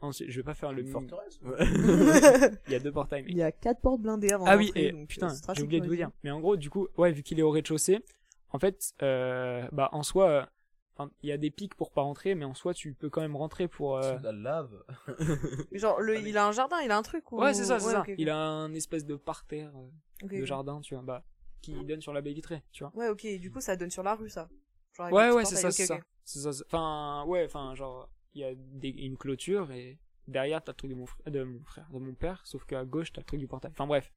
Ensuite, je vais pas faire le mime. <laughs>
Forteresse.
Il y a deux portails. mais-
Il y a quatre portes blindées avant.
Ah oui,
d'entrer,
et
donc,
putain,
euh, c'est
j'ai
tragique,
oublié de
ouais.
vous dire. Mais en gros, du coup, ouais, vu qu'il est au rez-de-chaussée, en fait, euh, bah en soi, euh, enfin, il y a des pics pour pas rentrer, mais en soi, tu peux quand même rentrer pour. euh,
Sous La lave.
Genre, le, il a un jardin, il a un truc ou...
Ouais, c'est ça, c'est ça.
Oh, ok, ok.
Il a un espèce de parterre euh,
Ok,
de
ok.
jardin, tu vois, bah, qui donne sur la baie vitrée, tu vois.
Ouais, ok, et du coup, ça donne sur la rue, ça. Genre, avec
Ouais,
le
ouais,
petit
c'est ça,
portail,
c'est
ok,
ça.
ok.
C'est ça, c'est- Enfin, ouais, enfin, genre, il y a des- une clôture et derrière, t'as le truc de mon, frère, de mon frère, de mon père, sauf qu'à gauche, t'as le truc du portail. Enfin, bref.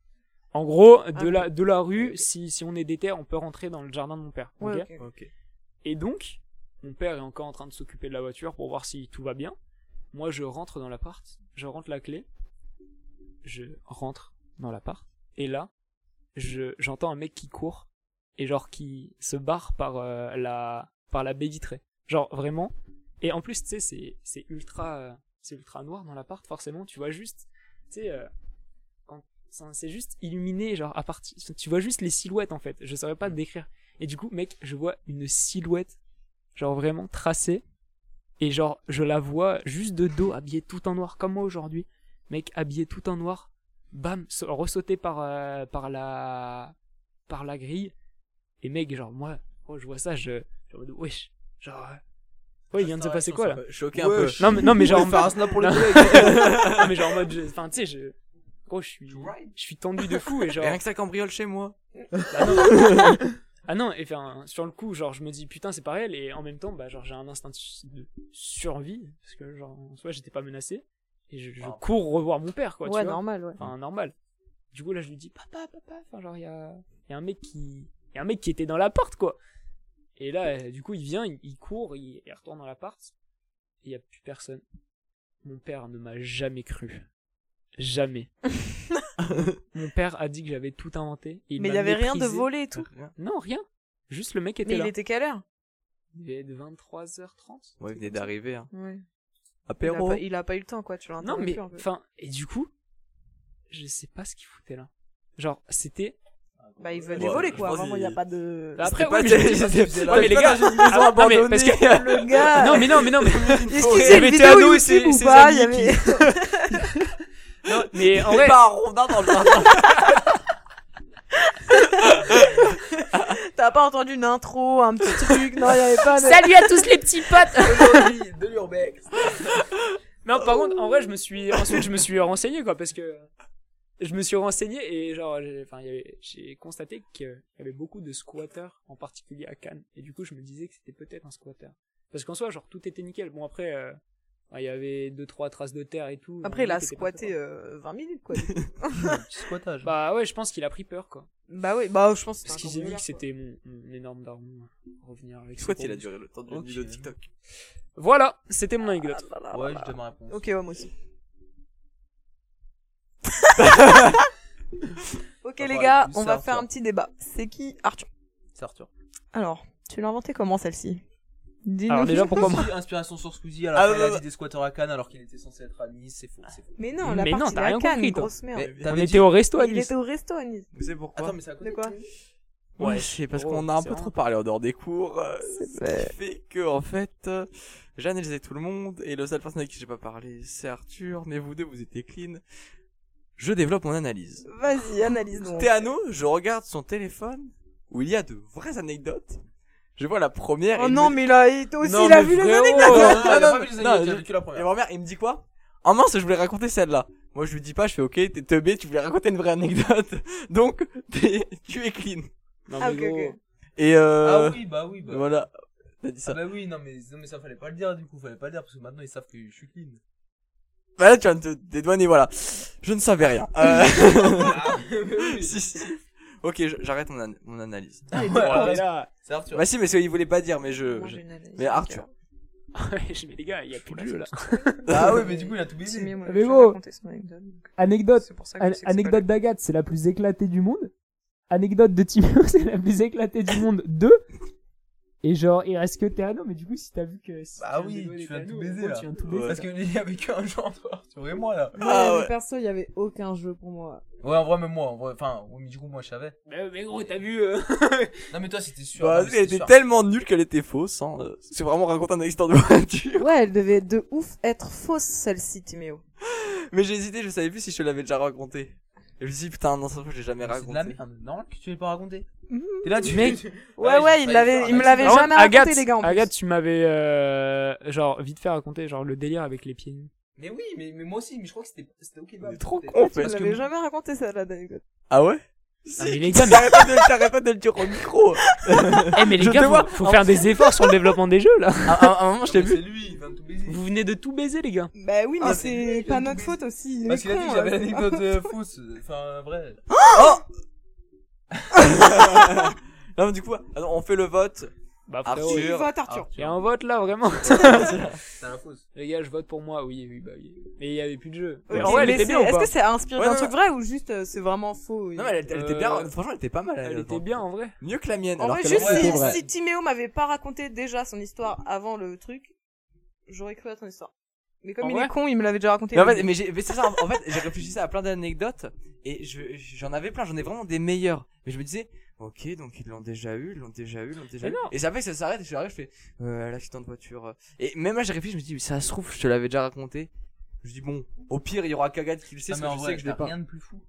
En gros, de,
Ah, ok.
la, de la rue, si, si on est déter, on peut rentrer dans le jardin de mon père. ok
Ouais, ok.
Ok.
Et donc, mon père est encore en train de s'occuper de la voiture pour voir si tout va bien. Moi, je rentre dans l'appart, je rentre la clé, je rentre dans l'appart, et là, je j'entends un mec qui court et genre qui se barre par euh, la par la baie vitrée. Genre vraiment. Et en plus, tu sais, c'est c'est ultra euh, c'est ultra noir dans l'appart. Forcément, tu vois juste, tu sais. euh, quand- c'est- c'est juste illuminé, genre à partir. Tu vois juste les silhouettes en fait. Je saurais pas te décrire. Et du coup, mec, je vois une silhouette, genre vraiment tracée. Et genre, je la vois juste de dos, habillée tout en noir, comme moi aujourd'hui. Mec, habillée tout en noir, bam, sa- ressauté par, euh, par la, par la grille. Et mec, genre, moi, quand je vois ça, je, je me dis, wesh, genre, euh, ouais, il vient de se passer quoi, là?
Choqué un peu.
Non, mais, non, mais genre, en
faire un snap pour les
Non.
<laughs>
collègues.
<laughs>
non, mais genre en mode, je- enfin, tu sais, je, gros, je suis, je suis tendu de fou et genre,
Et Rien que ça cambriole chez moi.
bah non. ah non, et enfin, sur le coup, genre, je me dis putain, c'est pas réel, et en même temps, bah, genre, j'ai un instinct de su- de survie, parce que, genre, en soi, j'étais pas menacé, et je, je cours revoir mon père, quoi, tu
ouais,
vois.
normal, ouais.
Enfin, normal. Du coup, là, je lui dis, papa, papa, enfin, genre, il y a, y a un mec qui, y a un mec qui était dans l'appart, quoi. Et là, euh, du coup, il vient, il, il court, il, il retourne dans l'appart, il y a plus personne. Mon père ne m'a jamais cru.
<laughs>
Jamais. Mon père a dit que j'avais tout inventé. et il
Mais il y
m'a
avait rien de
méprisé.
volé et tout.
Hein,
Non, rien. Juste le mec était
Mais il
là.
était quelle heure
Il devait être 23h30.
Ouais, il venait d'arriver. Hein.
Ouais. Il a,
Apéro.
pas, il a pas eu le temps, quoi, tu l'as
Non,
interrompu
mais,
un peu.
enfin, et du coup, je sais pas ce qu'il foutait là. Genre, c'était.
Bah, il
Ouais,
venait voler,
je
quoi.
pense
Vraiment,
qu'il-
il n'y a pas
<laughs>
de...
Bah, après,
<laughs>
C'était
ouais, mais,
pas-
je me dis-
c'était- c'était
ouais,
là.
mais les gars, ah, non, mais, parce que-
<laughs>
Le gars
non, mais non, mais non, mais.
Est-ce
Il
qu'il y a une
était
vidéo
ado et ses-
YouTube ou
ses
pas
amis
Il y avait...
Non, mais <laughs> en
Il est
vrai,
pas un rondin dans le jardin.
T'as pas entendu une intro, un petit truc Non, il y avait
<laughs>
pas... de-
Salut à tous les petits potes
Aujourd'hui, de l'urbex.
non, par contre, en vrai, je me suis, ensuite, je me suis renseigné, quoi, parce que je me suis renseigné et genre, j'ai- enfin, il y avait- j'ai constaté qu'il y avait beaucoup de squatteurs, en particulier à Cannes. Et du coup, je me disais que c'était peut-être un squatter. Parce qu'en soi, genre, tout était nickel. Bon, après, euh, enfin, il y avait deux, trois traces de terre et tout.
Après, il
là
a squatté euh, 20 minutes, quoi.
Petit squattage.
Bah ouais, je pense qu'il a pris peur, quoi.
bah oui, bah je pense que
Parce
c'est
qu'il
un
s'est dit
cambrioleur,
que c'était mon, mon énorme daron. hein. Revenir avec
Squat,
ses
il a
bombes.
duré le temps d'une
Ok.
vidéo TikTok.
Voilà, c'était mon anecdote.
Ah,
Ouais, je donne ma réponse.
quoi. Ok, ouais, moi aussi. ok,
On
les
va
gars,
parler plus
on va
ça,
faire
Arthur.
un petit débat. C'est qui Arthur
C'est Arthur.
Alors, tu l'as inventé comment celle-ci Dis-nous.
Alors déjà, pourquoi moi
Si, Inspiration sur Squeezie, à la
Ah,
fin, il a
bah,
dit des squatteurs à Cannes alors qu'il était censé être à Nice, c'est faux, c'est faux.
<laughs> Mais non, la
Mais non,
partie
t'as
de la
rien
canne,
compris, toi.
grosse merde.
Mais
On
t'avais
était au resto à
Il
Nice.
était au resto à Nice.
Vous savez pourquoi
Attends, mais c'est à côté.
De quoi
Ouais, je sais, parce
gros,
qu'on a un
c'est
peu
vrai.
trop parlé en dehors des cours. euh,
C'est
ce qui fait que, en fait, euh, j'ai analysé tout le monde et le seul personne avec qui j'ai pas parlé, c'est Arthur, mais vous deux, vous étiez clean. Je développe mon analyse.
Vas-y, analyse nous
Théano, je regarde son téléphone où il y a de vraies anecdotes. Je vois la première.
Oh
et il
non,
me-
mais là, il- toi aussi,
Non,
il a
mais
vu les
frérot, euh,
anecdotes.
Oh, non,
non,
il a
non,
pas vu les
non,
anecdotes, il a
je-
vécu la
Et
première.
ma mère, il me dit quoi Ah mince, je voulais raconter celle-là. Moi, je lui dis pas, je fais ok, t'es teubé, tu voulais raconter une vraie anecdote. <laughs> Donc, t'es- tu es clean.
Non,
Ah,
mais
ok,
gros,
ok.
Et euh.
Ah oui, bah oui, bah.
Voilà. T'as dit
Ah
ça.
bah oui, non mais, non mais ça fallait pas le dire du coup, fallait pas le dire parce que maintenant ils savent que je suis clean.
Bah là, tu viens de te dédouaner, voilà. Je ne savais rien. Euh,
Ah <laughs>
<laughs> si, si. Ok, je- j'arrête mon, an- mon analyse.
Oh, mais
<laughs>
là, <laughs>
C'est Arthur.
Bah si, mais c'est- il voulait pas dire, mais je... je- Mais Arthur.
mais les gars, il y a plus de jeu là.
Ah oui, mais du coup il a tout baisé.
Mais gros. Anecdote, an- anecdote d'Agathe, c'est la plus éclatée du monde. Anecdote de Timéo, <laughs> c'est la plus éclatée du monde. Deux. Et genre, il reste que Théano, mais du coup, si t'as vu que. Si
Bah
tu
oui,
dévoiler
tu viens de
Théano,
tout baiser,
en
Oh,
gros,
là.
tu viens de tout
Ouais.
baiser.
Parce qu'il y avait qu'un jeu entre Arthur et moi là.
Ah ouais.
Perso, il y avait aucun jeu pour moi.
Ouais, en vrai, même moi, en vrai, enfin, oui, mais du coup moi je savais.
Mais, mais gros, t'as vu. euh,
Non mais toi c'était sûr.
Bah,
non, mais
elle
c'était
était
sûr.
tellement nulle qu'elle était fausse. Hein. Euh, C'est vraiment raconter une histoire de voiture. <laughs>
Ouais, elle devait de ouf être fausse celle-ci, Timéo.
Mais j'ai hésité, je savais plus si je te l'avais déjà raconté. Et je me suis dit, putain, non, ça, je l'ai jamais
Mais C'est de la
raconté.
merde, non, que tu l'as pas raconté.
Mmh.
T'es là, tu
Mec.
Ouais,
j'ai
ouais, il
failli
l'avait-
faire
il me
un
l'avait
accident.
Par
jamais
contre,
raconté,
Agathe,
les gars, en plus.
Agathe, tu m'avais euh, genre vite fait raconter genre le délire avec les pieds nus.
<laughs> Mais oui, mais, mais moi aussi, mais je crois que c'était c'était ok.
On
bah,
est trop
c'était-
con, en
Tu
fait.
parce que-
l'avais jamais raconté ça, là, d'anecdote.
Ah ouais
Ah,
Si,
mais les gars, mais,
T'arrêtes pas de- t'arrêtes pas de le dire au micro.
<laughs> eh, mais les
Je te
gars, faut-
vois.
faut, faire des efforts sur le développement des jeux là.
À à- à un moment, je
Non, mais
t'ai vu.
C'est lui, il vient de tout baiser.
Vous venez de tout baiser les gars.
Bah oui, mais
Ah, mais lui,
c'est
il a
pas
tout
notre
baisé.
faute aussi. il est
Parce qu'il a dit
con,
que j'avais
hein.
l'anecdote euh, fausse, euh, enfin <laughs>
<laughs>
vrai.
Non, mais du coup, attends, on fait le vote.
Bah frérot,
Arthur.
Vote Arthur.
il y a un vote là vraiment.
C'est la fausse.
les gars, je vote pour moi. Oui, oui, bah oui. Mais il y avait plus de jeu.
Ok,
Mais en vrai, Ah elle
mais
était
c'est-
bien ou
Est-ce
pas
que c'est inspiré
Ouais,
d'un
ouais.
truc vrai ou juste euh, c'est vraiment faux et-
Non, mais elle, elle était
Euh,
bien. Franchement, elle était pas mal.
Elle était
attends.
bien en vrai.
Mieux que la mienne.
En
alors
vrai,
qu'elle
juste
était
si,
vraie.
si Timéo m'avait pas raconté déjà son histoire avant le truc, j'aurais cru à ton histoire. Mais comme
En
il
vrai
est con, il me l'avait déjà raconté.
Mais en fait, mais j'ai- mais c'est ça, en en fait, j'ai réfléchi ça à plein d'anecdotes et je- j'en avais plein, j'en ai vraiment des meilleures. Mais je me disais, ok, donc ils l'ont déjà eu, ils l'ont déjà eu, ils l'ont déjà
Mais
eu.
non.
Et ça fait que ça s'arrête, et je j'arrive, je fais, euh, l'accident de voiture. Et même là, j'ai réfléchi, je me dis, mais ça se trouve, je te l'avais déjà raconté. Je dis, bon, au pire, il y aura Kagad qui le sait,
Ah,
parce
mais
que
en
je
vrai,
sais que je l'ai
t'as
pas.
Rien de plus fou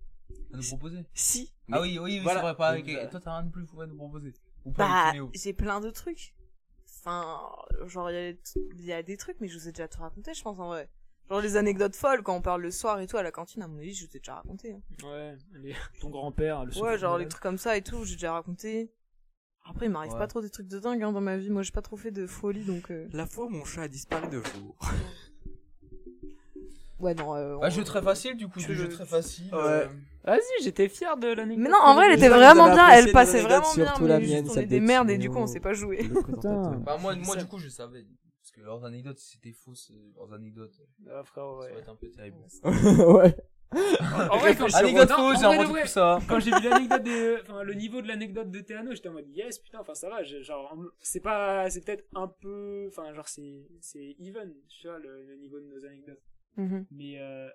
à nous proposer.
Si, mais
Ah oui, oui, oui,
voilà.
c'est vrai, pas avec.
Donc, euh,
Toi, t'as rien de plus fou à nous proposer. Ou pas
Bah,
avec Timéo.
j'ai plein de trucs. Enfin, genre, il y a- il y, a des trucs, mais je vous ai déjà tout raconté, je pense, en vrai. Genre, les anecdotes folles, quand on parle le soir et tout à la cantine, à mon avis, je vous ai déjà raconté. hein.
Ouais, les- ton grand-père, le
Ouais,
secret
genre,
de
les
Noël.
trucs comme ça et tout, j'ai déjà raconté. Après, il m'arrive
Ouais.
pas trop des trucs de dingue hein, dans ma vie. Moi, j'ai pas trop fait de folie, donc. euh,
La fois où mon chat a disparu de jour.
Ouais, non. euh,
Bah,
on-
jeu très facile, du coup,
Je-
du jeu très facile.
Ouais.
euh,
Vas-y, j'étais fier de l'anecdote.
Mais non, en vrai, elle était
J'espère que
vraiment
vous avez
bien,
apprécié
elle passait
nos
vraiment
anecdotes,
bien,
surtout la
mais
mienne,
juste on
celle
est des
des
merdes et
Tino.
du coup on sait pas jouer.
<laughs> Le
présentateur.
Bah, moi, moi, du coup, je savais. Parce que leurs anecdotes, c'était fausses. euh, Leurs anecdotes,
Ah, frère,
ça aurait
ouais.
été un peu terrible.
<laughs> ouais.
En vrai, quand je suis
Anecdote
revenu-
fausse,
en
j'ai
vrai,
inventé
ouais,
tout ça.
Quand j'ai vu l'anecdote des, euh, enfin, le niveau de l'anecdote de Théano, j'étais en mode yes, putain, enfin ça va, j'ai- genre on- c'est pas, c'est peut-être un peu, enfin genre c'est, c'est even, tu vois le, le niveau de nos anecdotes.
Mhm.
Mais euh,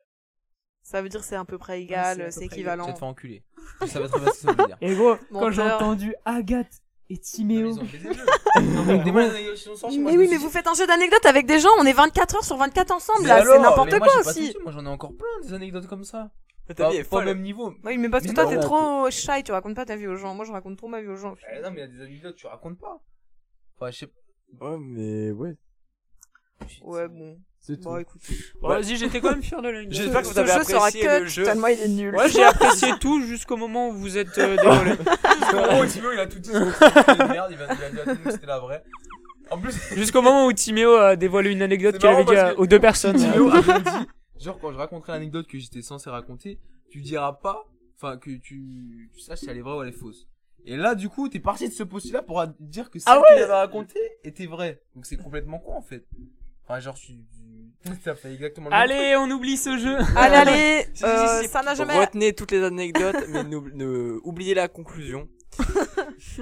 Ça veut dire c'est à peu près
c'est à
égal,
peu
c'est
près
Tu vas
équivalent.
te faire enculer. Je savais très bien ce que ça veut
<laughs>
dire.
Et gros, quand
Menteur.
j'ai entendu Agathe et Timéo,
Non, mais ils ont fait des jeux. Non, mais des bonnes anecdotes, sinon, sans chez moi,
Mais
je
oui,
me
mais
suis
vous
dit,
faites un jeu d'anecdotes avec des gens, on est 24 heures sur 24 ensemble
mais
là, c'est
alors,
n'importe
mais moi,
quoi
j'ai pas
aussi.
tout dit, Moi j'en ai encore plein des anecdotes comme ça.
Ta
Pas
vie est
pas au
folle.
Bah, même niveau.
Oui, mais parce que
Mais
toi
non,
t'es
là,
trop shy, tu racontes pas ta vie aux gens. Moi je raconte trop ma vie aux gens.
Eh non, mais il y a des anecdotes, tu racontes pas. Enfin, je sais pas.
Ouais, mais ouais.
Ouais, bon.
C'est
Bon, écoute.
bon, vas-y, j'étais quand même fier
<laughs>
de l'anecdote.
J'espère que
Ce
vous avez
jeu sera
apprécié
cut,
le jeu.
tellement il est nul.
Ouais, j'ai apprécié tout jusqu'au moment où vous êtes
<laughs>
euh, déroulé.
<laughs>
Oh, Thibaut, il a tout dit. sur le truc, c'était une Merde, il va il a dit à tout le monde que c'était la vraie. En plus,
Jusqu'au moment où Timéo a dévoilé une anecdote
C'est
qu'il
marrant
avait dit
parce
à-
que-
aux deux personnes.
Euh,
<laughs>
Timéo a bien dit, genre quand je raconterai l'anecdote que j'étais censé raconter, tu diras pas, enfin que tu, tu saches si elle est vraie ou elle est fausse. Et là, du coup, t'es parti de ce postulat pour a- dire que celle
Ah
que j'avais racontée était vraie. Donc c'est complètement con en fait. Enfin, genre, tu, tu- <laughs> t'as fait exactement le même truc.
Allez, on oublie ce jeu.
<laughs>
Allez, allez,
Si, si,
euh,
si,
ça n'a jamais.
Retenez toutes les anecdotes, mais n'oub- ne- oubliez
<laughs>
la conclusion.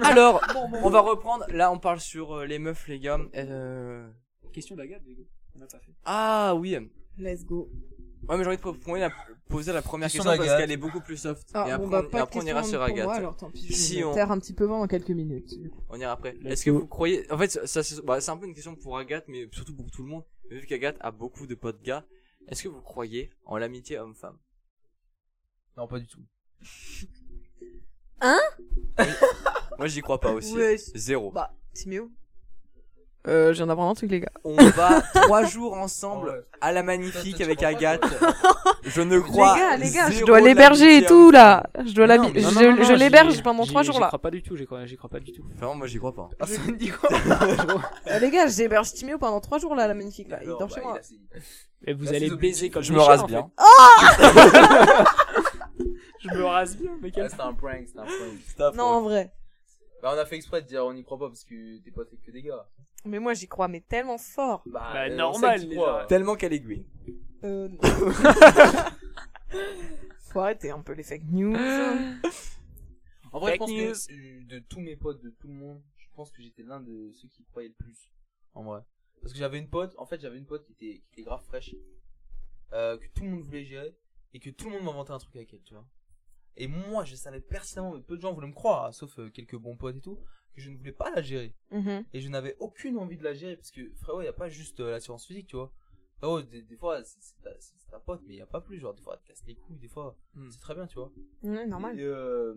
Alors, on va reprendre. Là, on parle sur euh, les meufs, les gars. Euh,
Question d'Agathe, du coup. On n'a pas fait.
Ah oui.
Let's go.
Ouais, mais j'ai envie de pro- pour moi, la- poser la première
Question
question parce
d'Agathe.
qu'elle est beaucoup plus soft.
Ah,
et
bon, bah,
après, on- et
pas de
après, on
question
ira sur
pour
Agathe.
Moi, alors tant pis. Je
Si
vais me
on-
taire un petit peu dans quelques minutes.
On ira après.
Let's
Est-ce que
go.
vous croyez En fait, ça, ça, c'est- bah, c'est un peu une question pour Agathe, mais surtout pour tout le monde. Mais Vu qu'Agathe a beaucoup de potes gars, est-ce que vous croyez en l'amitié homme-femme
Non, pas du tout.
Moi, j'y crois pas aussi.
Ouais,
Zéro.
Bah. c'est mieux. Euh, j'en apprends un truc les gars.
On
<laughs>
va trois jours ensemble
Ouais.
à la
Toi,
magnifique
toi,
avec
tu crois
Agathe.
pas,
Je ne crois.
les gars, les gars, je
zéro
dois
de
l'héberger et
l'amitié
tout là.
homme-femme.
Je dois
Mais non,
l'habi-
mais
je, je l'héberge pendant 3 jours
J'y
là.
crois pas du tout, j'y crois, j'y crois pas du tout.
Vraiment, moi, j'y crois pas.
Ah, c'est Nico.
Euh, les gars, j'héberge Timéo pendant 3 jours là, Ah, la magnifique là. Il dort
bah,
chez moi.
Et vous
Bah,
allez
c'est obligé.
baiser comme
Je
des
me
chiens,
rase
en
bien.
fait. Je me rase bien, mais quel
Ah, c'est un prank, c'est un prank.
Putain,
Non,
faut-
en vrai.
Bah, on a fait exprès de dire on y croit pas parce que t'es pas fait que des gars.
Mais moi j'y crois, mais tellement fort.
Bah,
Bah,
euh, on sait
normal,
que t'y
les
crois.
gens.
Tellement qu'elle est Gwyn.
Euh, non. Faut arrêter un peu les fake news.
En vrai, je
Fake
pense que
news.
euh, de tous mes potes, de tout le monde, je pense que j'étais l'un de ceux qui croyaient le plus. En vrai. Parce que j'avais une pote, en fait, j'avais une pote qui était, qui était grave fraîche, euh, que tout le monde voulait gérer, et que tout le monde m'inventait un truc avec elle, tu vois. Et moi, je savais pertinemment, mais peu de gens voulaient me croire, hein, sauf euh, quelques bons potes et tout, que je ne voulais pas la gérer.
Mhm.
Et je n'avais aucune envie de la gérer, parce que frérot, il n'y a pas juste euh, l'assurance physique, tu vois. Frérot, des, des fois, c'est c'est ta, c'est ta pote, mais il n'y a pas plus, genre, des fois, elle te casse les couilles, des fois,
Hmm.
c'est très bien, tu vois.
Ouais, normal.
Et, euh,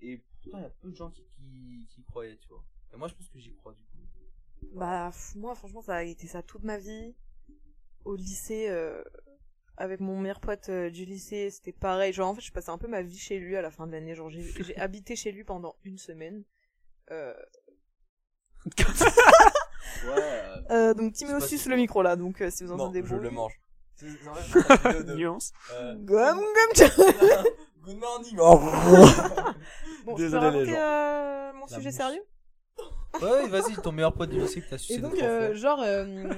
et pourtant, il y a peu de gens qui, qui, qui y croyaient, tu vois. Et moi, je pense que j'y crois, du coup.
Bah, pff, moi, franchement, ça a été ça toute ma vie. Au lycée, euh, avec mon meilleur pote euh, du lycée, c'était pareil. Genre, en fait, je passais un peu ma vie chez lui à la fin de l'année. Genre, j'ai
<laughs>
j'ai habité chez lui pendant une semaine. Euh,
Ouais.
euh, donc, Timéo
C'est pas
suce
si-
le micro là, donc euh, si vous
Bon,
entendez
je
bon.
le mange. <laughs>
nuance.
Gomme,
Good morning. Oh. <laughs>
Bon, je peux
Désolé, les
raconter
gens.
euh, mon
La
sujet
mousse.
sérieux
ouais, vas-y, ton meilleur pote du lycée que t'as sucé
Et
deux,
donc,
trois
euh,
fois.
genre, euh,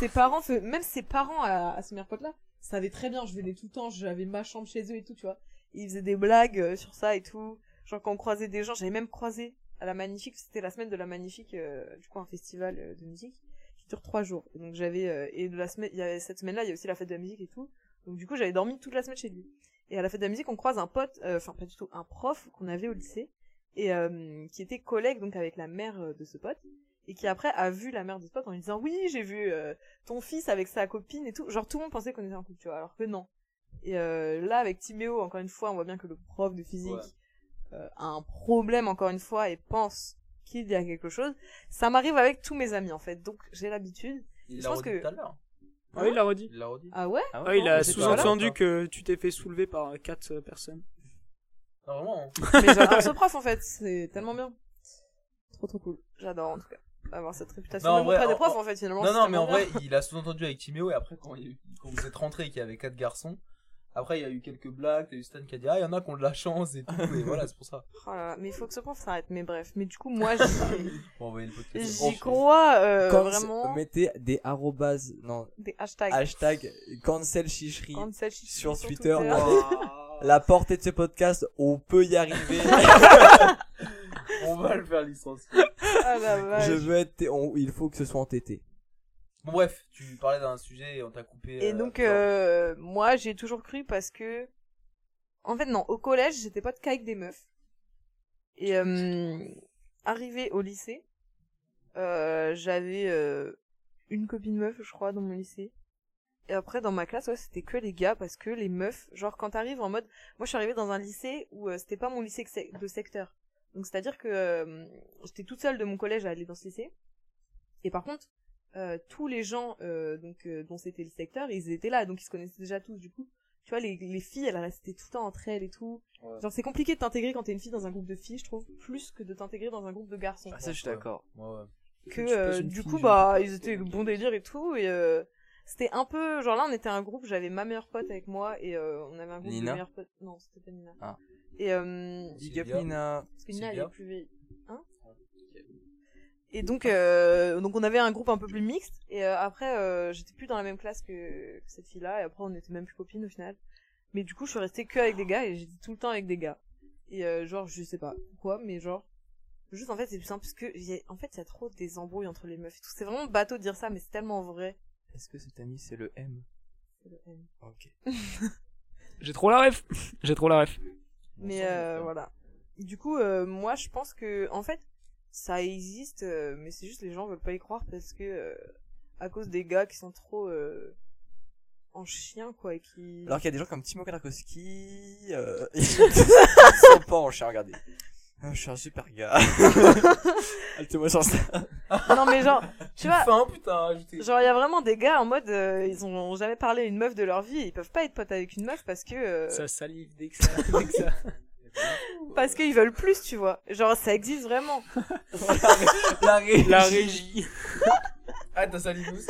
ses parents, fais- même ses parents à, à ce meilleur pote-là, savaient très bien, je venais tout le temps, j'avais ma chambre chez eux et tout, tu vois.
ils faisaient des blagues euh, sur ça et tout. Genre quand on croisait des gens, j'avais même croisé à la Magnifique, c'était la semaine de la Magnifique, euh, du coup un festival euh, de musique qui dure trois jours. Et donc j'avais euh, et de la semaine, il y avait cette semaine-là, il y a aussi la fête de la musique et tout. Donc du coup j'avais dormi toute la semaine chez lui. Et à la fête de la musique, on croise un pote, euh, enfin pas du tout, un prof qu'on avait au lycée, et euh, qui était collègue donc avec la mère euh, de ce pote, et qui après a vu la mère de ce pote en lui disant oui j'ai vu euh, ton fils avec sa copine et tout. Genre tout le monde pensait qu'on était en couple, tu vois, alors que non. Et euh, là avec Timéo, encore une fois, on voit bien que le prof de physique euh, a un problème encore une fois et pense qu'il y a quelque chose. Ça m'arrive avec tous mes amis en fait, donc j'ai l'habitude.
Il
Je
l'a
pense
redit
que-
tout à l'heure.
Ah oui, il l'a redit.
Il l'a redit.
Ah ouais
Ah
Ah, il a
mais c'est pas
sous-entendu
grave,
que tu t'es fait soulever par euh, quatre euh, personnes.
Non, vraiment.
Mais j'adore ce prof en fait, c'est tellement bien.
Trop trop cool.
J'adore en tout cas avoir cette réputation.
Non, en
Même
vrai,
auprès des
en-
profs
en-
en fait finalement.
Non,
c'est
non, mais en
tellement bien.
vrai, il a sous-entendu avec Timéo et après, quand, il y a eu- quand vous êtes rentré et qu'il y avait quatre garçons, après, il y a eu quelques blagues, t'as eu Stan qui a dit, ah, il y en a qui ont de la chance et tout, et voilà, c'est pour ça.
Oh là là, mais il faut que ce prof s'arrête. Mais bref, mais du
<laughs>
coup moi j'y-
Pour envoyer le podcast. <laughs>
j'y crois euh,
Cance-
vraiment.
Mettez des arrobas, non,
Des hashtags.
hashtag cancel chicherie.
Cancel shit
sur Twitter, moi.
Ah.
La portée de ce podcast, on peut y arriver.
<laughs> On va le faire licencier.
Ah la vache.
Je veux être, on- il faut que ce soit entêté.
Bon, bref, tu parlais d'un sujet et on t'a coupé.
Et
euh,
donc
genre,
euh, moi j'ai toujours cru parce que en fait non au collège j'étais pas de cas avec des meufs et euh, arrivé au lycée euh, j'avais euh, une copine meuf je crois dans mon lycée et après dans ma classe ouais c'était que les gars parce que les meufs genre quand t'arrives en mode moi je suis arrivée dans un lycée où euh, c'était pas mon lycée que c'est- de secteur donc c'est à dire que euh, j'étais toute seule de mon collège à aller dans ce lycée et par contre euh, tous les gens euh, donc euh, dont c'était le secteur, ils étaient là, donc ils se connaissaient déjà tous. Du coup, tu vois, les, les filles, elles restaient tout le temps entre elles et tout.
Ouais.
Genre, c'est compliqué de t'intégrer quand t'es une fille dans un groupe de filles, je trouve, plus que de t'intégrer dans un groupe de garçons.
ça, je suis d'accord. Ouais, ouais.
que
Ah, tu passes
euh,
une
du
fille,
coup,
je-
bah, ils étaient bon délire et tout, et euh, c'était un peu genre là, on était un groupe, j'avais ma meilleure pote avec moi et euh, on avait un groupe de
Nina
meilleures potes. Non, c'était pas Nina.
Ah.
Et euh,
Big up
Sylvia.
Nina.
parce que Nina, elle
Sylvia.
est plus vieille. Hein Et donc, euh, donc on avait un groupe un peu plus mixte. Et euh, après, euh, j'étais plus dans la même classe que, que cette fille-là. Et après, on était même plus copines au final. Mais du coup, je suis restée que avec des gars et j'étais tout le temps avec des gars. Et euh, genre, je sais pas pourquoi, mais genre, juste en fait, c'est plus simple parce que, y a- en fait, il y a trop des embrouilles entre les meufs et tout. C'est vraiment bateau de dire ça, mais c'est tellement vrai.
Est-ce que cet ami, c'est le M Ok.
J'ai trop la ref. <laughs> J'ai trop la ref.
Mais euh, voilà. Du coup, euh, moi, je pense que, en fait, ça existe, euh, mais c'est juste les gens veulent pas y croire parce que euh, à cause des gars qui sont trop euh, en chien, quoi, et qui.
Alors qu'il y a des gens comme Timo Kadarkowski, euh, ils sont pas en chien, regardez. Ah, Je suis un super gars. Ajoutez-moi sur ça.
non, mais genre, tu vois,
Fin, putain, ajouté.
genre il y a vraiment des gars en mode, euh, ils ont jamais parlé à une meuf de leur vie, ils peuvent pas être potes avec une meuf parce que. euh,
Ça salive dès que ça. dès que <laughs> ça-
parce qu'ils veulent plus, tu vois. Genre, ça existe vraiment.
La régie.
<laughs>
La <laughs> régie.
Ah, t'as sali nous aussi.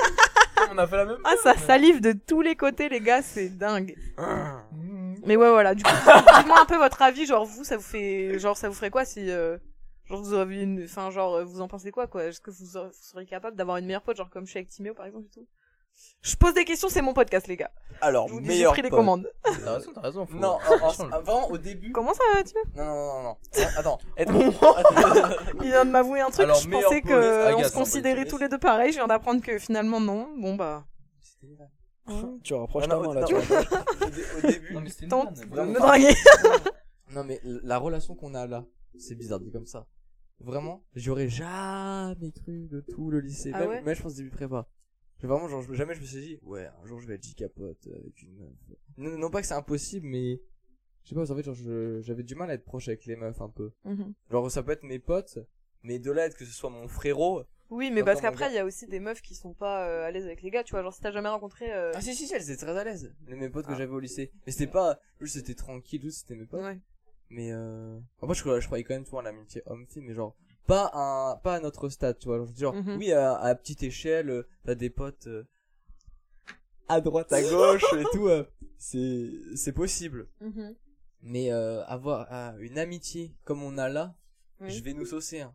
On a fait la même.
Ah, ça salive de tous les côtés, les gars, c'est dingue.
Mmh.
Mais ouais, voilà. Du coup, dites-moi un peu votre avis. Genre, vous, ça vous fait, genre, ça vous ferait quoi si, euh, genre, vous aviez une, enfin, genre, euh, vous en pensez quoi, quoi? Est-ce que vous, aurez- vous serez capable d'avoir une meilleure pote, genre, comme je suis avec Timéo, par exemple, et tout? Je pose des questions, c'est mon podcast, les gars.
Alors,
Je vous dis, j'ai
meilleur
pris les
pote.
commandes.
T'as raison, t'as raison. faut-
Non,
faut
en- en-
changer.
vraiment au début.
Comment ça, Timéo?
Non, non, non, non. non. Attends. Être-
Il vient de m'avouer un truc.
Alors,
je
meilleure
pensais
pote, Agathe,
que on
en
se
fait,
considérait
tu
tous
laisses.
les deux pareils. Je viens d'apprendre que finalement, non. Bon, bah.
Tu rapproches
Ah non,
ta main là,
non.
tu vois.
Au dé- au début.
Non, mais c'était une
Tente
vanne,
de
vraiment.
me draguer.
<laughs> Non mais l- la relation qu'on a là, c'est bizarre dit comme ça. Vraiment, j'aurais jamais cru de tout le lycée.
Ah
même,
ouais
même, je pense début prépa. J'ai Vraiment, genre, je- jamais je me suis dit, ouais, un jour je vais être gigapote avec une meuf. Non, non pas que c'est impossible, mais je sais pas, en fait, genre, je- j'avais du mal à être proche avec les meufs un peu.
Mhm.
Genre, ça peut être mes potes, mais de là à être que ce soit mon frérot.
Oui, mais
Attends,
parce
mon gars.
qu'après, il y a aussi des meufs qui sont pas euh, à l'aise avec les gars. Tu vois, genre, si t'as jamais rencontré, euh,
Ah si, si, si, elles étaient très à l'aise. Les mes potes que
Ah.
j'avais au lycée. Mais c'était pas, juste c'était tranquille, juste c'était mes potes.
ouais.
Mais euh... En fait, je, crois- je croyais quand même, tu vois, en l'amitié homme-fille, mais genre, pas à, pas à notre stade, tu vois. Genre, je veux dire,
Mhm.
oui, à, à petite échelle, euh, t'as des potes euh, à droite, à gauche et tout, euh, c'est, c'est possible.
Mhm.
Mais euh, avoir ah, une amitié comme on a là,
Oui.
je vais nous saucer. Hein.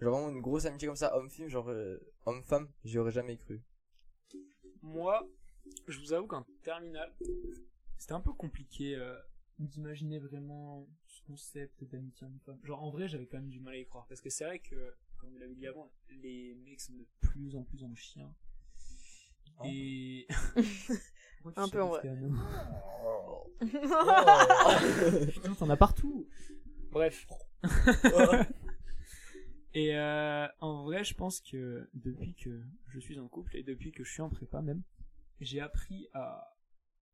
Genre vraiment une grosse amitié comme ça, homme-fille, genre euh, homme-femme, j'y aurais jamais cru.
Moi, je vous avoue qu'en terminale, c'était un peu compliqué euh, d'imaginer vraiment ce concept d'amitié homme-femme. Genre, en vrai, j'avais quand même du mal à y croire. Parce que c'est vrai que, comme vous l'avez dit avant,
<laughs>
les mecs sont de plus en plus en chien. Et
Un peu, en vrai.
Putain, <laughs> t'en as partout.
Bref. et euh, en vrai, je pense que depuis que je suis en couple et depuis que je suis en prépa même, j'ai appris à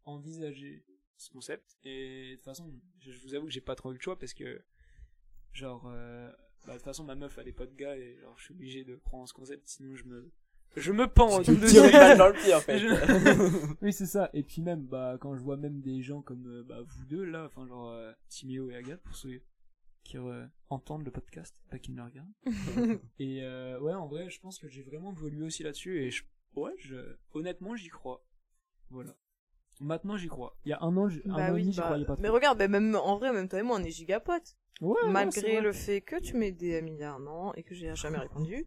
envisager ce concept. Et de toute façon, je je vous avoue que j'ai pas trop eu le choix parce que, genre, euh, bah, de toute façon, ma meuf a des potes gars et genre, je suis obligé de prendre ce concept, sinon je me, je me
Oh,
pends.
Tu
de
me tires une
suite.
balle dans le pied en
<laughs>
fait.
Je- oui, c'est ça. Et puis même, bah, quand je vois même des gens comme euh, bah, vous deux, là, enfin genre euh, Timéo et Agathe, pour ceux qui euh, entendent le podcast, pas qui ne le regardent.
<laughs>
et euh, ouais, en vrai, je pense que j'ai vraiment évolué aussi là-dessus. Et je... ouais, je... honnêtement, j'y crois. Voilà. Maintenant, j'y crois. Il y a un an, j- un an
Bah
et demi,
oui,
j'y
bah,
croyais pas
mais
trop.
regarde, bah, même, en vrai, même toi et moi, on est gigapotes.
Ouais,
Ah,
non, c'est
malgré
vrai.
le fait que tu m'aies DM il y a un an et que j'ai jamais répondu.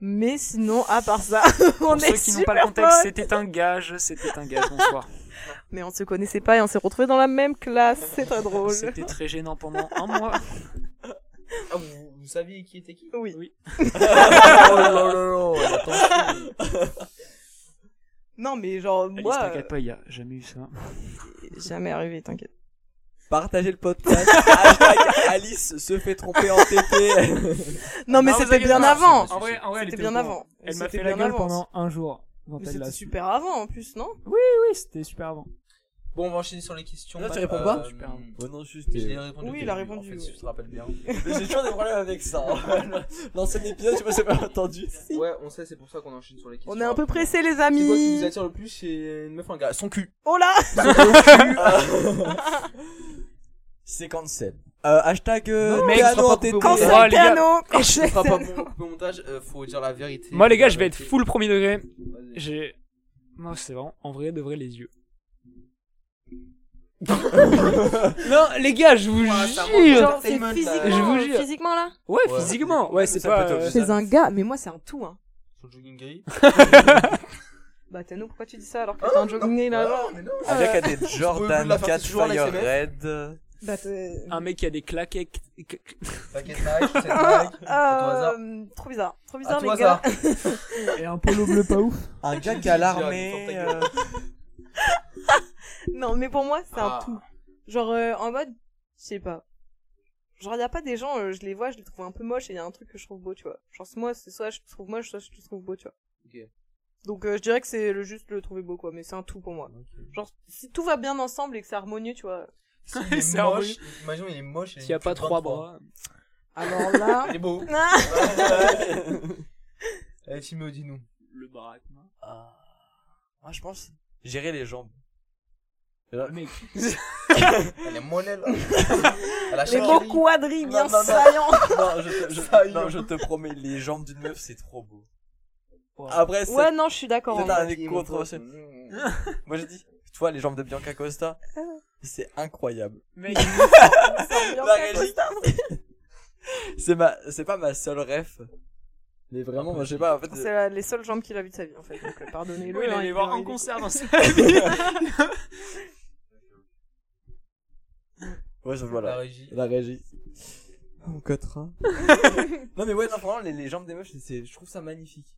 Mais sinon, à part ça, <laughs>
pour
on est
ceux qui n'ont pas le
super
contexte,
potes.
c'était un gage, c'était un gage,
<laughs>
bonsoir.
Mais on se connaissait pas et on s'est retrouvés dans la
<laughs>
même classe, c'est très drôle.
C'était très gênant pendant un mois.
Ah, vous, vous saviez qui était
<laughs>
qui
<laughs> Oui.
Oui.
Oh là là là, attention.
Non, mais genre,
Alice,
moi,
t'inquiète pas, il y a jamais eu ça.
euh, jamais arrivé, t'inquiète.
Partagez le podcast. Hashtag Alice se fait tromper en TP.
Non, mais
Ah, Non, vous
c'était
inquiétez
bien
Ah,
pas,
avant.
En vrai, en vrai, elle
C'était
était
bien
au courant.
avant.
Elle m'a
C'était
fait la
bien
gueule
avant,
pendant un jour. Quand
Mais
elle l'a
C'était
su.
super avant en plus, non
Oui, c'était super avant.
Bon, on va enchaîner sur les questions.
Non, tu
Bah,
réponds pas
Super.
Bon non juste.
Je l'ai
euh,
répondu.
Oui,
au
il a
début,
répondu,
En fait,
ouais.
si je te rappelle
<laughs>
bien.
<laughs> J'ai toujours des problèmes avec ça. <laughs> hein. L'ancien épisode, je sais pas si vous avez entendu.
Ouais, on sait, c'est pour ça qu'on enchaîne sur les questions.
On est un peu
Après,
pressés, les
C'est quoi qui vous
amis.
attire le plus chez une meuf ou un gars Son cul.
Oh là
Ah. <laughs> C'est cancel. Euh, hashtag euh,
Non, mec,
piano
ce sera
en
pas coupé au montage.
TT.
Concert
Oh,
les gars.
piano
On
Concert
fera pas
piano.
mon coupé au montage, euh, faut dire la vérité. Euh,
Moi les gars,
La
je vais être
vérité.
full premier degré.
Vas-y.
J'ai moi c'est vraiment en vrai de vrai les <laughs> yeux. non les gars, je vous
Ouais, ça monte
jure.
Genre, c'est
Bah,
physiquement,
Je vous jure.
Physiquement là
Ouais,
Ouais.
physiquement, ouais, c'est
Ça
pas
peut être
euh,
obligé.
Chez un gars, mais moi c'est un tout, hein.
Son jogging gris.
Bah, Tano, pourquoi tu dis ça alors que t'as un jogging là
Ah, mais non.
Avec à des
Je peux la
Jordan
faire
4
toujours en
Fire
SMS.
Red.
Bah, t'es-
euh, un mec qui a des claquettes.
T'inquiète, Nike, c'est Nike. À ton hasard.
Euh, Trop bizarre,
À
trop <laughs> bizarre
ton
les gars. <laughs>
hasard.
Et un polo bleu pas ouf.
Un gars
Je
qui a
dis,
l'armée.
Jordan,
euh,
Non, mais pour moi, c'est
Ah.
un tout. Genre, euh, en mode, je sais pas. Genre, y a pas des gens, euh, je les vois, je les trouve un peu moches et y a un truc que je trouve beau, tu vois. Genre, c'est moi, c'est soit je te trouve moche, soit je te trouve beau, tu vois.
<laughs>
<laughs>
Ok.
Donc, euh, je dirais que c'est le juste le trouver beau, quoi, mais c'est un tout pour moi. Genre, si tout va bien ensemble et que c'est harmonieux, tu vois.
S'il est
C'est
moche, Imagine, il est moche.
S'il y a
une
pas
queue de
trois
23.
bras.
Alors là. <laughs>
Il est beau.
Ah
euh.
<laughs> Eh, Timéo, dis-nous.
Le baraque. non
Ah, moi, je pense gérer les jambes.
Mec,
Elle est
<laughs>
moelleux, là. Elle a
les
changé.
beaux quadris
Non,
bien
non, non.
saillants.
non, je te, je-
Ça y est.
non, je te promets, les jambes d'une meuf, c'est trop beau.
Ouais.
Après, c'est-
Ouais, non, je suis d'accord. hein.
C'est
en
un-
vrai.
avec
Vas-y, mon
controversé.
pote. Mmh.
moi je dis, tu vois, les jambes de Bianca Costa,
Ah.
c'est incroyable.
mec,
La régie. c'est ma, c'est pas ma seule ref. Mais vraiment, moi, je sais pas, en fait.
C'est la- les seules jambes qu'il a vues de sa vie, en fait. Donc, euh, pardonnez-le.
il
hein,
allait
il
voir
est-
en
il est-
concert dans <laughs> sa
euh, Ouais, ça,
La
voilà.
régie.
La régie. On cotera. <laughs> non, mais ouais, non, vraiment, les, les jambes des meufs, c'est- c'est, je trouve ça magnifique.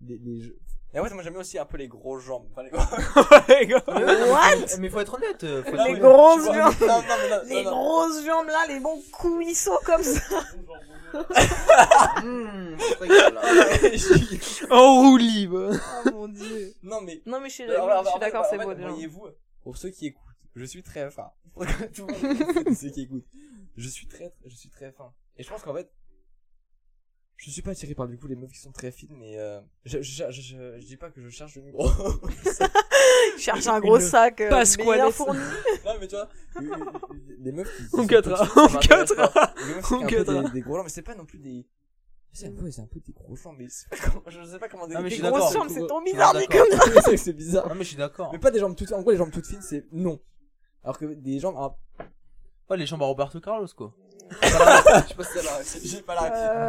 Les, les jeux. Et ouais, moi j'aime bien aussi un peu les grosses jambes. Enfin, <laughs> les gros-
les gars.
What Mais faut être honnête. euh, Faut être
Les
honnête.
grosses
Tu vois,
jambes.
Non, non, mais non,
Les
non, non.
grosses jambes là, les bons coulissots comme ça.
Mmh, c'est vrai que, voilà.
En roue libre.
Oh mon dieu.
<laughs> Non, mais
Non mais je suis,
Alors,
je
en
suis
fait,
d'accord,
en
c'est
fait,
beau déjà.
Voyez-vous, pour ceux qui écoutent, je suis très fin. <laughs> Pour que tout le monde- ceux qui écoutent, je suis très, je suis très fin. Et je pense qu'en fait, je suis pas attiré par du coup les meufs qui sont très fines, mais euh, je, je, je, je- je dis pas que je cherche une grosse.
Je cherche
<laughs>
un gros
Une
sac euh,
pasqualette.
bien fourni.
<laughs> non, mais tu vois, les- les meufs qui. qui
On
sont
cutera,
petites, ça
on
m'intéresse
cutera,
pas. Les meufs qui
on
ont un peu
cutera.
Des, des gros gens, mais c'est pas non plus des. C'est un peu, c'est un peu des gros gens, mais c'est pas comment- je sais pas comment décrire.
mais je suis
Des
d'accord.
grosses
Grosse
jambes.
jambe,
<laughs>
c'est trop
Je suis
<laughs> bizarre dit
d'accord.
comme ça.
C'est vrai que <laughs> c'est bizarre.
Non, mais je suis d'accord.
Mais pas des jambes toutes En gros, les jambes toutes fines, c'est non. Alors que des jambes. ah,
Ouais, les jambes à Roberto Carlos, <laughs> quoi.
je sais pas si c'est la J'ai pas
Euh,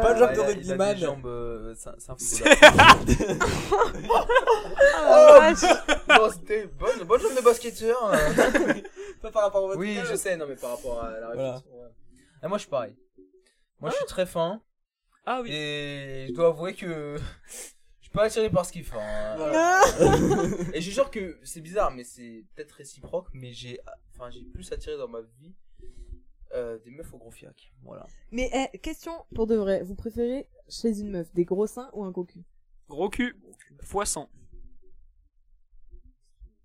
la Pas de jambes de
Ouais, il a- il a
rugbyman.
des jambes, euh, c'est un- <laughs> c'est un
C'est-
footballeur.
<laughs>
Oh,
Ah, la vache.
Non, c'était une bonne, bonne jambe de basketteur. euh. <laughs>
Pas par rapport au
Oui, je sais, non, mais par rapport à la
Voilà.
réflexion. ouais. Ah, moi, je suis pareil. Moi, je suis très fin.
Ah oui.
Et je dois avouer que <laughs> je suis pas attiré par ce qu'il fait. hein.
Voilà.
Et je jure que c'est bizarre, mais c'est peut-être réciproque, mais j'ai enfin, j'ai plus attiré dans ma vie euh, des meufs au gros fiac. Voilà.
Mais eh, question pour de vrai, vous préférez chez une meuf des gros seins ou un gros cul
Gros cul, fois 100.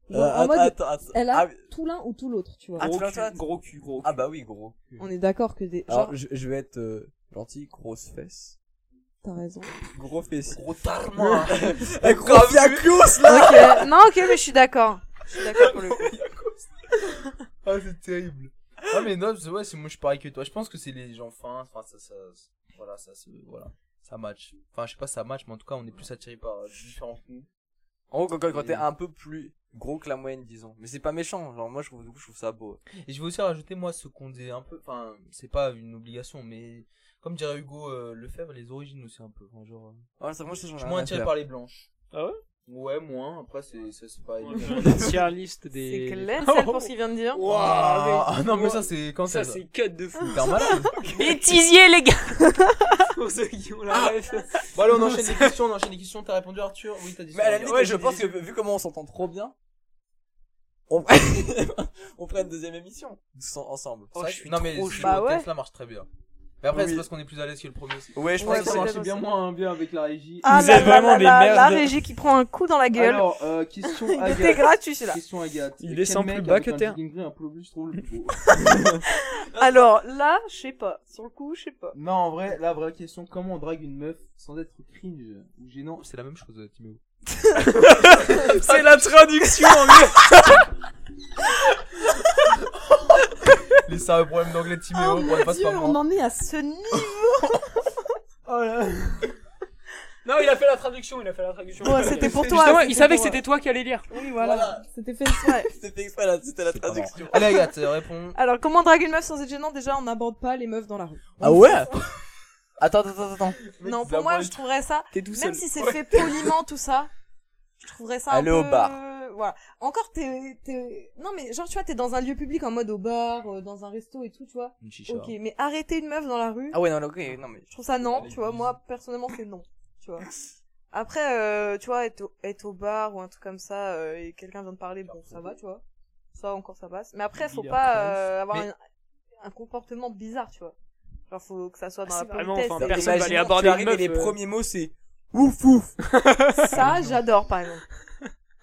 Genre,
Euh,
En
att-
mode,
attends, attends.
elle a
Ah, mais-
tout l'un ou tout l'autre, tu vois.
Ah,
Gros
tu l'as,
cul,
toi
gros cul, gros cul.
ah bah oui, gros. cul.
On est d'accord que des. Genre,
Alors, je, je vais être euh, gentil, grosse fesse.
t'as raison.
Gros fessier.
Gros
<laughs>
tarma
Eh, gros fiacos, là
<laughs> Ok. non, ok, mais je suis d'accord. Je suis d'accord pour le coup.
Ah, c'est terrible. Ah, mais non, c'est ouais, c'est- moi je suis pareil que toi. Je pense que c'est les gens fins, enfin, ça, ça, voilà, ça, se- voilà, ça match. Enfin, je sais pas, ça match, mais en tout cas, on est plus attiré par euh, différents coups.
En gros, quand, quand- quand t'es un peu plus gros que la moyenne, disons. Mais c'est pas méchant, genre moi je trouve, du coup, je trouve ça beau.
Et je vais aussi rajouter, moi, ce qu'on dit un peu, enfin, c'est pas une obligation, mais comme dirait Hugo euh, Lefebvre, les origines aussi un peu. Enfin, genre, euh,
Ouais, ça, moi, ça, j'en
je suis
ai rien
moins
à
attiré
faire.
par les blanches.
Ah ouais
Ouais, moins, après, c'est ça, c'est pas. <laughs>
<laughs> La Euh, tier list des. <laughs>
C'est clair, celle pour ce qu'il vient de dire.
Waouh,
Ah,
mais-
non, mais
waouh.
ça, c'est quand
Ça,
ça
c'est cut de fou.
T'es un
<laughs>
malade
Bêtisier, les gars.
Pour ceux qui ont la ref.
Bon, allez, on enchaîne les questions, on enchaîne les questions. T'as répondu, Arthur Oui, t'as dit
Mais
ça.
à la limite,
Ouais,
je
j'ai
pense
dit-
que vu comment on s'entend trop bien, <laughs> on, on ferait une deuxième émission sans- ensemble.
Oh,
C'est vrai
je
que-
suis
non mais
trop
ce
chaud.
Bah ouais.
podcast là marche très bien. Mais après
Oui.
c'est parce qu'on est plus à l'aise que le premier. aussi.
Ouais, je
Ouais,
pense que
c'est
c'est
peut-être
bien moins hein, bien avec la régie.
Ah,
Vous
là,
êtes
là,
vraiment
là,
des
là,
merdes.
La régie qui prend un coup dans la gueule.
Alors euh, question
<laughs> Il était gratuit, celui-là.
Question Agathe.
Il descend plus bas que terre.
Alors là, je sais pas. Sur le coup, je sais pas.
<laughs> Non en vrai la vraie question comment on drague une meuf sans être cringe ou gênant c'est la même chose euh, <laughs> Timéo.
C'est la traduction en
Les sérieux problèmes d'anglais de Timéo
Oh
pour ne
mon
passe
dieu,
pas
on
moi.
en est à ce niveau
<laughs> Non, il a fait la traduction, il a fait la traduction.
Ouais, c'était pour toi.
Justement,
c'était
il savait que
pour
c'était toi qui allais lire.
Oui, voilà. C'était fait exprès.
C'était exprès là, c'était la
C'est pas marrant.
traduction.
Allez Agathe euh, réponds. <laughs>
moi. Alors, comment draguer une meuf sans être gênant
Déjà, on n'aborde pas les meufs dans la rue.
Ah ouais Attends, attends, attends, attends.
Non, pour moi, je trouverais ça.
T'es tout
Même si c'est fait poliment, tout ça, je trouverais ça un
Aller
peu...
au bar.
Voilà.
Encore, t'es, t'es- Non, mais genre, tu vois, t'es dans un lieu public en mode au bar, euh, dans un resto et tout, tu vois.
Une chicha.
Ok, mais arrêter une meuf dans la rue,
Ah ouais, non, là, ok, non, mais.
je trouve ça non,
Allez,
tu vois.
bisous.
Moi, personnellement, c'est non, tu vois.
Après, euh, tu vois, être au, être au bar ou un truc comme ça, euh, et quelqu'un vient de parler, bon, ça va, tu vois. Ça, encore, ça passe. Mais après, faut
Il est
pas
en
euh, avoir
Mais-
un, un comportement bizarre, tu vois. Genre, faut que ça soit dans
Ah,
la
c'est vraiment,
politesse.
enfin,
et-
personne va
Imagine,
aller aborder
tu
une
arrives
meuf,
et les
euh.
premiers mots c'est ouf ouf.
Ça, j'adore, par exemple.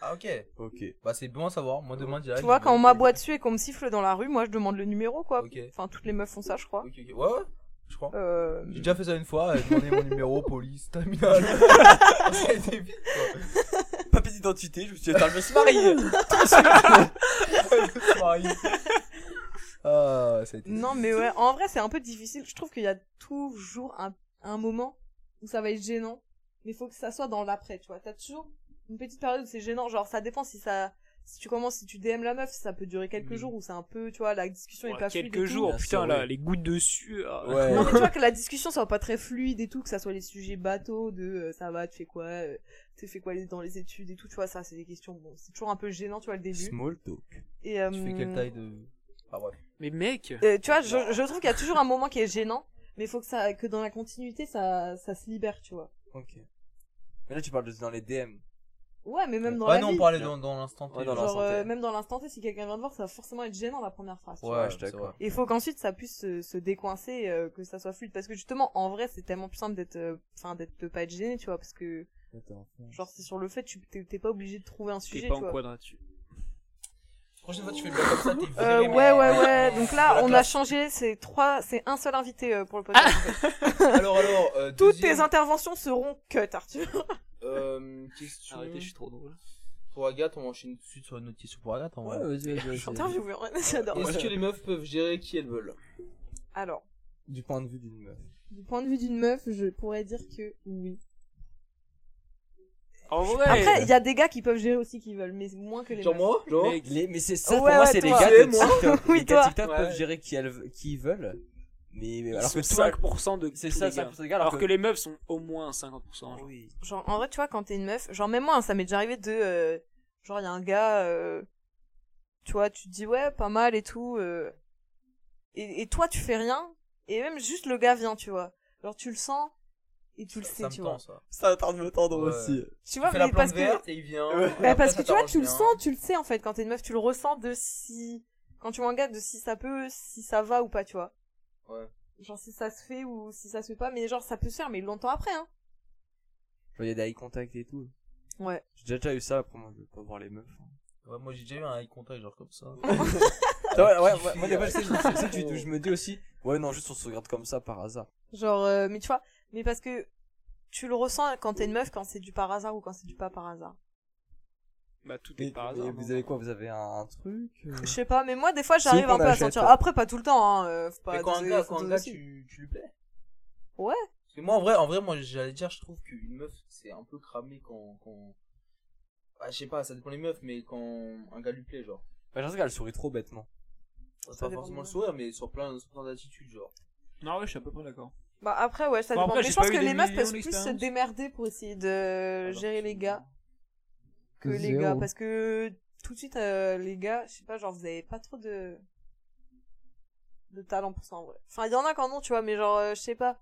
Ah ok.
Ok.
Bah c'est bon à savoir. Moi demain direct.
Tu vois,
je-
quand on m'aboie dessus et qu'on me siffle dans la rue, moi, je demande le numéro, quoi.
Ok.
Enfin, toutes les meufs font ça, je crois.
Ok ok. Ouais ouais. Je crois.
Euh...
J'ai déjà fait ça une fois, elle demandait mon
<laughs>
numéro, police, terminal. Ça a été vite, quoi.
<laughs> Papier d'identité, je me suis dit, attends, je me suis marié. <laughs>
C'est pareil. Ah, ça a été.
Non, mais ouais, en vrai, c'est un peu difficile. Je trouve qu'il y a toujours un, un moment où ça va être gênant, mais faut que ça soit dans l'après, tu vois. T'as toujours une petite période où c'est gênant. Genre, ça dépend si ça, si tu commences, si tu DM la meuf, ça peut durer quelques
Mm.
jours où c'est un peu, tu vois, la discussion est pas fluide.
quelques
et tout.
jours,
Bien
putain,
sûr,
là,
oui.
les gouttes oh. de sueur.
Ouais.
Non, mais tu vois que la discussion soit pas très fluide et tout, que ça soit les sujets bateaux de euh, ça va, tu fais quoi, euh, tu fais quoi les- dans les études et tout, tu vois, ça, c'est des questions, bon, c'est toujours un peu gênant, tu vois, le début.
Small talk.
Et, euh,
Tu fais quelle taille de. Ah, bref.
Mais mec,
Euh, tu vois, je, je trouve qu'il y a toujours un moment qui est gênant, mais faut que ça, que dans la continuité, ça, ça se libère, tu vois.
Ok. Mais là, tu parles de dans les DM.
Ouais, mais même dans
ouais,
la
non,
vie.
on parlait dans, dans l'instant.
Ouais, dans
genre,
l'instant T.
euh, même dans l'instant T, si quelqu'un vient de voir, ça va forcément être gênant la première phrase. tu
Ouais,
vois.
je suis
c'est
d'accord.
vrai.
Et il faut qu'ensuite ça puisse se, se décoincer, euh, que ça soit fluide, parce que justement, en vrai, c'est tellement plus simple d'être, euh, enfin, d'être de pas être gêné, tu vois, parce que
Attends.
genre c'est sur le fait, tu t'es t'es pas obligé de trouver un
t'es
sujet,
pas
tu
en
vois.
quadrature.
Prochaine fois, tu fais le comme ça, t'es viré,
Euh,
mais-
ouais, ouais,
mais-
ouais.
mais-
Donc
de
là,
la
on a
classe.
changé. C'est trois, c'est un seul invité euh, pour le podcast. en
<laughs>
fait.
Alors, alors, euh,
Toutes
deuxième,
tes interventions seront cut, Arthur.
euh, question.
Arrêtez, je suis trop drôle.
Pour Agathe, on enchaîne tout de suite sur une autre question pour Agathe. En vrai.
vas-y, vas-y.
Interviewé, j'adore.
Est-ce que les meufs peuvent gérer qui elles veulent
Alors.
Du point de vue d'une meuf.
Du point de vue d'une meuf, je pourrais dire que oui.
En vrai,
Après, il y a des gars qui peuvent gérer aussi qui veulent, mais moins que les
Genre
meufs.
moi Genre
Mais, les- mais c'est ça, pour
Ouais,
moi,
ouais,
c'est les
toi.
gars
C'est
de
moi.
TikTok. <laughs>
Oui,
les gars
toi.
de TikTok
Ouais.
peuvent gérer qui, elles, qui ils veulent. Mais
ils
alors
sont
que toi,
5% de
c'est
tous
ça,
les gars.
5% des gars,
Alors que les meufs sont au moins 50%. genre.
Oui.
Genre, en vrai, tu vois, quand t'es une meuf, genre, même moi, hein, ça m'est déjà arrivé de. euh, genre, il y a un gars, euh, tu vois, tu te dis ouais, pas mal et tout. euh, et, et toi, tu fais rien. Et même juste le gars vient, tu vois. Genre, tu le sens. Et tu le
Ça
sais,
me
tu
tend,
vois.
ça.
Ça tarde me tendre
Ouais.
aussi.
Tu
Tu
vois,
fais la
mais parce
plante
que.
verte et il vient.
Ouais.
et
Bah, parce que
après,
tu vois,
t'arrange
tu le
bien.
sens, tu le sais en fait, quand t'es une meuf, tu le ressens de si. Quand tu vois un gars, de si ça peut, si ça va ou pas, tu vois.
Ouais.
Genre si ça se fait ou si ça se fait pas, mais genre ça peut se faire, mais longtemps après, hein.
Il y a des eye contact et tout.
Ouais.
J'ai déjà- déjà eu ça, après moi je veux pas voir les meufs. hein. <laughs>
Ouais, moi j'ai déjà eu un eye contact genre comme ça.
ouais, ouais,
Qui
ouais,
fait,
moi des
euh,
fois, je sais, je sais- je sais que tu- je me dis aussi, ouais, non, juste on se regarde comme ça par hasard.
Genre, euh, mais tu vois, mais parce que tu le ressens quand t'es une meuf, quand c'est du par hasard ou quand c'est du pas par hasard.
Bah, tout est par hasard.
mais
non
vous avez quoi Vous avez un truc euh,
Je sais pas, mais moi des fois j'arrive
qu'on
un peu à
achète.
sentir. Après, pas tout le temps, hein. euh, faut pas
Mais quand un
doser-
gars,
faut
quand un
doser
gars
aussi.
tu, tu lui plais
Ouais.
Parce que moi en vrai, en vrai moi j'allais dire je trouve qu'une meuf c'est un peu cramé quand quand ah, je sais pas, ça dépend les meufs mais quand un gars lui plaît genre.
Bah, j'ai l'impression qu'elle sourit trop bêtement.
C'est
Ça
pas
dépend
forcément
des
le sourire mais sur plein sur plein d'attitudes genre.
Non, ouais, je suis à peu près d'accord.
Bah après ouais ça
Bon,
dépend.
après,
mais
j'ai
je pense
pas eu
que
des
les meufs peuvent
millions
plus se
d'expériences.
démerder pour essayer de
Alors,
gérer les gars que
Que
les
zéro.
gars parce que tout de suite euh, les gars, je sais pas genre vous avez pas trop de de talent pour ça en vrai. Enfin, il y en a quand non, tu vois, mais genre euh, je sais pas.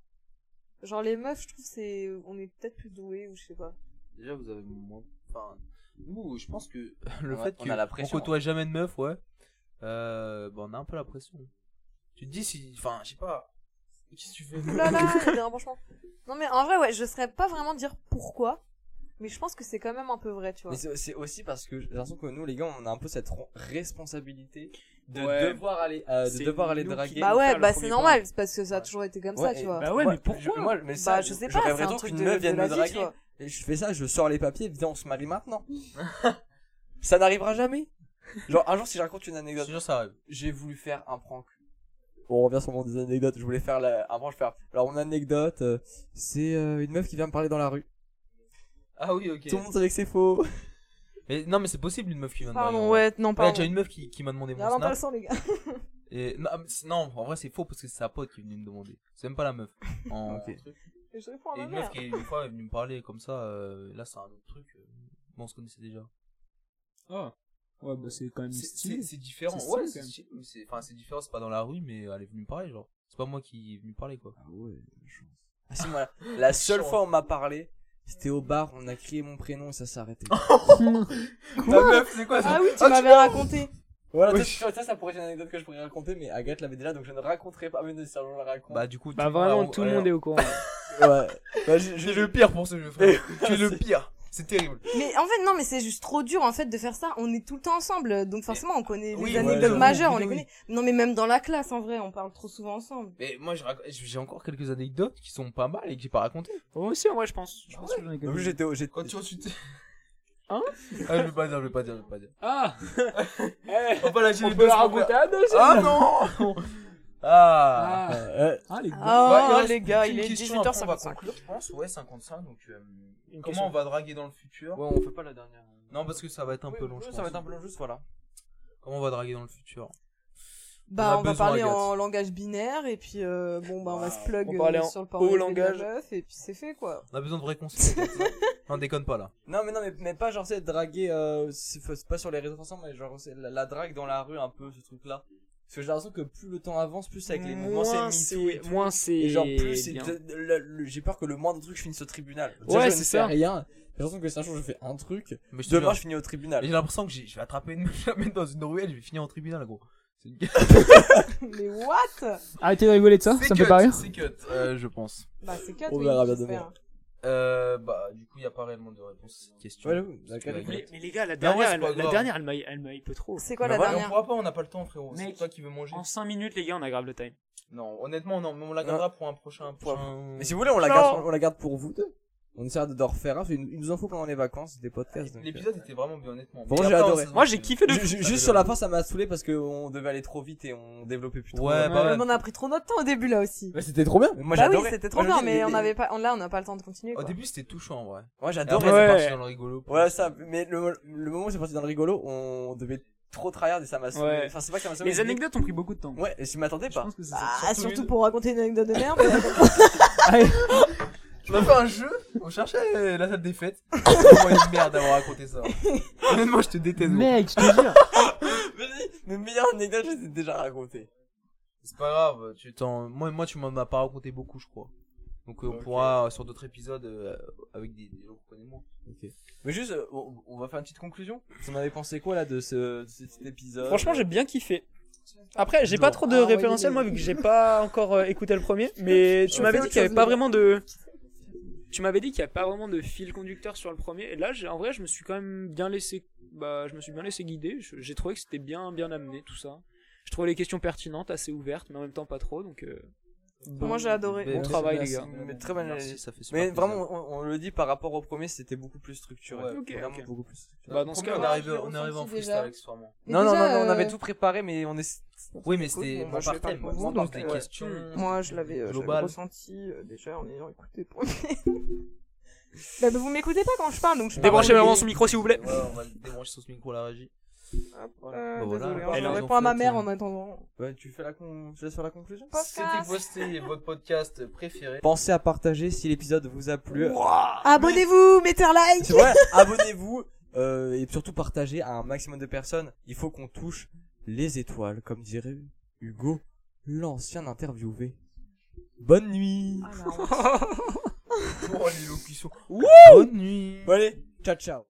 Genre les meufs, je trouve c'est on est peut-être plus doués ou je sais pas.
Déjà vous avez moins enfin nous je pense que <laughs> le
Ouais,
fait
on
que
a la pression,
on côtoie jamais de meuf, ouais. Euh bah, on a un peu la pression. Tu te dis si enfin je sais pas qu'est-ce que tu fais
Ouh Là là, il y a des rapprochements. Non mais en vrai ouais, je saurais pas vraiment dire pourquoi, mais je pense que c'est quand même un peu vrai, tu vois.
Mais c'est c'est aussi parce que j'ai l'impression que nous, les gars, on a un peu cette ro- responsabilité de
Ouais.
devoir aller, euh, de
C'est
devoir aller
nous qui-
draguer.
Bah
faire
ouais,
le
bah
premier
c'est
pas.
normal, c'est parce que ça a
Ouais.
toujours été comme
Ouais,
ça, tu
et-
vois.
Bah ouais, mais
je-
pourquoi
moi, mais ça,
Bah, je sais pas,
j'aurais
c'est un
vraiment
truc
qu'une
de-
meuf
de
vienne
la
me
vie, tu
draguer.
vois.
Et je fais ça, je sors les papiers, viens, on se
<laughs>
marie maintenant. ça n'arrivera jamais. Genre, un jour, si je raconte une
Je te
anecdote,
jure, ça arrive.
j'ai voulu faire un prank. On revient sur mon des anecdotes, je voulais faire la, un prank, je faire. Alors, mon anecdote, euh, c'est euh, une meuf qui vient me parler dans la rue.
Ah oui, OK.
Tout le monde savait que c'est faux.
Mais non mais c'est possible une meuf qui vient de
Pardon,
Marion.
ouais, non
Il y a
pardon.
déjà une meuf qui, qui m'a demandé mon
Regardons pas
snap.
le sang les gars.
Et... Non, mais c'est- non, en vrai, c'est faux parce que c'est sa pote qui est venue me demander. C'est même pas la
<laughs>
meuf. En...
Ok.
truc.
Je réponds à
Et
ma
une meuf
mère.
qui, est- une fois, est venue me parler comme ça. euh, Là, c'est un autre truc. euh, Bon, on se connaissait déjà.
Ah. Ouais, bah c'est quand même
C'est-
stylé.
C'est c'est différent.
C'est
Ouais,
stylé,
c'est
quand même.
stylé, mais c'est- enfin, c'est différent, c'est pas dans la rue, mais elle est venue me parler, genre. C'est pas moi qui est venu me parler, quoi.
Ah ouais, Ah si, moi,
<laughs>
la seule
Chance.
fois où on m'a parlé, c'était au bar, on a crié mon prénom et ça s'est arrêté.
Oh. Ta meuf, c'est quoi
Ah oui, tu m'avais raconté.
voilà, toi, tu vois, ça, ça pourrait être une anecdote que je pourrais raconter, mais Agathe l'avait déjà, donc je ne raconterai pas, Ah, mais nécessairement je la
Ah
<laughs>
raconte.
Bah, du coup,
Bah vraiment, tout le monde est au <laughs> courant.
<laughs> ouais. Bah, je,
Tu es le pire pour ce jeu,
<laughs>
frère. Tu es le pire. C'est terrible.
Mais en fait, non, mais c'est juste trop dur en fait de faire ça. On est tout le temps ensemble, donc forcément, on connaît
Oui,
les
ouais,
anecdotes
j'avoue,
majeures,
oui,
on les
oui.
connaît. Non, mais même dans la classe, en vrai, on parle trop souvent ensemble.
Mais moi, je rac- j'ai encore quelques anecdotes qui sont pas mal et que j'ai pas racontées.
Moi aussi, hein, moi je pense. Je pense que j'en ai
Donc, j'étais au, j'étais,
Quand tu ensuite.
Hein
Ah, je vais pas dire, je vais pas dire, je vais pas dire.
<laughs> Ah
On va pas lâcher
On
les
peut
deux
Eh, la
sans faire.
raconter à deux,
Ah non <laughs> Ah,
Ah, <laughs>
euh,
ah, les gars.
Ouais, il
Oh,
reste
les gars,
qu'une
il est
question, après, On va
18h55.
conclure, je pense. Ouais, 55. Donc, euh,
Une
comment
question.
on va draguer dans le futur
Ouais, on fait pas la dernière.
Non, parce que ça va être un peu long. je
ça
pense.
va être un peu long, juste voilà.
Comment on va draguer dans le futur On a
Bah, on, va
besoin,
parler
Agathe.
en langage binaire, et puis euh, bon, bah, on va se plug
On va aller
euh,
en
sur le
haut
porno
langage.
de la meuf, et puis c'est fait quoi. <laughs>
On a besoin de vrais conseils. non, déconne pas là.
Non, mais non, mais, mais pas genre, c'est draguer, euh, c'est c'est pas sur les réseaux sociaux, mais genre, c'est la, la drague dans la rue, un peu, ce truc-là. Parce que j'ai l'impression que plus le temps avance, plus avec les mouvements, c'est
moins
Me Too et
c'est.
tout.
Moins c'est.
Et genre, plus c'est.
bien.
de- de- le- le- J'ai peur que le moindre truc finisse au tribunal.
Ouais,
Déjà, je
c'est
ne
ça.
Fais rien. J'ai l'impression que si un jour je fais un truc,
Mais je te
demain
jure,
je finis au
mais
tribunal.
j'ai l'impression que j'ai- je vais attraper une <laughs> meuf, je la mets dans une ruelle, je vais finir en tribunal, gros. C'est une-
mais what
Arrêtez de rigoler de ça,
<laughs> C'est
ça me
cut,
fait pas rire.
C'est cut, euh, je pense.
Bah, c'est 4
On
oui,
verra bien demain.
j'espère.
Euh, bah, du coup, il n'y a pas réellement de réponse à cette question.
Ouais, ouais,
Parce que
d'accord.
la
Mais,
gueule-
mais les gars, la
Mais en vrai,
dernière,
c'est
elle,
pas
la
grave.
dernière, elle m'a, elle m'a hype trop.
C'est quoi
Mais
la
voilà, On
dernière
pourra pas, on n'a pas le temps, frérot. C'est
Mec.
toi qui veux manger.
En 5 minutes, les gars, on a grave le time.
Non, honnêtement, non, mais on la gardera pour un prochain.
Pour un-
prochain-
Mais si vous voulez, on la
Non.
garde, on la garde pour vous deux. On essaiera de d'en refaire un. parce qu'il nous en faut pendant les vacances, des podcasts. donc,
L'épisode était vraiment bien, honnêtement.
Bon,
Mais
j'ai
après,
adoré.
on se-
Moi, j'ai kiffé
euh,
de
ju- ju- Juste sur la fin, ça m'a saoulé parce qu'on devait aller trop vite et on développait plus trop.
Ouais,
Ouais.
bah
Même
ouais.
on a pris trop notre temps au début là aussi.
Mais c'était trop bien. Mais Moi
bah oui,
j'adorais.
c'était trop
Moi,
bien,
je-
mais
les-
on
les-
avait pas, on- là, on n'a pas le temps de continuer.
Au
quoi.
début, c'était touchant en vrai.
Moi
Et après,
j'adorais.
c'est
Ouais.
parti dans le rigolo.
Voilà ça. Mais le, le moment où c'est parti dans le rigolo, on devait trop tryhard et ça m'a saoulé.
Ouais.
Enfin, c'est pas que ça m'a saoulé.
Les
mais-
anecdotes ont pris beaucoup de temps.
Ouais, je m'attendais
Je
pas.
pense que c'est ça.
Ah, surtout pour raconter une anecdote de merde.
On a fait un jeu, on cherchait euh, la salle des <laughs> fêtes. Vraiment une merde d'avoir raconté <laughs> ça. Honnêtement, je te déteste. gros.
Mec, je te jure.
Vas-y, mes meilleures anecdotes, je les ai déjà racontées.
C'est pas grave, tu t'en. Moi, moi, tu m'en as pas raconté beaucoup, je crois. Donc euh, on pourra euh, sur d'autres épisodes euh, avec des, des gens qu'on connaît moins.
Mais juste, euh, on, on va faire une petite conclusion. Vous en avez pensé quoi là de ce, de cet épisode
Franchement, j'ai bien kiffé. Après, j'ai pas
Genre.
trop de
Ah ouais,
référentiel, moi, vu que
<laughs>
j'ai pas encore euh, écouté le premier, mais tu
Ouais,
m'avais
fais
dit qu'il y avait
autre
pas
chose.
vraiment de.
Tu m'avais dit qu'il n'y a pas vraiment de fil conducteur sur le premier. Et là, j'ai- en vrai, je me suis quand même bien laissé, bah, je me suis bien laissé guider. Je- J'ai trouvé que c'était bien, bien amené tout ça. Je trouvais les questions pertinentes, assez ouvertes, mais en même temps pas trop. Donc, euh,
Moi, j'ai adoré.
bon
Mais-
travail,
merci,
les gars.
mais très bonne
Merci,
analyse.
ça fait super
Mais
plaisir.
vraiment, on, on le dit par rapport au premier, c'était beaucoup plus structuré.
Ouais,
ok,
vraiment
ok.
beaucoup plus structuré.
bah, dans ce
Premier,
cas,
on arrive,
je l'ai
on arrive en
ressenti
freestyle,
déjà.
accessoirement.
Mais
non, non,
déjà,
non, non, on
euh,
avait tout préparé, mais on est.
Oui, mais
Cool,
c'était
moi,
on
je
part
vais pas
thème,
le
on
voir,
part
donc,
des
ouais.
questions.
Moi, je l'avais euh, je l'avais
Global.
ressenti euh, déjà en ayant écouté le premier. <laughs> bah, bah, vous m'écoutez pas quand je parle, donc je
Débranchez
parle.
vraiment
son micro, s'il vous plaît.
Ouais, on va débrancher sur ce micro la régie.
Euh,
Bah, voilà.
désolé, hein,
Elle
je
a
réponds
raison,
à ma
fait,
mère
euh,
en attendant.
Ouais, tu fais la con... tu laisses faire la conclusion
C'était posté votre podcast préféré.
Pensez à partager si l'épisode vous a plu.
Abonnez-vous, mettez un like
C'est vrai, abonnez-vous euh, et surtout partagez à un maximum de personnes. Il faut qu'on touche les étoiles, comme dirait Hugo, l'ancien interviewé. Bonne nuit.
Oh, l'élocution.
Bon, allez, ciao ciao.